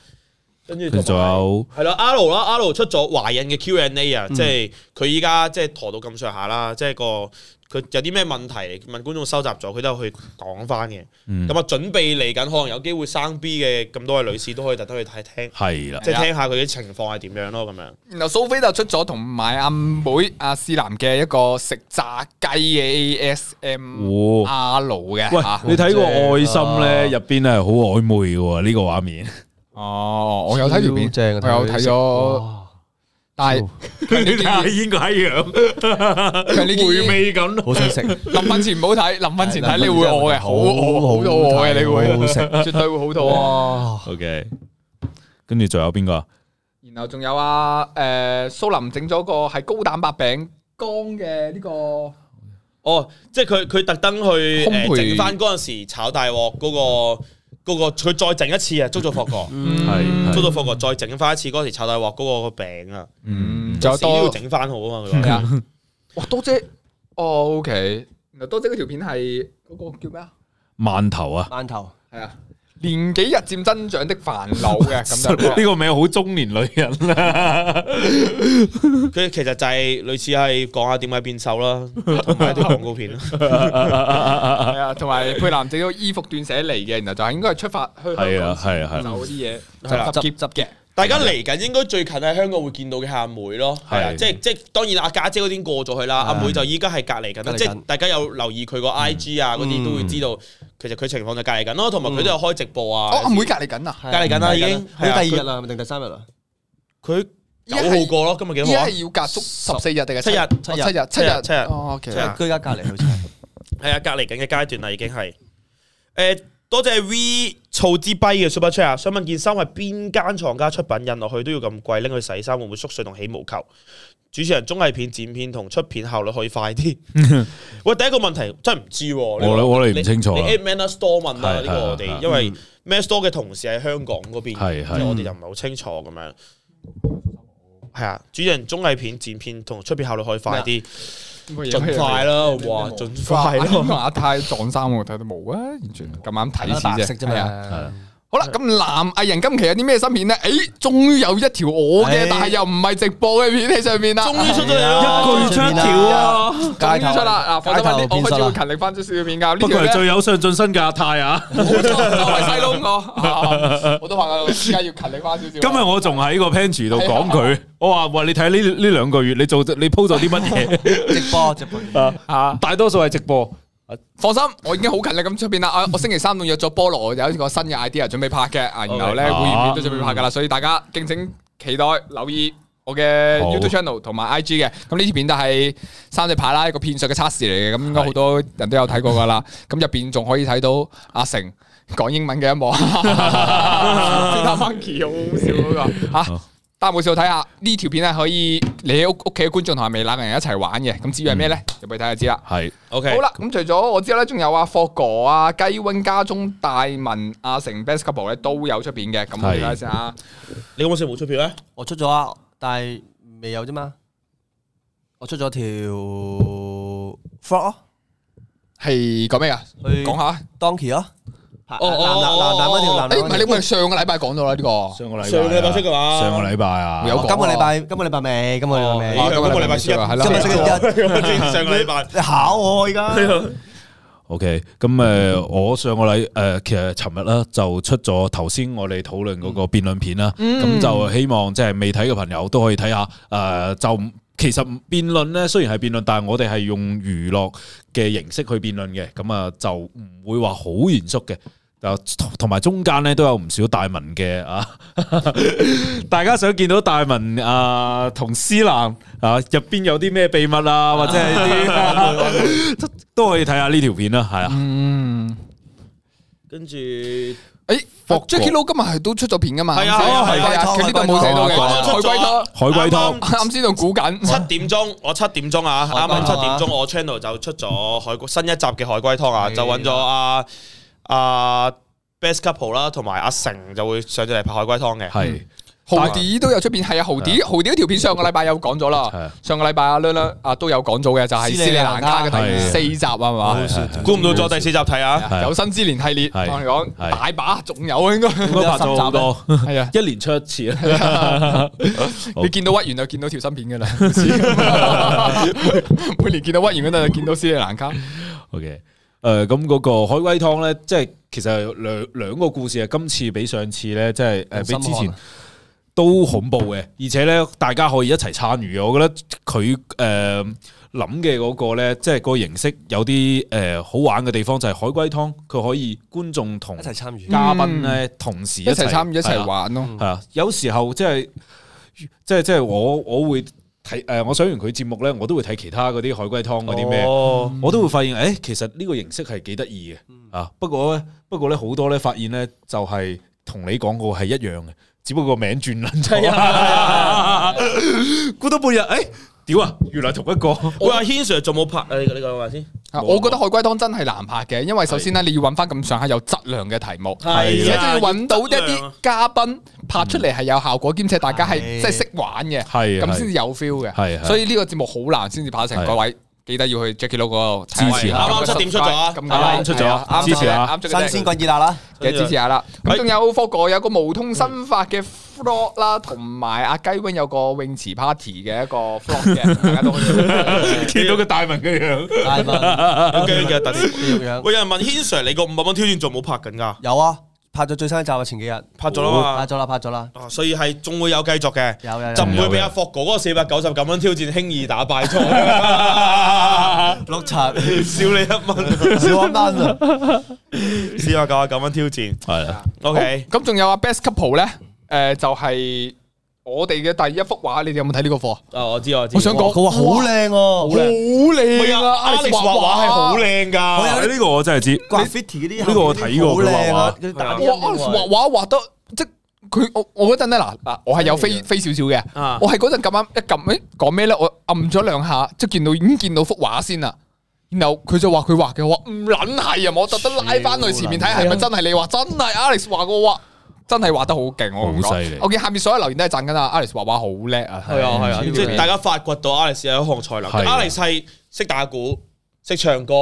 [SPEAKER 2] 跟住
[SPEAKER 1] 佢仲有
[SPEAKER 2] 係啦阿 l 啦阿 l 出咗懷孕嘅 Q&A 啊，即係佢依家即係陀到咁上下啦，即係個佢有啲咩問題問觀眾收集咗，佢都有去講翻嘅。
[SPEAKER 1] 嗯
[SPEAKER 2] 咁啊，準備嚟緊可能有機會生 B 嘅咁多位女士都可以特登去睇聽，
[SPEAKER 1] 係啦，
[SPEAKER 2] 即係聽下佢啲情況係點樣咯，咁樣。
[SPEAKER 4] 然後蘇菲就出咗同埋阿妹阿思南嘅一個食炸雞嘅 ASM
[SPEAKER 1] 哇！
[SPEAKER 4] 阿盧嘅
[SPEAKER 1] 喂
[SPEAKER 4] 嚇，
[SPEAKER 1] 你睇過《愛心》
[SPEAKER 3] 啊
[SPEAKER 1] 咧，入邊係好曖昧嘅喎，呢個畫 面。
[SPEAKER 4] 哦，我有睇條片，
[SPEAKER 3] 正
[SPEAKER 4] 我有睇
[SPEAKER 3] Ờ.
[SPEAKER 4] 咗，但係你睇
[SPEAKER 1] 英國一樣，
[SPEAKER 4] 強烈建議
[SPEAKER 1] 味咁。
[SPEAKER 3] 好想食，
[SPEAKER 4] 臨瞓前唔好睇，臨瞓前睇你會餓嘅，好餓，好
[SPEAKER 3] 好
[SPEAKER 4] 肚餓嘅你
[SPEAKER 3] 好好
[SPEAKER 4] 會，
[SPEAKER 3] 食
[SPEAKER 4] 絕對會好肚餓。
[SPEAKER 3] 哇！
[SPEAKER 1] OK，跟住仲有邊個啊？
[SPEAKER 4] 然後仲有啊，誒、蘇林整咗個係高蛋白餅乾嘅呢個，
[SPEAKER 2] 哦，即係佢佢特登去
[SPEAKER 4] 烘
[SPEAKER 2] 誒
[SPEAKER 4] 焙
[SPEAKER 2] 整翻嗰陣時炒大鑊嗰個嗰個，佢再整一次啊，捉咗霍哥。
[SPEAKER 1] 係
[SPEAKER 2] 捉
[SPEAKER 1] 係
[SPEAKER 2] 到霍哥再整翻一次嗰時炒大鑊嗰個個餅啊，
[SPEAKER 4] 嗯，仲有
[SPEAKER 2] 死都要
[SPEAKER 4] 多
[SPEAKER 2] 整翻好啊嘛佢
[SPEAKER 4] 係
[SPEAKER 2] 話。
[SPEAKER 4] 啊，哇多姐，哦 OK，然後多姐嗰條片係嗰個叫咩啊？
[SPEAKER 1] 饅頭啊！
[SPEAKER 3] 饅頭
[SPEAKER 4] 係啊，年紀日漸增長的煩惱嘅咁就
[SPEAKER 1] 呢個名好中年女 人啦，
[SPEAKER 2] 佢其實就係類似係講下點解變瘦啦，同埋啲廣告片啦。啊
[SPEAKER 4] 係啊，同埋佩蘭整咗衣服斷捨離嘅，然後就應該係出發去香
[SPEAKER 1] 係啊
[SPEAKER 4] 港
[SPEAKER 1] 係啊係啊，
[SPEAKER 4] 走啲嘢，
[SPEAKER 2] 係啦
[SPEAKER 4] 執執嘅。
[SPEAKER 2] 大家嚟緊應該最近喺香港會見到嘅係阿妹咯，係啊，
[SPEAKER 1] 係
[SPEAKER 2] 即係即係當然阿家姐嗰啲過咗去啦，阿妹就依家係隔離緊
[SPEAKER 3] 隔
[SPEAKER 2] 啦，
[SPEAKER 3] 離緊
[SPEAKER 2] 即係大家有留意佢個 IG 啊嗰啲都會知道，其實佢情況就隔離緊咯，同埋佢都有開直播
[SPEAKER 4] 哦，阿
[SPEAKER 2] 啊，
[SPEAKER 4] 妹隔離緊啊，
[SPEAKER 2] 隔離緊啦已經。
[SPEAKER 3] 好似第二日
[SPEAKER 2] 日
[SPEAKER 3] 啦，係咪定第三日啦？
[SPEAKER 2] 佢
[SPEAKER 4] 依
[SPEAKER 2] 九
[SPEAKER 4] 家係
[SPEAKER 2] 號過咯，今日
[SPEAKER 4] 依
[SPEAKER 2] 幾號
[SPEAKER 4] 家
[SPEAKER 2] 啊？
[SPEAKER 4] 係要隔足十四日定係
[SPEAKER 2] 七日
[SPEAKER 4] 哦七日七日
[SPEAKER 2] 七日
[SPEAKER 4] 哦，OK
[SPEAKER 2] 七日
[SPEAKER 3] 居家隔離好似係
[SPEAKER 2] 係啊，隔離緊嘅階段啦，已經係。誒，多謝 V 燥之跛嘅 Super Chat 啊！想問件衫係邊間廠家出品印落去都要咁貴，拎去洗衫會唔會縮水同起毛球？主持人綜藝片剪片同出片效率可以快 啲。喂，第一個問題真係唔知喎，我
[SPEAKER 1] 我哋我哋唔清楚
[SPEAKER 2] 你
[SPEAKER 1] 啦
[SPEAKER 2] a m a n a Store 問啦，
[SPEAKER 1] 係
[SPEAKER 2] 呢個我
[SPEAKER 1] 係
[SPEAKER 2] 哋
[SPEAKER 1] 係嗯
[SPEAKER 2] 因為 m a n a Store 嘅同事喺香港嗰邊，
[SPEAKER 1] 係係
[SPEAKER 2] 即係我哋就唔係好清楚咁樣。係啊，主持人綜藝片剪片同出片效率可以快啲，盡快啦！哇，啊盡快啦！
[SPEAKER 4] 咁阿泰撞衫我睇到冇啊，完全咁啱
[SPEAKER 3] 白
[SPEAKER 4] 睇先
[SPEAKER 3] 色
[SPEAKER 4] 啫。
[SPEAKER 3] 啫
[SPEAKER 4] 係啊，
[SPEAKER 1] 係啊
[SPEAKER 3] 嘛。
[SPEAKER 4] 好啦，咁男藝人今期有啲咩新片咧？誒，終於有一條我嘅
[SPEAKER 3] 誒，
[SPEAKER 4] 但係又唔係直播嘅片喺上面啦。
[SPEAKER 2] 終於出咗嚟
[SPEAKER 3] 啊
[SPEAKER 2] 啦！
[SPEAKER 1] 一句出一條
[SPEAKER 3] à.
[SPEAKER 1] 啊！
[SPEAKER 4] 終於出啦！嗱，啊放心翻
[SPEAKER 3] 街
[SPEAKER 4] 啲，
[SPEAKER 3] 頭
[SPEAKER 4] 我
[SPEAKER 3] 變
[SPEAKER 4] 開
[SPEAKER 3] 身
[SPEAKER 4] 始
[SPEAKER 3] 啦
[SPEAKER 4] 會勤力翻少少片教。呢
[SPEAKER 1] 不過
[SPEAKER 4] 條
[SPEAKER 1] 係
[SPEAKER 4] 咧，
[SPEAKER 1] 最有上進心嘅阿泰啊！
[SPEAKER 4] 冇錯，我係細佬我啊，我都話我而家要勤力翻少啊少。
[SPEAKER 1] 今日我仲喺個 pantry 度講佢，我話喂，你睇呢呢兩個月你做你鋪咗啲乜嘢？
[SPEAKER 3] 直播直播，
[SPEAKER 4] 啊，
[SPEAKER 1] 大多數係直播，
[SPEAKER 4] 放心，我已經好勤力咁出片啦。啊，我星期三仲約咗菠蘿有一個新嘅 idea 準備拍嘅，啊，然後咧
[SPEAKER 1] OK
[SPEAKER 4] 會員片都準備拍噶啦，所以大家敬請期待留意。我嘅
[SPEAKER 1] 好
[SPEAKER 4] YouTube channel 同埋 IG 嘅，咁呢條片都係三隻牌啦，一個騙術嘅測試嚟嘅，咁應該好多人都有睇過噶啦。咁入邊仲可以睇到阿成講英文嘅一幕，Peter Monkey 好好笑嗰個嚇。啊但係冇事我睇下呢條片係可以你喺屋屋企嘅觀眾同埋未冷嘅人一齊玩嘅。咁至於係咩咧，入去睇就知啦。
[SPEAKER 1] 系
[SPEAKER 2] OK，
[SPEAKER 4] 好啦，咁除咗我之後咧，仲有啊霍哥啊、雞 wing 家中大文、阿成 best couple 咧都有出片嘅。咁我哋睇下先啊。
[SPEAKER 2] 你公司冇出票咧？
[SPEAKER 3] 我出咗啊，但係未有啫嘛。我出咗條 frog 咯，
[SPEAKER 4] 係講咩啊？
[SPEAKER 3] 去
[SPEAKER 4] 講下。
[SPEAKER 3] donkey 咯，
[SPEAKER 2] 哦
[SPEAKER 3] 男
[SPEAKER 2] 哦
[SPEAKER 3] 男男男男嗰條男男
[SPEAKER 4] 诶，唔係你
[SPEAKER 3] 嗰
[SPEAKER 4] 咪上個禮拜講到啦呢個。
[SPEAKER 1] 上个礼
[SPEAKER 2] 上個禮拜出㗎嘛
[SPEAKER 1] 上个礼拜啊，
[SPEAKER 4] 有
[SPEAKER 3] 條，今個禮拜今個禮拜未，今個禮拜
[SPEAKER 2] 你
[SPEAKER 3] 未。
[SPEAKER 4] 哦
[SPEAKER 2] 上個禮拜先，
[SPEAKER 4] 係啦
[SPEAKER 3] 今日星期
[SPEAKER 2] 日，上個禮拜。
[SPEAKER 3] 你考我而家，
[SPEAKER 1] OK，咁诶，呃我上個禮诶，其實尋日啦就出咗頭先我哋討論嗰個辯論片啦，咁、就希望即係未睇嘅朋友都可以睇下。诶、就唔其實辯論咧，雖然係辯論，但係我哋係用娛樂嘅形式去辯論嘅，咁啊就唔會話好嚴肅嘅。就同埋中間咧都有唔少大文嘅啊， 大家想見到大文啊同思南啊入邊有啲咩秘密啊，或者係啲都都可以睇下呢條片啦，係啊。
[SPEAKER 4] 嗯，
[SPEAKER 2] 跟住係
[SPEAKER 4] 诶，
[SPEAKER 1] 霍
[SPEAKER 4] 霍
[SPEAKER 1] 哥
[SPEAKER 4] Jackie Lou 今日係都出咗片噶嘛？
[SPEAKER 2] 係啊
[SPEAKER 4] 係
[SPEAKER 2] 係
[SPEAKER 3] 啊
[SPEAKER 4] 係
[SPEAKER 3] 海龜
[SPEAKER 4] 啊，
[SPEAKER 3] 湯
[SPEAKER 4] 佢呢度冇寫到嘅。
[SPEAKER 1] 海
[SPEAKER 2] 龜湯
[SPEAKER 4] 海龜湯
[SPEAKER 1] 海龜湯
[SPEAKER 2] 啱啱
[SPEAKER 4] 啱先度估緊。
[SPEAKER 2] 七點鐘，我七點鐘啊，
[SPEAKER 4] 海
[SPEAKER 2] 啱
[SPEAKER 4] 龜
[SPEAKER 2] 啱
[SPEAKER 4] 湯啊
[SPEAKER 2] 七點鐘，我 channel 就出咗海龜新一集嘅海龜湯啊，
[SPEAKER 4] 係
[SPEAKER 2] 就揾咗阿阿 Best Couple 啦，同埋阿成就會上咗嚟拍海龜湯嘅。
[SPEAKER 1] 系
[SPEAKER 4] 豪啲都有出片，係啊，豪啲豪啲嗰條片上個禮拜有講咗
[SPEAKER 1] 係
[SPEAKER 4] 啦
[SPEAKER 1] 啊，
[SPEAKER 4] 上個禮拜阿亮亮啊都有講咗嘅，就係
[SPEAKER 3] 斯
[SPEAKER 4] 斯
[SPEAKER 3] 里
[SPEAKER 4] 里
[SPEAKER 3] 蘭
[SPEAKER 4] 蘭
[SPEAKER 3] 卡
[SPEAKER 4] 卡嘅第四集啊係嘛
[SPEAKER 1] 係。係
[SPEAKER 2] 估唔到咗第四集睇啊！
[SPEAKER 1] 係
[SPEAKER 4] 有生之年系列，我
[SPEAKER 1] 係
[SPEAKER 4] 哋講
[SPEAKER 1] 係
[SPEAKER 4] 大把，仲有啊，應該
[SPEAKER 1] 应该拍咗好多，。
[SPEAKER 4] 係啊
[SPEAKER 1] 一年出一次啦。好
[SPEAKER 4] 你見到屈原就見到條新片噶啦， 每年見到屈原嗰陣就見到斯里蘭卡，
[SPEAKER 1] OK，诶，咁嗰個海龜湯咧，即係其實有兩两个故事啊。今次比上次咧，即係诶
[SPEAKER 3] 有
[SPEAKER 1] 比
[SPEAKER 3] 心寒
[SPEAKER 1] 之前都恐怖嘅，而且咧大家可以一齊參與嘅。我覺得佢诶諗嘅嗰個咧，即係個形式有啲诶好玩嘅地方就係海龜湯，佢可以觀眾同
[SPEAKER 3] 一齊參與。
[SPEAKER 1] 嘉賓咧同時
[SPEAKER 4] 一齊參與一
[SPEAKER 1] 係
[SPEAKER 4] 齊
[SPEAKER 1] 啦
[SPEAKER 4] 玩咯。
[SPEAKER 1] 系啊，有時候即係即系即系我我会睇诶、我上完佢節目咧，我都會睇其他嗰啲海龜湯嗰啲咩，
[SPEAKER 2] 哦
[SPEAKER 1] 我都會發現诶、誒其實呢個形式係幾得意
[SPEAKER 4] 嗯
[SPEAKER 1] 嘅啊。不過咧，不過咧好多咧發現咧就係同你講過係一樣嘅，只不過個名轉撚
[SPEAKER 4] 啊
[SPEAKER 1] 咗，估到半日诶。屌啊！原來同一個
[SPEAKER 2] 喂，阿軒 Sir 仲冇拍诶？你你講埋先。
[SPEAKER 4] 啊我覺得海龜湯真係難拍嘅，因為首先咧，你要揾翻咁上下有質量嘅題目，而
[SPEAKER 1] 係
[SPEAKER 4] 且仲
[SPEAKER 1] 啊嗯
[SPEAKER 4] 要揾到一啲嘉賓拍出嚟係有效果，兼且大家係
[SPEAKER 3] 係
[SPEAKER 4] 即係識玩嘅，
[SPEAKER 1] 係
[SPEAKER 4] 咁先至有 feel
[SPEAKER 1] 係
[SPEAKER 4] 嘅。
[SPEAKER 1] 係
[SPEAKER 4] 所以呢個節目好難先至拍成，
[SPEAKER 1] 係
[SPEAKER 4] 各位記得要去 Jackie Lou 嗰度睇下
[SPEAKER 1] 支持下
[SPEAKER 2] 啱啱七點出咗啊
[SPEAKER 4] 咁
[SPEAKER 1] 啱啱出咗
[SPEAKER 4] 係啊
[SPEAKER 1] 支持下
[SPEAKER 4] 啱出
[SPEAKER 3] 新
[SPEAKER 4] 嘅啫
[SPEAKER 3] 鮮滾熱辣啦！
[SPEAKER 4] 嘅支持下啦。咁仲有霍哥有個無痛新發嘅 flog 啦，同埋阿雞 wing 有個泳池 party 嘅一個 flog 嘅，大家都可以去睇。
[SPEAKER 1] 見到個大文嘅樣，
[SPEAKER 3] 大文
[SPEAKER 2] 有驚啊嘅特點。
[SPEAKER 3] 肉樣
[SPEAKER 2] 喂，有人問軒 Sir 你個五百蚊挑戰仲冇拍緊㗎？
[SPEAKER 3] 有啊，拍咗最新一集啊，前幾日
[SPEAKER 2] 拍咗啦
[SPEAKER 3] 拍
[SPEAKER 2] 嘛
[SPEAKER 3] 咗啦，拍咗啦，
[SPEAKER 2] 啊，所以係仲會有繼續嘅。
[SPEAKER 3] 有有有
[SPEAKER 2] 就唔會俾阿霍哥嗰個四百九十九蚊挑戰輕易打敗錯，少
[SPEAKER 3] 碌柒，
[SPEAKER 2] 你一蚊，
[SPEAKER 3] 少一蚊啊！
[SPEAKER 2] 四百九十九蚊挑戰。
[SPEAKER 1] 係
[SPEAKER 4] 啊
[SPEAKER 1] 啦，
[SPEAKER 2] OK，
[SPEAKER 4] 咁仲有阿 best couple 咧，誒 就係我哋嘅第一幅畫，你哋有冇睇呢個課？
[SPEAKER 2] 啊，我知我知。
[SPEAKER 4] 我想講，
[SPEAKER 3] 佢話好
[SPEAKER 4] 哇，
[SPEAKER 3] 靚
[SPEAKER 4] 好
[SPEAKER 3] 喎
[SPEAKER 4] 靚
[SPEAKER 2] 係
[SPEAKER 4] 啊
[SPEAKER 2] 啊！Alex 畫畫係好
[SPEAKER 4] 靚。
[SPEAKER 2] 靚㗎，
[SPEAKER 3] 我有
[SPEAKER 1] 呢個我真係知，
[SPEAKER 3] ，graffiti 嗰啲
[SPEAKER 1] 呢個我睇過
[SPEAKER 3] 好靚啊！
[SPEAKER 2] 畫畫
[SPEAKER 1] 佢
[SPEAKER 3] 佢打啲
[SPEAKER 4] 哇！Alex 畫畫畫得即係佢我我嗰陣咧嗱嗱，我係有飛飛少少嘅，
[SPEAKER 2] 啊
[SPEAKER 4] 我係嗰陣咁啱一撳，誒講咩咧？我撳咗兩下，即係見到已經見到幅畫先啦。然後佢就話佢畫嘅，我話唔撚係啊！我特登拉翻去前面睇係咪真係你畫，真係 Alex 畫嘅哇！真係畫得好勁，我唔講
[SPEAKER 1] 好犀利
[SPEAKER 4] 我見下面所有留言都係讚緊啊，Alex 畫畫好叻啊！
[SPEAKER 2] 係啊係啊，
[SPEAKER 4] 超
[SPEAKER 2] 即係
[SPEAKER 4] 靚
[SPEAKER 2] 大家發掘到 Alex 有一項才能
[SPEAKER 1] 係啊
[SPEAKER 2] ，Alex 係識打鼓、識唱歌、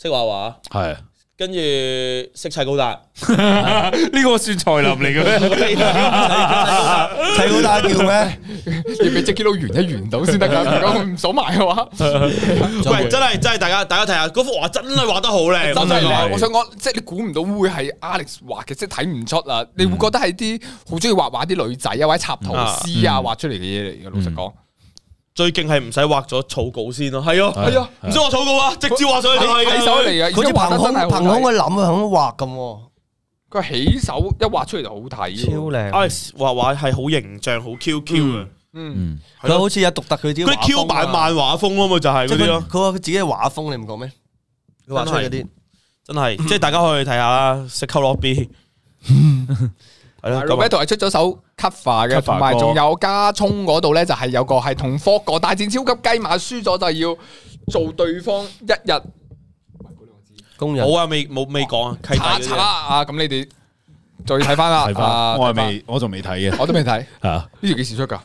[SPEAKER 2] 識畫畫，
[SPEAKER 1] 係
[SPEAKER 2] 跟住識砌高達。
[SPEAKER 1] 呢個算才林嚟嘅咩？
[SPEAKER 3] 砌好大叫咩？
[SPEAKER 4] 要俾 Jackie Lou 完一完到先得㗎，如果唔數埋嘅話。
[SPEAKER 2] 喂，真係真係，大家大家睇下嗰幅畫真係畫得好靚，
[SPEAKER 4] 真係
[SPEAKER 2] 我
[SPEAKER 1] 係
[SPEAKER 4] 靚！我想講，即係你估唔到會係 Alex 畫嘅，即係睇唔出啊！你會覺得係啲好中意畫畫啲女仔啊，或者插圖師啊
[SPEAKER 1] 嗯
[SPEAKER 4] 畫出嚟嘅嘢嚟嘅。老實講，
[SPEAKER 2] 最勁係唔使畫咗草稿先咯，係啊，
[SPEAKER 1] 係
[SPEAKER 4] 係啊，
[SPEAKER 2] 唔使畫草稿啊，直接畫上去就係
[SPEAKER 4] 起
[SPEAKER 2] 㗎
[SPEAKER 4] 手嚟嘅，而
[SPEAKER 3] 好似
[SPEAKER 4] 且畫
[SPEAKER 3] 憑
[SPEAKER 4] 得
[SPEAKER 3] 空
[SPEAKER 4] 真係
[SPEAKER 3] 憑
[SPEAKER 4] 好
[SPEAKER 3] 空
[SPEAKER 4] 睇。
[SPEAKER 3] 去諗啊，肯畫咁喎，
[SPEAKER 4] 佢起手一畫出嚟就好睇
[SPEAKER 3] 超
[SPEAKER 4] 喎。
[SPEAKER 3] 靚。
[SPEAKER 2] Alex 畫畫係好形象，好 Q Q 啊，
[SPEAKER 4] 嗯，
[SPEAKER 1] 嗯，
[SPEAKER 3] 佢好似有獨特佢自己
[SPEAKER 2] 嗰啲啊 Q 版漫畫風啊嘛，就係
[SPEAKER 3] 即
[SPEAKER 2] 嗰
[SPEAKER 3] 係
[SPEAKER 2] 啲
[SPEAKER 3] 佢
[SPEAKER 2] 咯，
[SPEAKER 3] 佢話佢自己嘅畫風，你唔講咩？佢畫出嚟嗰啲
[SPEAKER 2] 嗯真係，即係大家可以睇下啦，識溝落 B，係啦，咁啊
[SPEAKER 4] Roberto 係出咗手 cover 嘅，
[SPEAKER 1] cover
[SPEAKER 4] 同埋
[SPEAKER 1] 過
[SPEAKER 4] 仲有加聰嗰度咧，就係有個係同科哥大戰超級雞馬輸咗，就要做對方一日
[SPEAKER 3] 工人
[SPEAKER 2] 冇啊，未冇未講啊，契弟
[SPEAKER 4] 查
[SPEAKER 2] 嗰
[SPEAKER 4] 一
[SPEAKER 2] 啲
[SPEAKER 4] 查啊！咁你哋再睇翻啦，
[SPEAKER 1] 睇翻，
[SPEAKER 4] 啊
[SPEAKER 1] 我系，
[SPEAKER 4] 睇
[SPEAKER 1] 未，我仲未睇嘅
[SPEAKER 4] 返我都未睇呢
[SPEAKER 1] 吓。
[SPEAKER 4] 條幾時出㗎？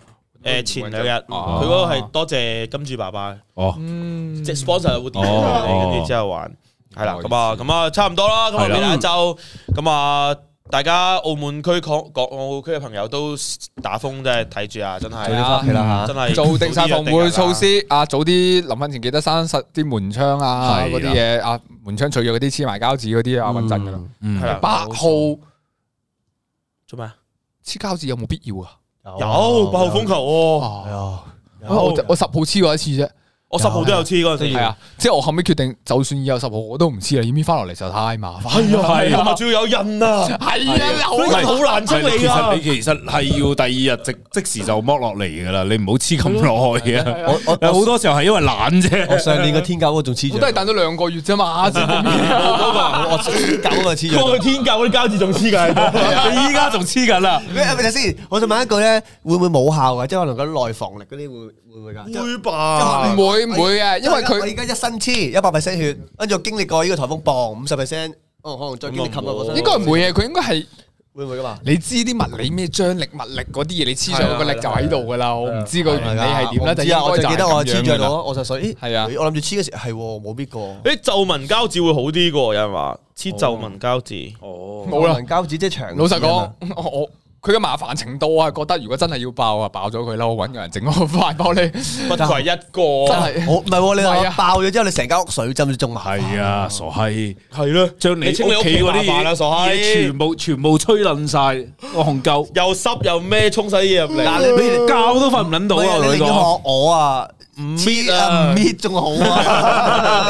[SPEAKER 2] 誒前兩日，
[SPEAKER 4] 哦
[SPEAKER 2] 佢嗰個係多謝金主爸爸，
[SPEAKER 1] 哦，
[SPEAKER 4] 嗯
[SPEAKER 2] 即係 sponsor 會電視
[SPEAKER 1] 哦
[SPEAKER 2] 嚟，跟住之後還係啦，
[SPEAKER 4] 哦
[SPEAKER 2] 咁啊，咁啊，差唔多啦，咁啊，
[SPEAKER 1] 係啦
[SPEAKER 2] 未來一周，咁啊，大家澳門區、港港澳區嘅朋友都打風，真係睇住啊，真
[SPEAKER 4] 係啊
[SPEAKER 2] 係，
[SPEAKER 3] 翻屋企啦
[SPEAKER 2] 真係
[SPEAKER 4] 做定晒防
[SPEAKER 2] 護
[SPEAKER 4] 護措，施啊！早啲臨瞓前記得閂實啲門窗啊，
[SPEAKER 1] 係啦
[SPEAKER 4] 嗰啲嘢啊，門窗除咗嗰啲黐埋膠紙嗰啲啊，穩陣噶啦。
[SPEAKER 1] 嗯
[SPEAKER 2] 係啦
[SPEAKER 4] 八號黐
[SPEAKER 2] 做咩啊？
[SPEAKER 4] 膠紙有冇必要啊？
[SPEAKER 3] 吓
[SPEAKER 2] 有八號風球喎，
[SPEAKER 3] 係
[SPEAKER 4] 啊
[SPEAKER 3] 啊，
[SPEAKER 4] 我就我十號黐過一次啫，
[SPEAKER 2] 我十號都有黐嗰陣時
[SPEAKER 4] 係，啊！即係我後尾決定，就算以後十號我都唔黐啦，要搣翻落嚟就太麻煩。
[SPEAKER 2] 係啊，
[SPEAKER 1] 係啊
[SPEAKER 2] 係啊，同埋仲要有印啊，
[SPEAKER 4] 係
[SPEAKER 1] 係啊
[SPEAKER 4] 啊，
[SPEAKER 2] 呢個
[SPEAKER 4] 好
[SPEAKER 2] 好難清理啊
[SPEAKER 1] 你其實你其實係要第二日即即時就剝落嚟噶啦，你唔好黐咁耐嘅。
[SPEAKER 3] 我我
[SPEAKER 1] 有好多時候係因為懶
[SPEAKER 3] 我
[SPEAKER 1] 啫。
[SPEAKER 3] 上年個天狗嗰個仲黐
[SPEAKER 4] 我都 係
[SPEAKER 3] 住，
[SPEAKER 4] 等咗兩個月啫嘛，先冇搣
[SPEAKER 3] 我我天狗嗰個 黐
[SPEAKER 2] 過
[SPEAKER 3] 住。
[SPEAKER 2] 去天教嗰啲膠紙仲黐㗎喺度。
[SPEAKER 1] 你依家仲黐緊啦，
[SPEAKER 3] 咩？咪先，我想問一句咧，會唔會冇效㗎？即係可能嗰內防力嗰啲會會唔會㗎？即係
[SPEAKER 2] 會吧？
[SPEAKER 4] 唔會唔會啊，因為
[SPEAKER 3] 我而
[SPEAKER 4] 佢
[SPEAKER 3] 家一身黐一百 percent 血，跟住我經歷過呢個颱風磅五十 percent，哦，可能再經歷冚落我身，
[SPEAKER 4] 啊應該唔會嘅，佢應該係。
[SPEAKER 3] 會唔會㗎嘛？
[SPEAKER 4] 你知啲物理咩張力、物力嗰啲嘢，你黐上去個力就喺度噶啦。我唔知個原理係點啦，
[SPEAKER 3] 我唔知啊，我就記
[SPEAKER 4] 記
[SPEAKER 3] 得我黐咗度，我就水。咦
[SPEAKER 4] 係啊
[SPEAKER 3] 我諗住黐嗰時係喎冇必過。
[SPEAKER 2] 啲皺紋膠紙會好啲噶，有人話黐皺紋膠紙，
[SPEAKER 1] 哦，
[SPEAKER 4] 冇啦
[SPEAKER 3] 能膠紙即係長。啊
[SPEAKER 4] 老實講，我我佢嘅麻煩程度啊，覺得如果真係要爆啊，爆咗佢啦，我揾個人整嗰個塊玻璃，真
[SPEAKER 2] 不愧一個，
[SPEAKER 4] 係
[SPEAKER 3] 我唔係喎，你
[SPEAKER 4] 唔係
[SPEAKER 3] 話
[SPEAKER 4] 啊
[SPEAKER 3] 爆咗之後，你成間屋水浸仲麻煩
[SPEAKER 1] 係啊，傻閪，
[SPEAKER 2] 係咯，
[SPEAKER 1] 將你屋企
[SPEAKER 2] 清理屋企
[SPEAKER 1] 嗰啲
[SPEAKER 2] 麻煩啦
[SPEAKER 1] 嘢
[SPEAKER 2] 傻閪
[SPEAKER 1] 嘢全部全部吹冧晒，我紅鳩，
[SPEAKER 2] 又濕又咩，沖洗嘢入
[SPEAKER 3] 嗱
[SPEAKER 2] 嚟，
[SPEAKER 3] 你
[SPEAKER 1] 你覺都瞓唔撚到啊！
[SPEAKER 3] 喂
[SPEAKER 1] 我同你
[SPEAKER 3] 你要
[SPEAKER 1] 講，
[SPEAKER 3] 學我啊，唔
[SPEAKER 2] 搣啊
[SPEAKER 3] 唔搣仲好啊！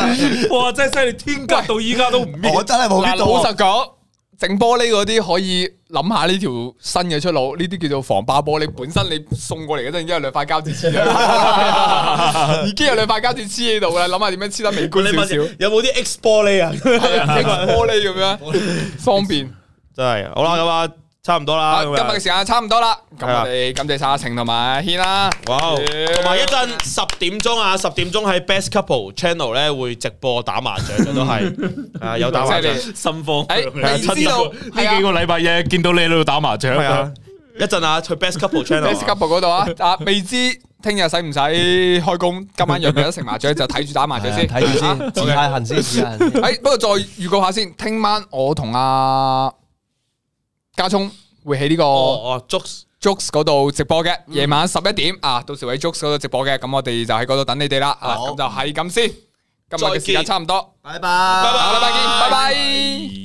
[SPEAKER 1] 哇，真係犀利，天鴿到依家都唔搣，
[SPEAKER 3] 我真係冇
[SPEAKER 4] 嗱
[SPEAKER 3] 搣到
[SPEAKER 4] 老
[SPEAKER 3] 啊。
[SPEAKER 4] 實講。整玻璃嗰啲可以諗下呢條新嘅出路，呢啲叫做防爆玻璃。本身你送過嚟嗰陣已經有兩塊膠紙 黐咗，已 經有兩塊膠紙黐喺度啦。諗下點樣黐得美觀
[SPEAKER 2] 你
[SPEAKER 4] 少
[SPEAKER 2] 問
[SPEAKER 4] 少，
[SPEAKER 2] 有冇啲 X 玻璃啊？
[SPEAKER 4] 係啊玻璃咁樣方便。
[SPEAKER 2] 真係好啦，咁啊，差唔多
[SPEAKER 4] 好啊
[SPEAKER 2] 啦，
[SPEAKER 4] 今
[SPEAKER 2] 咁啊樣
[SPEAKER 4] 日嘅時間差唔多啦，咁
[SPEAKER 2] 係啦
[SPEAKER 4] 我哋感謝晒阿晴同埋阿軒啦。
[SPEAKER 2] 哇！同埋一陣十點鐘啊，十點鐘喺 Best Couple Channel 咧會直播打麻雀嘅都係啊，有打麻雀
[SPEAKER 4] 嗯犀。利
[SPEAKER 1] 心慌。
[SPEAKER 4] 誒未哎知道係啊
[SPEAKER 1] 呢幾個禮拜日見到你喺度打麻雀
[SPEAKER 2] 係啊，一陣啊，去 Best Couple Channel 啊。
[SPEAKER 4] Best Couple 嗰度啊，啊未知聽日使唔使開工？今晚約唔約得食麻雀就睇住打麻雀 先。
[SPEAKER 3] 啊睇
[SPEAKER 4] 哎
[SPEAKER 3] 住
[SPEAKER 4] 啊
[SPEAKER 3] 先，自下痕先，自下痕先。
[SPEAKER 4] 誒，不過再預告下先，聽晚我同阿家聰會喺呢個
[SPEAKER 2] 哦嗯哦，祝
[SPEAKER 4] Jokes 嗰度直播嘅，夜晚十一點啊，到時會喺 Jokes 嗰度直播嘅，咁我哋就喺嗰度等你哋啦。啊，
[SPEAKER 3] 好
[SPEAKER 4] 咁就係咁先，今
[SPEAKER 2] 再
[SPEAKER 4] 日嘅
[SPEAKER 2] 見
[SPEAKER 4] 時間差唔多，
[SPEAKER 3] 拜拜。
[SPEAKER 4] 下個禮拜見，拜拜。
[SPEAKER 1] 拜。